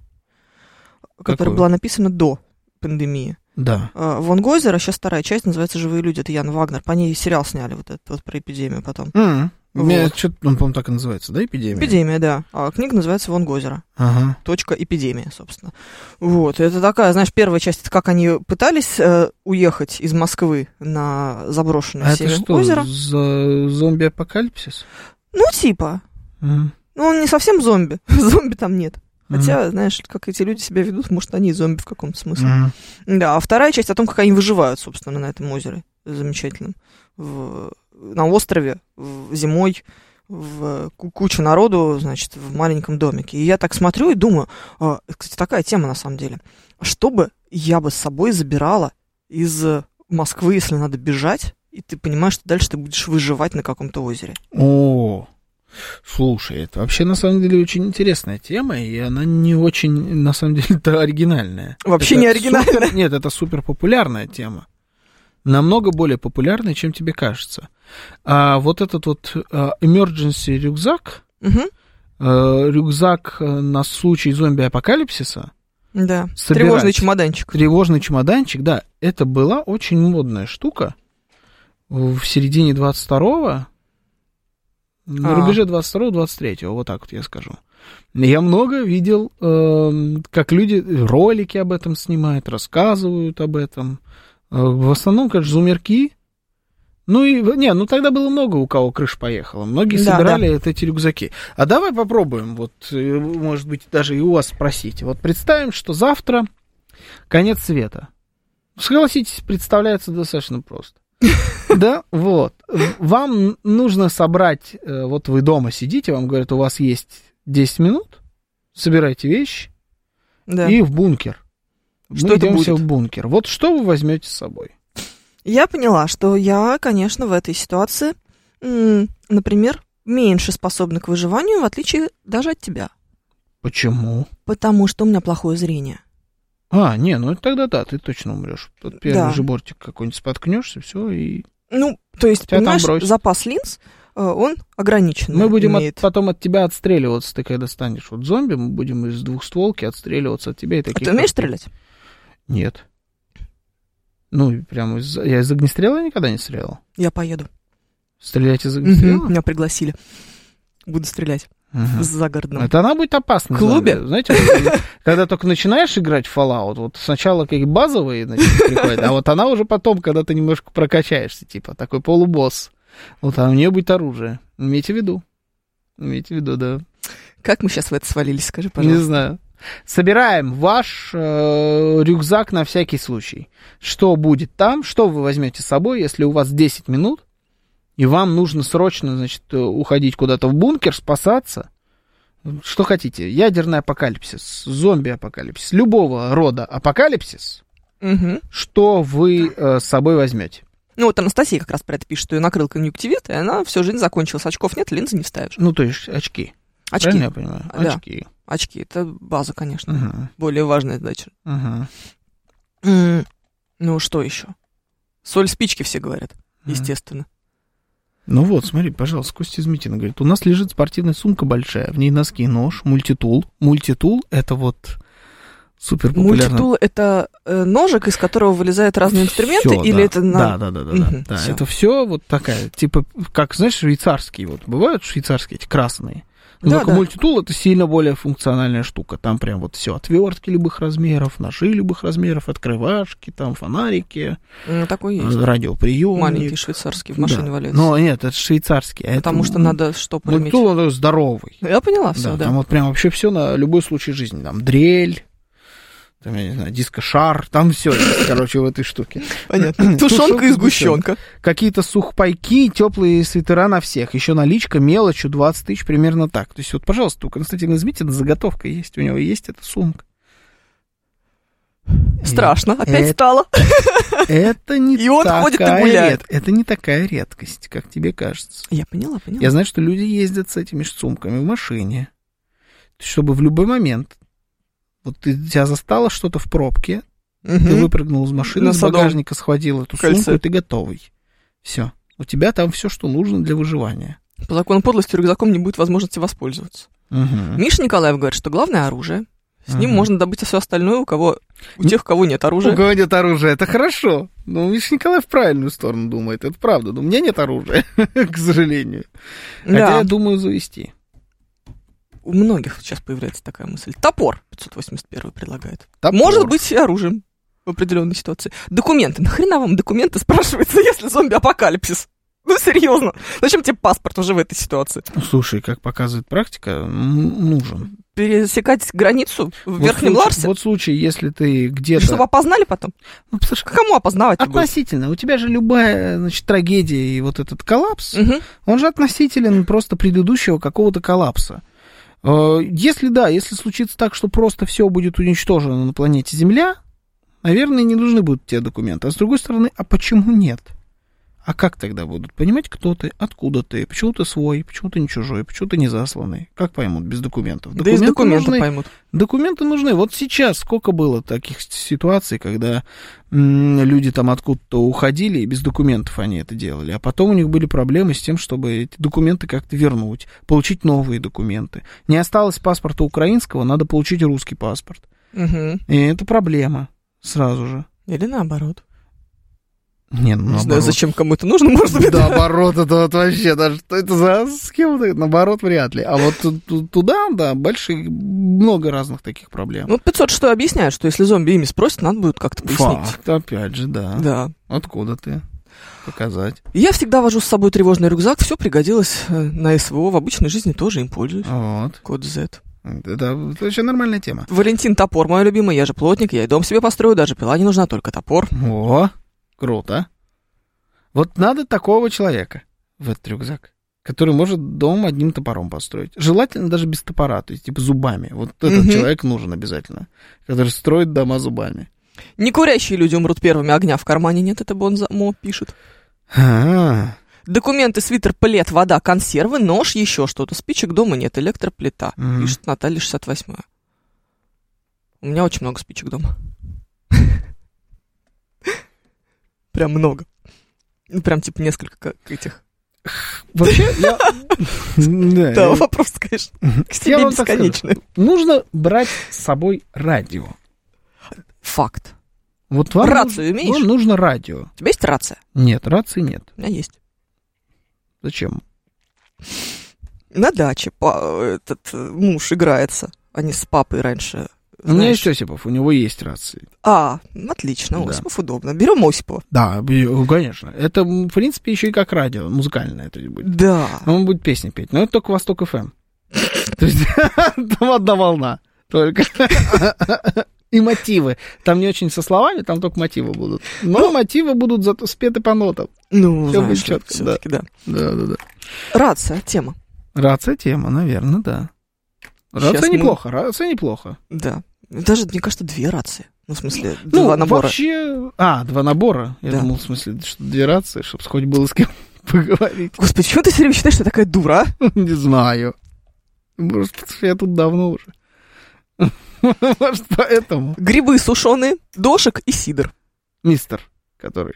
Speaker 2: которая
Speaker 3: Какую?
Speaker 2: была написана до пандемии.
Speaker 3: Да.
Speaker 2: Э, Вон Гойзера, сейчас вторая часть, называется «Живые люди», это Ян Вагнер. По ней сериал сняли вот этот вот про эпидемию потом.
Speaker 3: М, у меня
Speaker 2: Вот.
Speaker 3: что-то, он, по-моему, так и называется, да, эпидемия?
Speaker 2: Эпидемия, да. А книга называется «Вон Гойзера».
Speaker 3: Ага.
Speaker 2: точка эпидемия, собственно. Вот, это такая, знаешь, первая часть, это как они пытались э, уехать из Москвы на заброшенное
Speaker 3: А это
Speaker 2: всеми
Speaker 3: что,
Speaker 2: озеро.
Speaker 3: за- зомби-апокалипсис?
Speaker 2: Ну, типа,
Speaker 3: М.
Speaker 2: ну он не совсем зомби, [laughs] зомби там нет. Хотя, знаешь, как эти люди себя ведут, может, они и зомби в каком-то смысле.
Speaker 3: Мгм.
Speaker 2: Да, а вторая часть о том, как они выживают, собственно, на этом озере замечательном. В- на острове в- зимой в ку- куча народу, значит, в маленьком домике. И я так смотрю и думаю, а, кстати, такая тема на самом деле. Что бы я бы с собой забирала из э, Москвы, если надо бежать, и ты понимаешь, что дальше ты будешь выживать на каком-то озере.
Speaker 3: О, слушай, это вообще на самом деле очень интересная тема, и она не очень, на самом деле, то оригинальная.
Speaker 2: Вообще
Speaker 3: Это
Speaker 2: не оригинально.
Speaker 3: супер- [laughs] нет, это супер популярная тема. Намного более популярная, чем тебе кажется. А вот этот вот а, emergency рюкзак,
Speaker 2: Мгм,
Speaker 3: э, рюкзак э, на случай зомби-апокалипсиса,
Speaker 2: да.
Speaker 3: Собирать.
Speaker 2: Тревожный чемоданчик.
Speaker 3: тревожный чемоданчик, да, это была очень модная штука. в середине 22-го, на
Speaker 2: А.
Speaker 3: рубеже 22-23, вот так вот я скажу. Я много видел, эм, как люди ролики об этом снимают, рассказывают об этом. Э, В основном, конечно, зумерки. Ну и, в- не, ну тогда было много у кого крыш поехала. Многие
Speaker 2: Да,
Speaker 3: собирали вот эти рюкзаки. А давай попробуем, вот, э, может быть, даже и у вас спросить. Вот представим, что завтра конец света. Согласитесь, представляется
Speaker 2: [laughs]
Speaker 3: достаточно просто. Да, вот. Вам нужно собрать, э, вот вы дома сидите, вам говорят, у вас есть 10 минут, собирайте вещи
Speaker 2: Да.
Speaker 3: и в бункер. Мы
Speaker 2: Что это
Speaker 3: идем все
Speaker 2: будет?
Speaker 3: в бункер. Вот что вы возьмете с собой?
Speaker 2: Я поняла, что я, конечно, в этой ситуации, м, например, меньше способна к выживанию, в отличие даже от тебя.
Speaker 3: Почему?
Speaker 2: Потому что у меня плохое зрение.
Speaker 3: А, не, ну тогда да, ты точно умрешь. Тут первый
Speaker 2: Да.
Speaker 3: же бортик какой-нибудь споткнешься, все, и
Speaker 2: Ну, то есть,
Speaker 3: Тебя там
Speaker 2: понимаешь,
Speaker 3: бросят.
Speaker 2: запас линз, э, он ограничен.
Speaker 3: мы будем от-
Speaker 2: Ну, имеет.
Speaker 3: потом от тебя отстреливаться, ты когда станешь вот зомби, мы будем из двухстволки отстреливаться от тебя и
Speaker 2: А
Speaker 3: такие.
Speaker 2: ты умеешь стрелять?
Speaker 3: Нет. Ну, и прям из... я из огнестрела никогда не стрелял.
Speaker 2: Я поеду.
Speaker 3: Стрелять из
Speaker 2: Мгм,
Speaker 3: огнестрела?
Speaker 2: Меня пригласили. Буду стрелять
Speaker 3: Мгм.
Speaker 2: в загородном.
Speaker 3: Это она будет опасна.
Speaker 2: В клубе?
Speaker 3: за- Знаете, [laughs] вот, когда только начинаешь играть в Fallout, вот сначала как базовые значит, приходят, а вот она уже потом, когда ты немножко прокачаешься, типа такой полубосс. Вот а у нее будет оружие. Имейте в виду. Имейте в виду, да.
Speaker 2: Как мы сейчас в это свалились, скажи,
Speaker 3: Не
Speaker 2: пожалуйста.
Speaker 3: знаю. Собираем ваш э, рюкзак на всякий случай. Что будет там, что вы возьмете с собой, если у вас 10 минут, и вам нужно срочно, значит, э, уходить куда-то в бункер, спасаться. Что хотите? Ядерный апокалипсис, зомби-апокалипсис, любого рода апокалипсис,
Speaker 2: Мгм.
Speaker 3: что вы э, с собой возьмете?
Speaker 2: Ну вот Анастасия как раз про это пишет, что ее накрыл конъюнктивит, и она всю жизнь закончилась. Очков нет, линзы не вставишь.
Speaker 3: Ну, то есть очки.
Speaker 2: Очки.
Speaker 3: Правильно я понимаю?
Speaker 2: Да.
Speaker 3: Очки.
Speaker 2: Очки, это база, конечно.
Speaker 3: Мгм.
Speaker 2: Более важная задача.
Speaker 3: Мгм.
Speaker 2: М, Ну, что еще? Соль спички все говорят,
Speaker 3: Мгм.
Speaker 2: естественно.
Speaker 3: Ну вот, смотри, пожалуйста, Костя из Митина говорит, у нас лежит спортивная сумка большая, в ней носки, нож, мультитул. Мультитул — это вот супер популярно.
Speaker 2: Мультитул — это э, ножик, из которого вылезают разные инструменты, или это на...
Speaker 3: Да, да, да, да, да.
Speaker 2: Мгм,
Speaker 3: да.
Speaker 2: всё.
Speaker 3: Это все вот такая, типа, как, знаешь, швейцарские вот, бывают швейцарские эти красные. Ну,
Speaker 2: Да,
Speaker 3: только
Speaker 2: да.
Speaker 3: мультитул это сильно более функциональная штука. Там прям вот все отвертки любых размеров, ножи любых размеров, открывашки, там фонарики,
Speaker 2: М, Такой есть.
Speaker 3: радиоприемник.
Speaker 2: Маленький швейцарский в машине
Speaker 3: Э, Да.
Speaker 2: валяется.
Speaker 3: Но нет, это швейцарский. а
Speaker 2: Потому
Speaker 3: это
Speaker 2: что надо что иметь.
Speaker 3: Мультитул Ну, он такой здоровый.
Speaker 2: Я поняла все,
Speaker 3: да,
Speaker 2: да. [clears throat]
Speaker 3: Там вот прям вообще все на любой случай жизни. Там дрель, там, я не знаю, дискошар, там все, короче, в этой штуке.
Speaker 2: Понятно. Тушенка
Speaker 3: Тушёнка
Speaker 2: и
Speaker 3: и
Speaker 2: сгущенка.
Speaker 3: Какие-то сухпайки, теплые свитера на всех. Еще наличка, мелочь, 20 тысяч, примерно так. То есть вот, пожалуйста, у Константина Змитина заготовка есть, у него есть эта сумка.
Speaker 2: Страшно. Опять
Speaker 3: это-
Speaker 2: стало. [clears throat]
Speaker 3: Это не
Speaker 2: И он ходит и
Speaker 3: такая
Speaker 2: гуляет.
Speaker 3: ред- Это не такая редкость, как тебе кажется.
Speaker 2: Я поняла, поняла.
Speaker 3: Я знаю, что люди ездят с этими ж сумками в машине, чтобы в любой момент вот ты, тебя застало что-то в пробке, Ты
Speaker 2: Мгм.
Speaker 3: выпрыгнул из машины,
Speaker 2: На
Speaker 3: из
Speaker 2: Садовом.
Speaker 3: багажника схватил эту
Speaker 2: Кольце.
Speaker 3: сумку, и ты готовый. Все. У тебя там все, что нужно для выживания.
Speaker 2: По закону подлости рюкзаком не будет возможности воспользоваться.
Speaker 3: Ну,
Speaker 2: Миша Николаев говорит, что главное оружие. С ним
Speaker 3: Мгм.
Speaker 2: можно добыть все остальное, у кого у
Speaker 3: М.
Speaker 2: тех, у кого нет
Speaker 3: У
Speaker 2: оружия.
Speaker 3: кого нет оружия, это хорошо. Ну, Миша Николаев в правильную сторону думает, это правда. Но у меня нет оружия, [laughs] к сожалению. Хотя
Speaker 2: Да.
Speaker 3: я думаю завести.
Speaker 2: У многих сейчас появляется такая мысль. Топор 581 предлагает.
Speaker 3: Топор.
Speaker 2: Может быть и оружием в определенной ситуации. Документы. Нахрена вам документы [laughs] спрашивается, если зомби-апокалипсис? Ну, серьезно. Зачем тебе паспорт уже в этой ситуации?
Speaker 3: Ну, Слушай, как показывает практика, м, нужен.
Speaker 2: Пересекать границу в
Speaker 3: Вот
Speaker 2: Верхнем
Speaker 3: случай-
Speaker 2: Ларсе?
Speaker 3: Вот случай, если ты
Speaker 2: И
Speaker 3: где-то...
Speaker 2: чтобы опознали потом?
Speaker 3: Ну, слушай,
Speaker 2: К кому опознавать
Speaker 3: относительно. У тебя же любая, значит, трагедия и вот этот коллапс,
Speaker 2: Угу.
Speaker 3: Он же относителен просто предыдущего какого-то коллапса. Э, Если да, если случится так, что просто все будет уничтожено на планете Земля, наверное, не нужны будут те документы. А с другой стороны, а почему нет? А как тогда будут понимать, кто ты, откуда ты, почему ты свой, почему ты не чужой, почему ты не засланный? Как поймут без документов?
Speaker 2: Да из документов
Speaker 3: нужны,
Speaker 2: поймут.
Speaker 3: Документы нужны. Вот сейчас сколько было таких с- ситуаций, когда м, люди там откуда-то уходили, и без документов они это делали. А потом у них были проблемы с тем, чтобы эти документы как-то вернуть, получить новые документы. Не осталось паспорта украинского, надо получить русский паспорт.
Speaker 2: Мгм.
Speaker 3: И это проблема сразу же.
Speaker 2: Или наоборот.
Speaker 3: Не, ну,
Speaker 2: Не знаю,
Speaker 3: наоборот.
Speaker 2: зачем кому-то нужно, [laughs] может быть.
Speaker 3: Наоборот, это вот вообще, да, что это за схема? Наоборот, вряд ли. А вот ту- ту- туда, да, большие, много разных таких проблем.
Speaker 2: Ну, 500 что объясняет, что если зомби ими спросят, надо будет как-то пояснить.
Speaker 3: Факт, опять же, да.
Speaker 2: Да.
Speaker 3: Откуда ты? Показать.
Speaker 2: Я всегда вожу с собой тревожный рюкзак, все пригодилось э, на СВО, в обычной жизни тоже им пользуюсь.
Speaker 3: Вот.
Speaker 2: Код Z.
Speaker 3: Это вообще нормальная тема.
Speaker 2: Валентин топор, мой любимый, я же плотник, я и дом себе построю, даже пила не нужна, только топор.
Speaker 3: О, круто. Вот надо такого человека в этот рюкзак, который может дом одним топором построить. Желательно даже без топора, то есть типа зубами. Вот этот
Speaker 2: Мгм.
Speaker 3: человек нужен обязательно, который строит дома зубами.
Speaker 2: Некурящие люди умрут первыми, огня в кармане нет, это Бонзамо пишет.
Speaker 3: А,
Speaker 2: Документы, свитер, плед, вода, консервы, нож, еще что-то. Спичек дома нет, электроплита,
Speaker 3: Мгм.
Speaker 2: пишет Наталья 68 У меня очень много спичек дома. [laughs] Прям много. Ну, Прям типа несколько как этих.
Speaker 3: Вообще, [laughs] я... Да,
Speaker 2: Да,
Speaker 3: я-
Speaker 2: вопрос, конечно, к
Speaker 3: Э, Я
Speaker 2: себе
Speaker 3: вам так скажу.
Speaker 2: бесконечный.
Speaker 3: Нужно брать с собой радио.
Speaker 2: Факт.
Speaker 3: Вот вам
Speaker 2: Рацию
Speaker 3: нужно-
Speaker 2: имеешь?
Speaker 3: Вам нужно радио.
Speaker 2: У тебя есть рация?
Speaker 3: Нет, рации нет.
Speaker 2: У меня есть.
Speaker 3: Зачем?
Speaker 2: На даче па- этот э, муж играется. Они с папой раньше.
Speaker 3: У меня
Speaker 2: знаешь.
Speaker 3: есть Осипов, у него есть рации.
Speaker 2: А, ну, отлично,
Speaker 3: Да.
Speaker 2: Осипов удобно. Берем Осипова.
Speaker 3: Да, б- конечно. Это, м, в принципе, еще и как радио, музыкальное это будет.
Speaker 2: Да.
Speaker 3: А Он будет песни петь. Но это только Восток ФМ. То есть [laughs] там одна волна. Только. И мотивы. Там не очень со словами, там только мотивы будут. Но мотивы будут зато спеты по нотам.
Speaker 2: Ну,
Speaker 3: всё
Speaker 2: знаешь,
Speaker 3: будет чётко,
Speaker 2: всё-таки да.
Speaker 3: Да, да, да.
Speaker 2: Рация, тема.
Speaker 3: Рация тема, наверное, да.
Speaker 2: Щас
Speaker 3: Рация
Speaker 2: мы-
Speaker 3: неплохо, рация неплохо.
Speaker 2: Да. Даже, мне кажется, две рации. Ну, в смысле,
Speaker 3: Ну,
Speaker 2: два набора.
Speaker 3: вообще... А, два набора. Я
Speaker 2: Да.
Speaker 3: думал, в смысле, что две рации, чтобы хоть было с кем [laughs] поговорить.
Speaker 2: Господи, почему ты все время считаешь, что я такая дура? а?
Speaker 3: Не знаю. Может, потому что я тут давно уже. [laughs] Может, поэтому.
Speaker 2: Грибы сушеные, дошик и сидр.
Speaker 3: Мистер, который...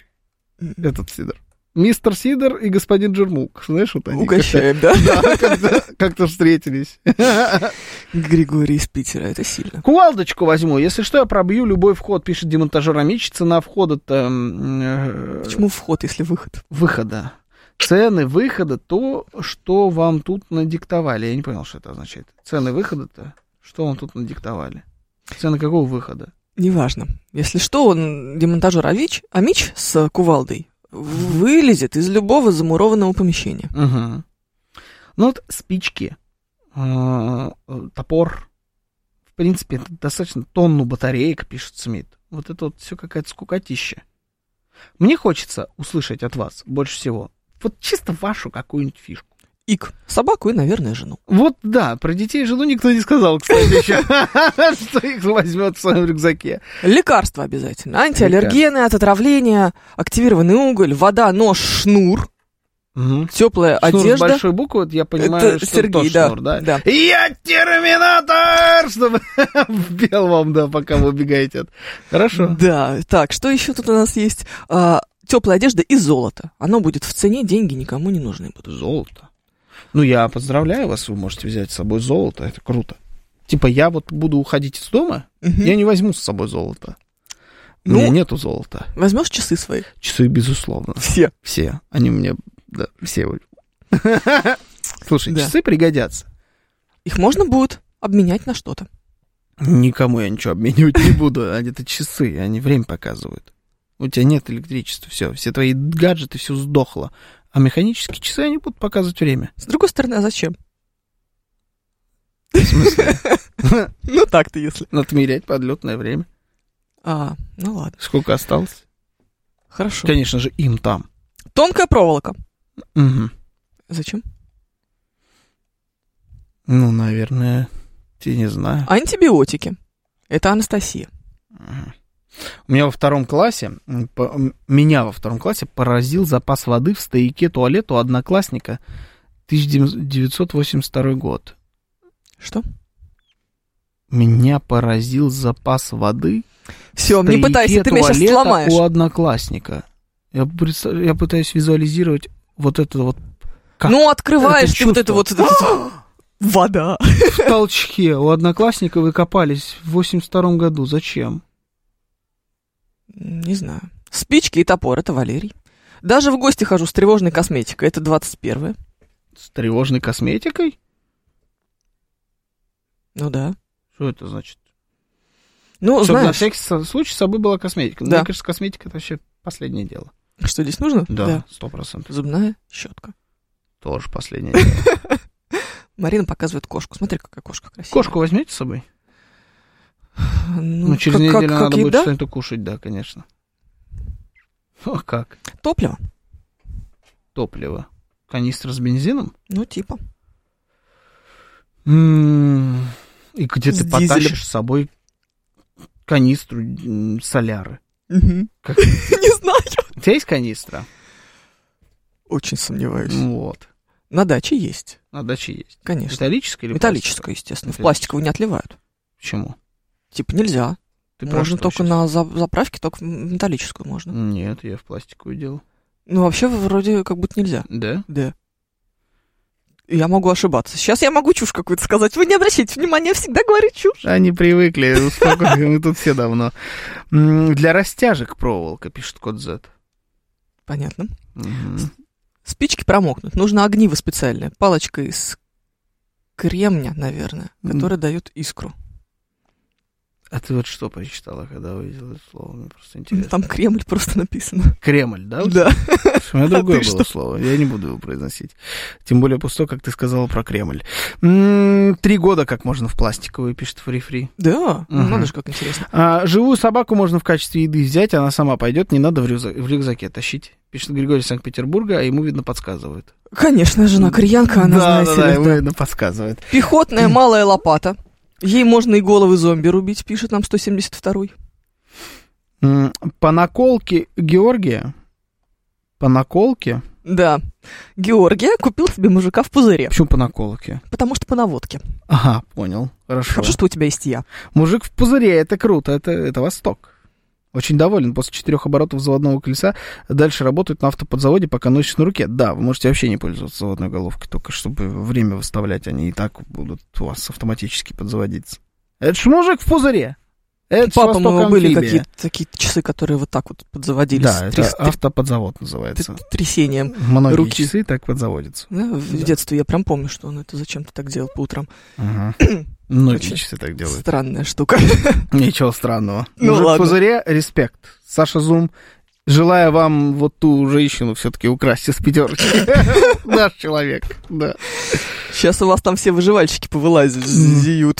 Speaker 3: Этот Сидор. Мистер Сидор и господин Джермук. Знаешь, вот они [laughs]
Speaker 2: Угощаем, да?
Speaker 3: как-то- как-то как-то встретились.
Speaker 2: Григорий из Питера, это сильно.
Speaker 3: Кувалдочку возьму. Если что, я пробью любой вход, пишет демонтажер Амич. Цена входа-то... м, э,
Speaker 2: Почему вход, если выход?
Speaker 3: выхода. Цены выхода то, что вам тут надиктовали. Я не понял, что это означает. Цены выхода-то, что вам тут надиктовали. Цены какого выхода?
Speaker 2: Неважно. Если что, он демонтажер Авич, Амич с кувалдой в- вылезет из любого замурованного помещения.
Speaker 3: Мгм. Ну вот спички, э, топор. В принципе, это достаточно тонну батареек, пишет Смит. Вот это вот все какая-то скукотища. Мне хочется услышать от вас больше всего. Вот чисто вашу какую-нибудь фишку.
Speaker 2: Ик. Собаку и, наверное, жену.
Speaker 3: Вот да, про детей и жену никто не сказал, кстати, еще, [laughs] что их возьмет в своем рюкзаке.
Speaker 2: Лекарства обязательно. Антиаллергены от отравления, активированный уголь, вода, нож, шнур, теплая
Speaker 3: Шнур с
Speaker 2: одежда.
Speaker 3: большой буквы, вот я понимаю,
Speaker 2: это
Speaker 3: что
Speaker 2: Сергей,
Speaker 3: тот
Speaker 2: да,
Speaker 3: шнур, да.
Speaker 2: да.
Speaker 3: Я терминатор! Чтобы [laughs] вбил вам, да, пока вы убегаете от... Хорошо.
Speaker 2: Да, так, что еще тут у нас есть? А, теплая одежда и золото. Оно будет в цене, деньги никому не нужны будут.
Speaker 3: Золото. Ну, я поздравляю вас, вы можете взять с собой золото, это круто. Типа, я вот буду уходить из дома,
Speaker 2: Мгм.
Speaker 3: я не возьму с собой золото. У
Speaker 2: Ну.
Speaker 3: меня нету золота.
Speaker 2: Возьмешь часы свои?
Speaker 3: Часы, безусловно.
Speaker 2: Все.
Speaker 3: Все. Они мне, да, все. [laughs] вот. Слушай,
Speaker 2: Да.
Speaker 3: часы пригодятся.
Speaker 2: Их можно будет обменять на что-то.
Speaker 3: Никому я ничего обменивать не буду. [laughs] Они это часы, они время показывают. У тебя нет электричества, все, все твои гаджеты, все сдохло. А механические часы, они будут показывать время.
Speaker 2: С другой стороны, а зачем?
Speaker 3: В смысле?
Speaker 2: [laughs] Ну так-то, если.
Speaker 3: Отмерять подлетное время.
Speaker 2: А, ну ладно,
Speaker 3: Сколько осталось?
Speaker 2: хорошо.
Speaker 3: Конечно же, им там.
Speaker 2: Тонкая проволока.
Speaker 3: Мгм.
Speaker 2: Зачем?
Speaker 3: Ну, наверное, я не знаю.
Speaker 2: Антибиотики. Это Анастасия.
Speaker 3: Мгм. У меня во втором классе, м, по- м, меня во втором классе поразил запас воды в стояке туалета у одноклассника 1982 год.
Speaker 2: Что?
Speaker 3: Меня поразил запас воды
Speaker 2: Все,
Speaker 3: в
Speaker 2: не
Speaker 3: стояке
Speaker 2: пытайся, ты меня сейчас
Speaker 3: туалета
Speaker 2: сломаешь.
Speaker 3: у одноклассника. Я, представ- я пытаюсь визуализировать вот это вот Как?
Speaker 2: Ну, открываешь
Speaker 3: Это
Speaker 2: ты вот это вот...
Speaker 3: чувство. [gasps]
Speaker 2: вот- Вода.
Speaker 3: в толчке. У одноклассника вы копались в 82 году. Зачем?
Speaker 2: Не знаю. С спички и топор, это Валерий. Даже в гости хожу с тревожной косметикой, это 21-е.
Speaker 3: С тревожной косметикой?
Speaker 2: Ну да.
Speaker 3: Что это значит?
Speaker 2: Ну,
Speaker 3: Чтобы на
Speaker 2: знаешь,
Speaker 3: всякий со- случай с собой была косметика.
Speaker 2: Да.
Speaker 3: Мне кажется, косметика это вообще последнее дело.
Speaker 2: что здесь нужно?
Speaker 3: Да, сто процентов.
Speaker 2: Зубная щетка.
Speaker 3: Тоже [laughs] последнее дело.
Speaker 2: Марина показывает кошку. Смотри, какая кошка красивая.
Speaker 3: Кошку возьмете с собой?
Speaker 2: Ну,
Speaker 3: Ну, через
Speaker 2: как- как-
Speaker 3: неделю
Speaker 2: как
Speaker 3: надо будет
Speaker 2: еда?
Speaker 3: что-нибудь кушать, да, конечно. [laughs] О, как?
Speaker 2: Топливо.
Speaker 3: Топливо. Канистра с бензином?
Speaker 2: Ну, типа.
Speaker 3: М, М-м-м. И где
Speaker 2: С
Speaker 3: ты
Speaker 2: дизелем.
Speaker 3: потащишь с собой канистру м, соляры?
Speaker 2: [laughs]
Speaker 3: Как-
Speaker 2: Не знаю.
Speaker 3: У тебя есть канистра?
Speaker 2: Очень сомневаюсь.
Speaker 3: Вот.
Speaker 2: На даче есть,
Speaker 3: На даче есть.
Speaker 2: конечно.
Speaker 3: Металлическая или
Speaker 2: Металлическая, естественно. В
Speaker 3: Металлическая.
Speaker 2: пластиковую не отливают.
Speaker 3: пластиковая? Почему?
Speaker 2: Типа нельзя.
Speaker 3: Ты про
Speaker 2: можно
Speaker 3: что
Speaker 2: только
Speaker 3: сейчас?
Speaker 2: на за- заправке, только в металлическую можно.
Speaker 3: Нет, я в пластиковую делал.
Speaker 2: Ну, вообще, вроде как будто нельзя.
Speaker 3: Да?
Speaker 2: Да. Я могу ошибаться. Сейчас я могу чушь какую-то сказать. Вы не обращайте внимания, я всегда говорю чушь.
Speaker 3: Они привыкли, [laughs] успокойся, мы тут все давно. М, Для растяжек проволока, пишет код Z.
Speaker 2: Понятно.
Speaker 3: Мгм.
Speaker 2: Спички промокнут. Нужно огниво специальное. Палочка из кремня, наверное,
Speaker 3: Мгм.
Speaker 2: которая дает искру.
Speaker 3: А ты вот что прочитала, когда увидела это слово? Мне просто
Speaker 2: Ну,
Speaker 3: интересно.
Speaker 2: Там Кремль просто написано.
Speaker 3: Кремль, да? у тебя?
Speaker 2: [laughs] Да. [laughs]
Speaker 3: У меня
Speaker 2: А
Speaker 3: другое
Speaker 2: ты
Speaker 3: было
Speaker 2: что?
Speaker 3: слово. Я не буду его произносить. Тем более после того, как ты сказала про Кремль. М, Три года как можно в пластиковую, пишет фри-фри.
Speaker 2: Да. Ну,
Speaker 3: Мгм.
Speaker 2: Надо же, как интересно.
Speaker 3: А, живую собаку можно в качестве еды взять, она сама пойдет, не надо в, рюкза- в рюкзаке тащить. Пишет Григорий из Санкт-Петербурга, а ему, видно, подсказывают.
Speaker 2: Конечно, жена кореянка, она
Speaker 3: да,
Speaker 2: знает
Speaker 3: да,
Speaker 2: себя.
Speaker 3: да, ему, видно, подсказывает.
Speaker 2: Пехотная малая лопата. Ей можно и головы зомби рубить, пишет нам 172-й.
Speaker 3: М, По наколке Георгия, по наколке,
Speaker 2: Да. Георгия купил себе мужика в пузыре,
Speaker 3: почему по наколке?
Speaker 2: потому что по наводке.
Speaker 3: Ага, понял, хорошо.
Speaker 2: Хорошо, что у тебя есть я.
Speaker 3: Мужик в пузыре, это круто, это, это Восток. Очень доволен. После четырех оборотов заводного колеса дальше работают на автоподзаводе, пока носишь на руке. Да, вы можете вообще не пользоваться заводной головкой, только чтобы время выставлять, они и так будут у вас автоматически подзаводиться. Это ж мужик в пузыре. Это ж
Speaker 2: Папа моего
Speaker 3: Восток
Speaker 2: были
Speaker 3: амфибия.
Speaker 2: какие-то такие часы, которые вот так вот подзаводились.
Speaker 3: Да, это
Speaker 2: тряс-
Speaker 3: автоподзавод называется.
Speaker 2: тря- трясением.
Speaker 3: Многие
Speaker 2: руки.
Speaker 3: часы так подзаводятся.
Speaker 2: Да, в
Speaker 3: Да.
Speaker 2: детстве я прям помню, что он это зачем-то так делал по утрам. [coughs]
Speaker 3: Ага. Многие
Speaker 2: Очень
Speaker 3: часы так делают.
Speaker 2: Странная штука.
Speaker 3: Ничего странного.
Speaker 2: Ну
Speaker 3: Мужик в
Speaker 2: ладно.
Speaker 3: пузыре, респект. Саша Зум, желаю вам вот ту женщину все-таки украсть из пятерки. [laughs] Наш человек, да.
Speaker 2: Сейчас у вас там все выживальщики повылазят.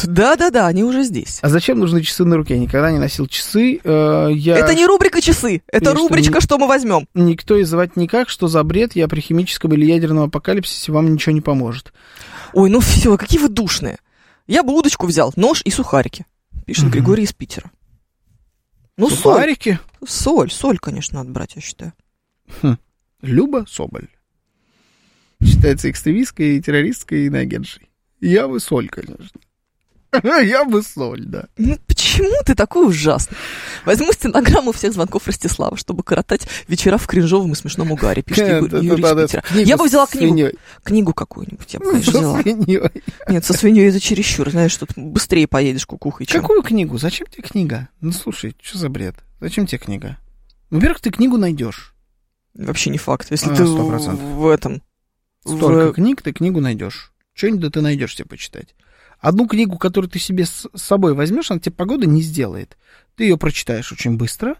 Speaker 2: Да-да-да, они уже здесь.
Speaker 3: А зачем нужны часы на руке? Я никогда не носил часы. Э, Я...
Speaker 2: Это не рубрика часы, это
Speaker 3: Конечно, ну.
Speaker 2: рубричка,
Speaker 3: не-
Speaker 2: что мы возьмем.
Speaker 3: Никто и звать никак, что за бред, я при химическом или ядерном апокалипсисе вам ничего не поможет.
Speaker 2: Ой, ну все, какие вы душные. Я бы удочку взял, нож и сухарики, пишет
Speaker 3: Мгм.
Speaker 2: Григорий из Питера. Ну, соль,
Speaker 3: Сухарики.
Speaker 2: соль, соль, конечно, надо брать, я считаю.
Speaker 3: Люба Соболь. Считается экстремисткой, террористкой и иногеншей. Я бы соль, конечно. [laughs] Я бы соль, да.
Speaker 2: Ну, почему ты такой ужасный? Возьму стенограмму всех звонков Ростислава, чтобы коротать вечера в кринжовом и смешном
Speaker 3: [laughs]
Speaker 2: угаре, пишет
Speaker 3: Э,
Speaker 2: Юрий
Speaker 3: да,
Speaker 2: Юрий
Speaker 3: да, да,
Speaker 2: из Питера.
Speaker 3: книгу
Speaker 2: Я бы взяла
Speaker 3: с
Speaker 2: книгу,
Speaker 3: свиньей.
Speaker 2: книгу какую-нибудь, я бы, конечно,
Speaker 3: Со [laughs]
Speaker 2: взяла.
Speaker 3: свиньей.
Speaker 2: Нет, со свиньей это чересчур, знаешь, тут быстрее поедешь кукухой, чем...
Speaker 3: Какую книгу? Зачем тебе книга? Ну слушай, что за бред? Зачем тебе книга? Во-первых, ты книгу найдешь.
Speaker 2: Вообще не факт. Если
Speaker 3: А,
Speaker 2: ты
Speaker 3: сто
Speaker 2: в,
Speaker 3: процентов.
Speaker 2: в этом... в-
Speaker 3: Столько книг, ты книгу найдешь. Что-нибудь да ты найдешь себе почитать. Одну книгу, которую ты себе с с собой возьмешь, она тебе погода не сделает. Ты ее прочитаешь очень быстро.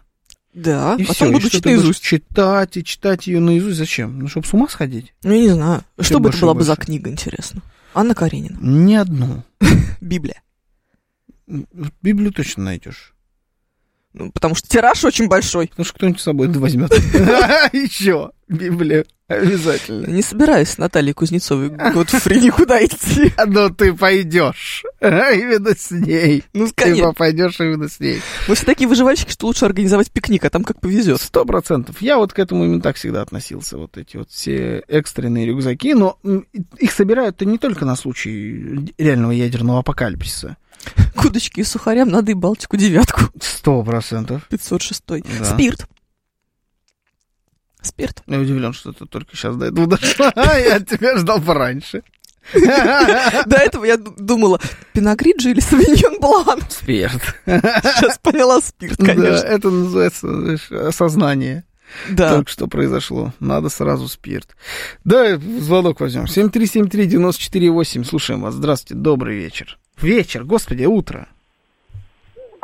Speaker 2: Да,
Speaker 3: и все,
Speaker 2: А потом буду читать наизусть.
Speaker 3: читать и читать ее наизусть. Зачем? Ну, чтобы с ума сходить?
Speaker 2: Ну, я не знаю. Что бы это
Speaker 3: больше,
Speaker 2: была бы за
Speaker 3: больше.
Speaker 2: книга, интересно? Анна Каренина.
Speaker 3: Ни одну.
Speaker 2: Библия.
Speaker 3: Библию точно найдешь.
Speaker 2: Ну, потому что тираж очень большой.
Speaker 3: Потому что кто-нибудь с собой это
Speaker 2: [laughs]
Speaker 3: возьмет. Еще Библию. Обязательно.
Speaker 2: Не собираюсь с Натальей
Speaker 3: [laughs]
Speaker 2: Кузнецовой вот в никуда идти.
Speaker 3: Но Ну, ты пойдешь. [laughs] А, Именно с ней.
Speaker 2: Ну,
Speaker 3: Ты
Speaker 2: конечно.
Speaker 3: попадешь именно с ней.
Speaker 2: Мы все такие выживальщики, что лучше организовать пикник, а там как
Speaker 3: [laughs]
Speaker 2: повезет.
Speaker 3: Сто процентов. Я вот к этому именно так всегда относился. Вот эти вот все экстренные рюкзаки. Но м, их собирают-то не только на случай реального ядерного апокалипсиса.
Speaker 2: К удочке и сухарям надо и Балтику девятку. [laughs]
Speaker 3: Сто процентов.
Speaker 2: 506.
Speaker 3: Да.
Speaker 2: Спирт. Спирт.
Speaker 3: [laughs] Я удивлен, что ты только сейчас до этого дошла. Я тебя ждал пораньше.
Speaker 2: До этого я ду- думала, пиногриджи или [laughs] савиньон
Speaker 3: [laughs]
Speaker 2: блан.
Speaker 3: Спирт.
Speaker 2: Сейчас поняла спирт,
Speaker 3: Да,
Speaker 2: конечно.
Speaker 3: это называется знаешь, осознание.
Speaker 2: Да.
Speaker 3: Только что произошло. Надо сразу спирт. Да, звонок возьмем. 7373-94-8. Слушаем вас. Здравствуйте. Добрый вечер. Вечер, господи, утро.
Speaker 5: [laughs]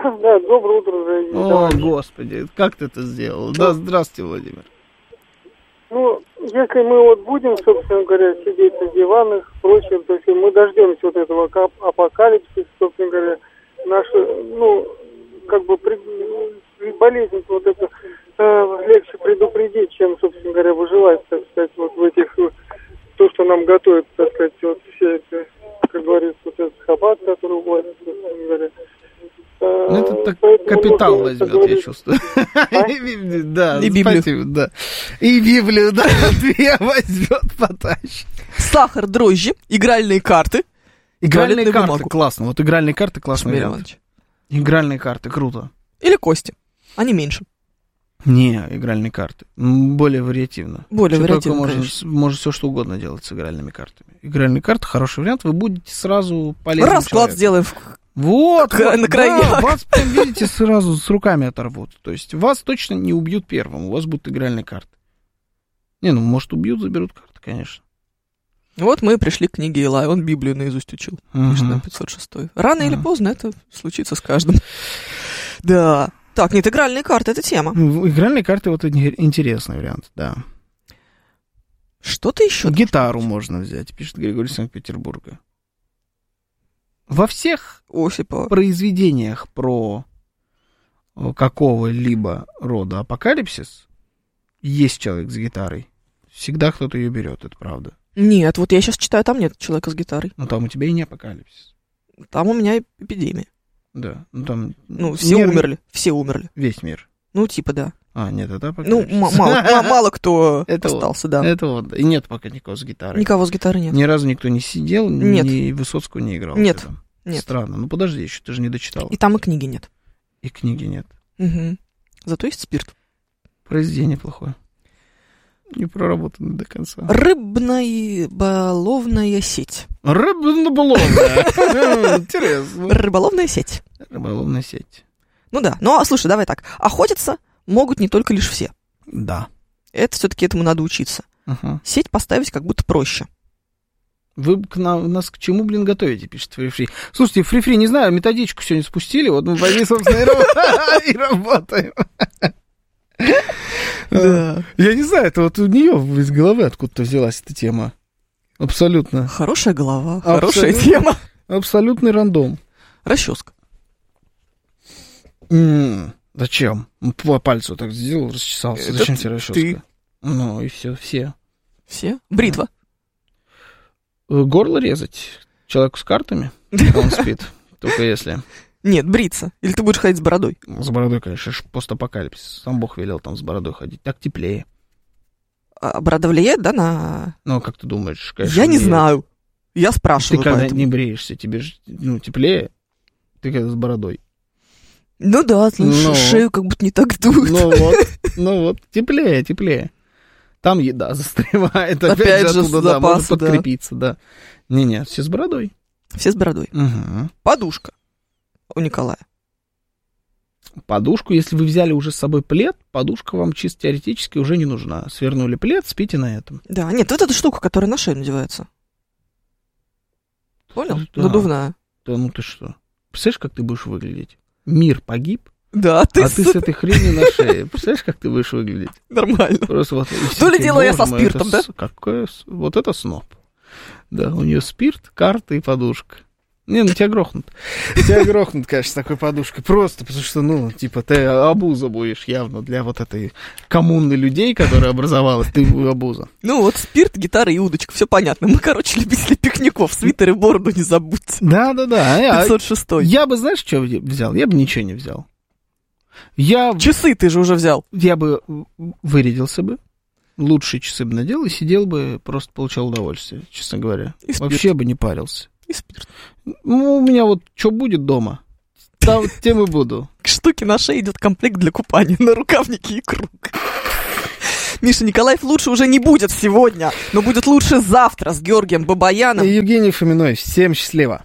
Speaker 5: Да, доброе утро, дорогие
Speaker 3: О,
Speaker 5: товарищи.
Speaker 3: господи, как ты это сделал? Да, здравствуйте, Владимир.
Speaker 5: Ну, если мы вот будем, собственно говоря, сидеть на диванах, прочим, то есть мы дождемся вот этого кап- апокалипсиса, собственно говоря, наши, ну, как бы при- болезнь вот это э, легче предупредить, чем, собственно говоря, выживать, так сказать, вот в этих, э, то, что нам готовят, так сказать, вот все это, как говорится, вот этот хабат, который у вас, собственно говоря. Э,
Speaker 3: Ну, это так
Speaker 5: поэтому
Speaker 3: капитал
Speaker 5: нужно, как
Speaker 3: возьмет, я
Speaker 5: говорится,
Speaker 3: чувствую. [laughs] И Библию, Да,
Speaker 2: И Библию.
Speaker 3: спасибо, да. И Библию, да, [laughs] две возьмет, потащит.
Speaker 2: Сахар, дрожжи, игральные карты.
Speaker 3: Игральные
Speaker 2: Туалетную
Speaker 3: карты
Speaker 2: бумагу.
Speaker 3: классно. Вот игральные карты классно.
Speaker 2: Шмель Иванович.
Speaker 3: Игральные карты, круто.
Speaker 2: Или кости. Они меньше.
Speaker 3: Не, игральные карты. М, Более вариативно.
Speaker 2: Более
Speaker 3: Что
Speaker 2: вариативно,
Speaker 3: только можно,
Speaker 2: конечно.
Speaker 3: с- можно все что угодно делать с игральными картами. Игральные карты хороший вариант. Вы будете сразу полезным
Speaker 2: Расклад
Speaker 3: человеком.
Speaker 2: сделаем. в-
Speaker 3: Вот,
Speaker 2: К-
Speaker 3: вот,
Speaker 2: на крайняк.
Speaker 3: да, вас, прям, видите, сразу с руками оторвут. То есть вас точно не убьют первым, у вас будут игральные карты. Не, ну, может, убьют, заберут карты, конечно.
Speaker 2: Вот мы и пришли к книге Илая. Он Библию наизусть учил.
Speaker 3: Ну
Speaker 2: Книжная, 506. Рано или
Speaker 3: Мгм.
Speaker 2: поздно это случится с каждым. [laughs] Да. Так, нет, игральные карты, это тема.
Speaker 3: Ну, Игральные карты вот ин- интересный вариант, да.
Speaker 2: Что-то еще.
Speaker 3: Гитару можно взять, пишет Григорий из Санкт-Петербурга. Во всех
Speaker 2: Осипова.
Speaker 3: произведениях про э, какого-либо рода апокалипсис есть человек с гитарой. Всегда кто-то ее берет, это правда.
Speaker 2: Нет, вот я сейчас читаю, там нет человека с гитарой.
Speaker 3: Но там у тебя и не апокалипсис.
Speaker 2: Там у меня эпидемия.
Speaker 3: Да. Ну там
Speaker 2: Ну, все
Speaker 3: мир-
Speaker 2: умерли. Все умерли.
Speaker 3: Весь мир.
Speaker 2: Ну, типа, да.
Speaker 3: А, нет, это
Speaker 2: Ну,
Speaker 3: апокалипсис.
Speaker 2: м- мало, м- мало кто
Speaker 3: [laughs] Это вот.
Speaker 2: остался, да.
Speaker 3: Это вот. И нет пока никого с гитарой.
Speaker 2: Никого с гитары нет.
Speaker 3: Ни разу никто не сидел,
Speaker 2: Нет.
Speaker 3: ни Высоцкого не играл.
Speaker 2: Нет.
Speaker 3: Ты там.
Speaker 2: Нет.
Speaker 3: Странно. Ну подожди, еще ты же не дочитал.
Speaker 2: И там и книги нет.
Speaker 3: И книги нет.
Speaker 2: Мгм. Зато есть спирт.
Speaker 3: Произведение плохое. Не проработано до конца.
Speaker 2: Рыбная боловная сеть. [laughs]
Speaker 3: Рыболовная. Интересно.
Speaker 2: Рыболовная сеть.
Speaker 3: Рыболовная сеть.
Speaker 2: Ну да. Ну, а слушай, давай так. Охотиться могут не только лишь все.
Speaker 3: Да.
Speaker 2: Это все-таки этому надо учиться.
Speaker 3: Ага.
Speaker 2: Сеть поставить как будто проще.
Speaker 3: Вы к нам, нас к чему, блин, готовите, пишет Фрифри. Слушайте, Фрифри, не знаю, методичку сегодня спустили, вот мы возьми, собственно, и раб- [laughs] и работаем. Э, Я не знаю, это вот у нее из головы откуда-то взялась эта тема. Абсолютно.
Speaker 2: Хорошая голова,
Speaker 3: Абсолютно.
Speaker 2: хорошая тема.
Speaker 3: Абсолютный рандом.
Speaker 2: Расческа.
Speaker 3: М, Зачем? По пальцу так сделал, расчесался.
Speaker 2: Это
Speaker 3: Зачем тебе расческа?
Speaker 2: ты.
Speaker 3: Ну и все, все.
Speaker 2: Все. Бритва.
Speaker 3: Э, Горло резать человеку с картами, а он спит.
Speaker 2: [laughs]
Speaker 3: Только если.
Speaker 2: Нет, бриться. Или ты будешь ходить с бородой.
Speaker 3: С бородой, конечно, ж постапокалипсис. Сам Бог велел там с бородой ходить. Так теплее.
Speaker 2: А борода влияет, да, на...
Speaker 3: Ну, а как ты думаешь, конечно.
Speaker 2: Я не
Speaker 3: влияет.
Speaker 2: знаю. Я
Speaker 3: Ты
Speaker 2: спрашиваю
Speaker 3: когда
Speaker 2: поэтому.
Speaker 3: не бреешься, тебе же ну, теплее. Ты когда
Speaker 2: [laughs]
Speaker 3: с бородой.
Speaker 2: Ну да, слушай,
Speaker 3: Ну.
Speaker 2: шею как будто не так дует.
Speaker 3: Ну вот, ну вот, теплее, теплее. Там еда [laughs] застревает, опять,
Speaker 2: Опять
Speaker 3: же,
Speaker 2: же,
Speaker 3: оттуда, да, можно
Speaker 2: запасы, да.
Speaker 3: подкрепиться, да. Не-не, все с бородой.
Speaker 2: Все с бородой.
Speaker 3: Мгм.
Speaker 2: Подушка у Николая.
Speaker 3: Подушку, если вы взяли уже с собой плед, подушка вам чисто теоретически уже не нужна. Свернули плед, спите на этом.
Speaker 2: Да, нет, вот эта штука, которая на шею надевается. Понял?
Speaker 3: Да.
Speaker 2: Надувная.
Speaker 3: Да ну ты что? Представляешь, как ты будешь выглядеть? Мир погиб,
Speaker 2: Да, ты,
Speaker 3: а ты с этой хренью на шее. Представляешь, как ты будешь выглядеть?
Speaker 2: нормально.
Speaker 3: Просто вот... и все
Speaker 2: То ли
Speaker 3: такие,
Speaker 2: дело я со
Speaker 3: «Боже мой, это
Speaker 2: спиртом, да?»
Speaker 3: с- Какое... с- Вот это сноб. Да, у нее спирт, карта и подушка. Не, ну тебя грохнут. Тебя грохнут, конечно, с такой подушкой. Просто потому что, ну, типа, ты обуза будешь явно для вот этой коммуны людей, которая образовалась. Ты обуза.
Speaker 2: Ну вот, спирт, гитара и удочка, все понятно. Мы, короче, любители пикников. Свитер и бороду не забудьте.
Speaker 3: Да-да-да. а я-
Speaker 2: 506
Speaker 3: Я бы, знаешь, что взял? Я бы ничего не взял. Я
Speaker 2: Часы ты же уже взял.
Speaker 3: я бы вырядился бы, лучшие часы бы надел и сидел бы, просто получал удовольствие, честно говоря.
Speaker 2: И спирт.
Speaker 3: Вообще бы не парился.
Speaker 2: И спирт.
Speaker 3: Ну, у меня вот что будет дома,
Speaker 2: [laughs]
Speaker 3: там, тем и буду.
Speaker 2: К штуке на шее идет комплект для купания на рукавнике и круг. Миша Николаев лучше уже не будет сегодня, но будет лучше завтра с Георгием Бабаяном.
Speaker 3: И Евгений Фоминой. Всем счастливо.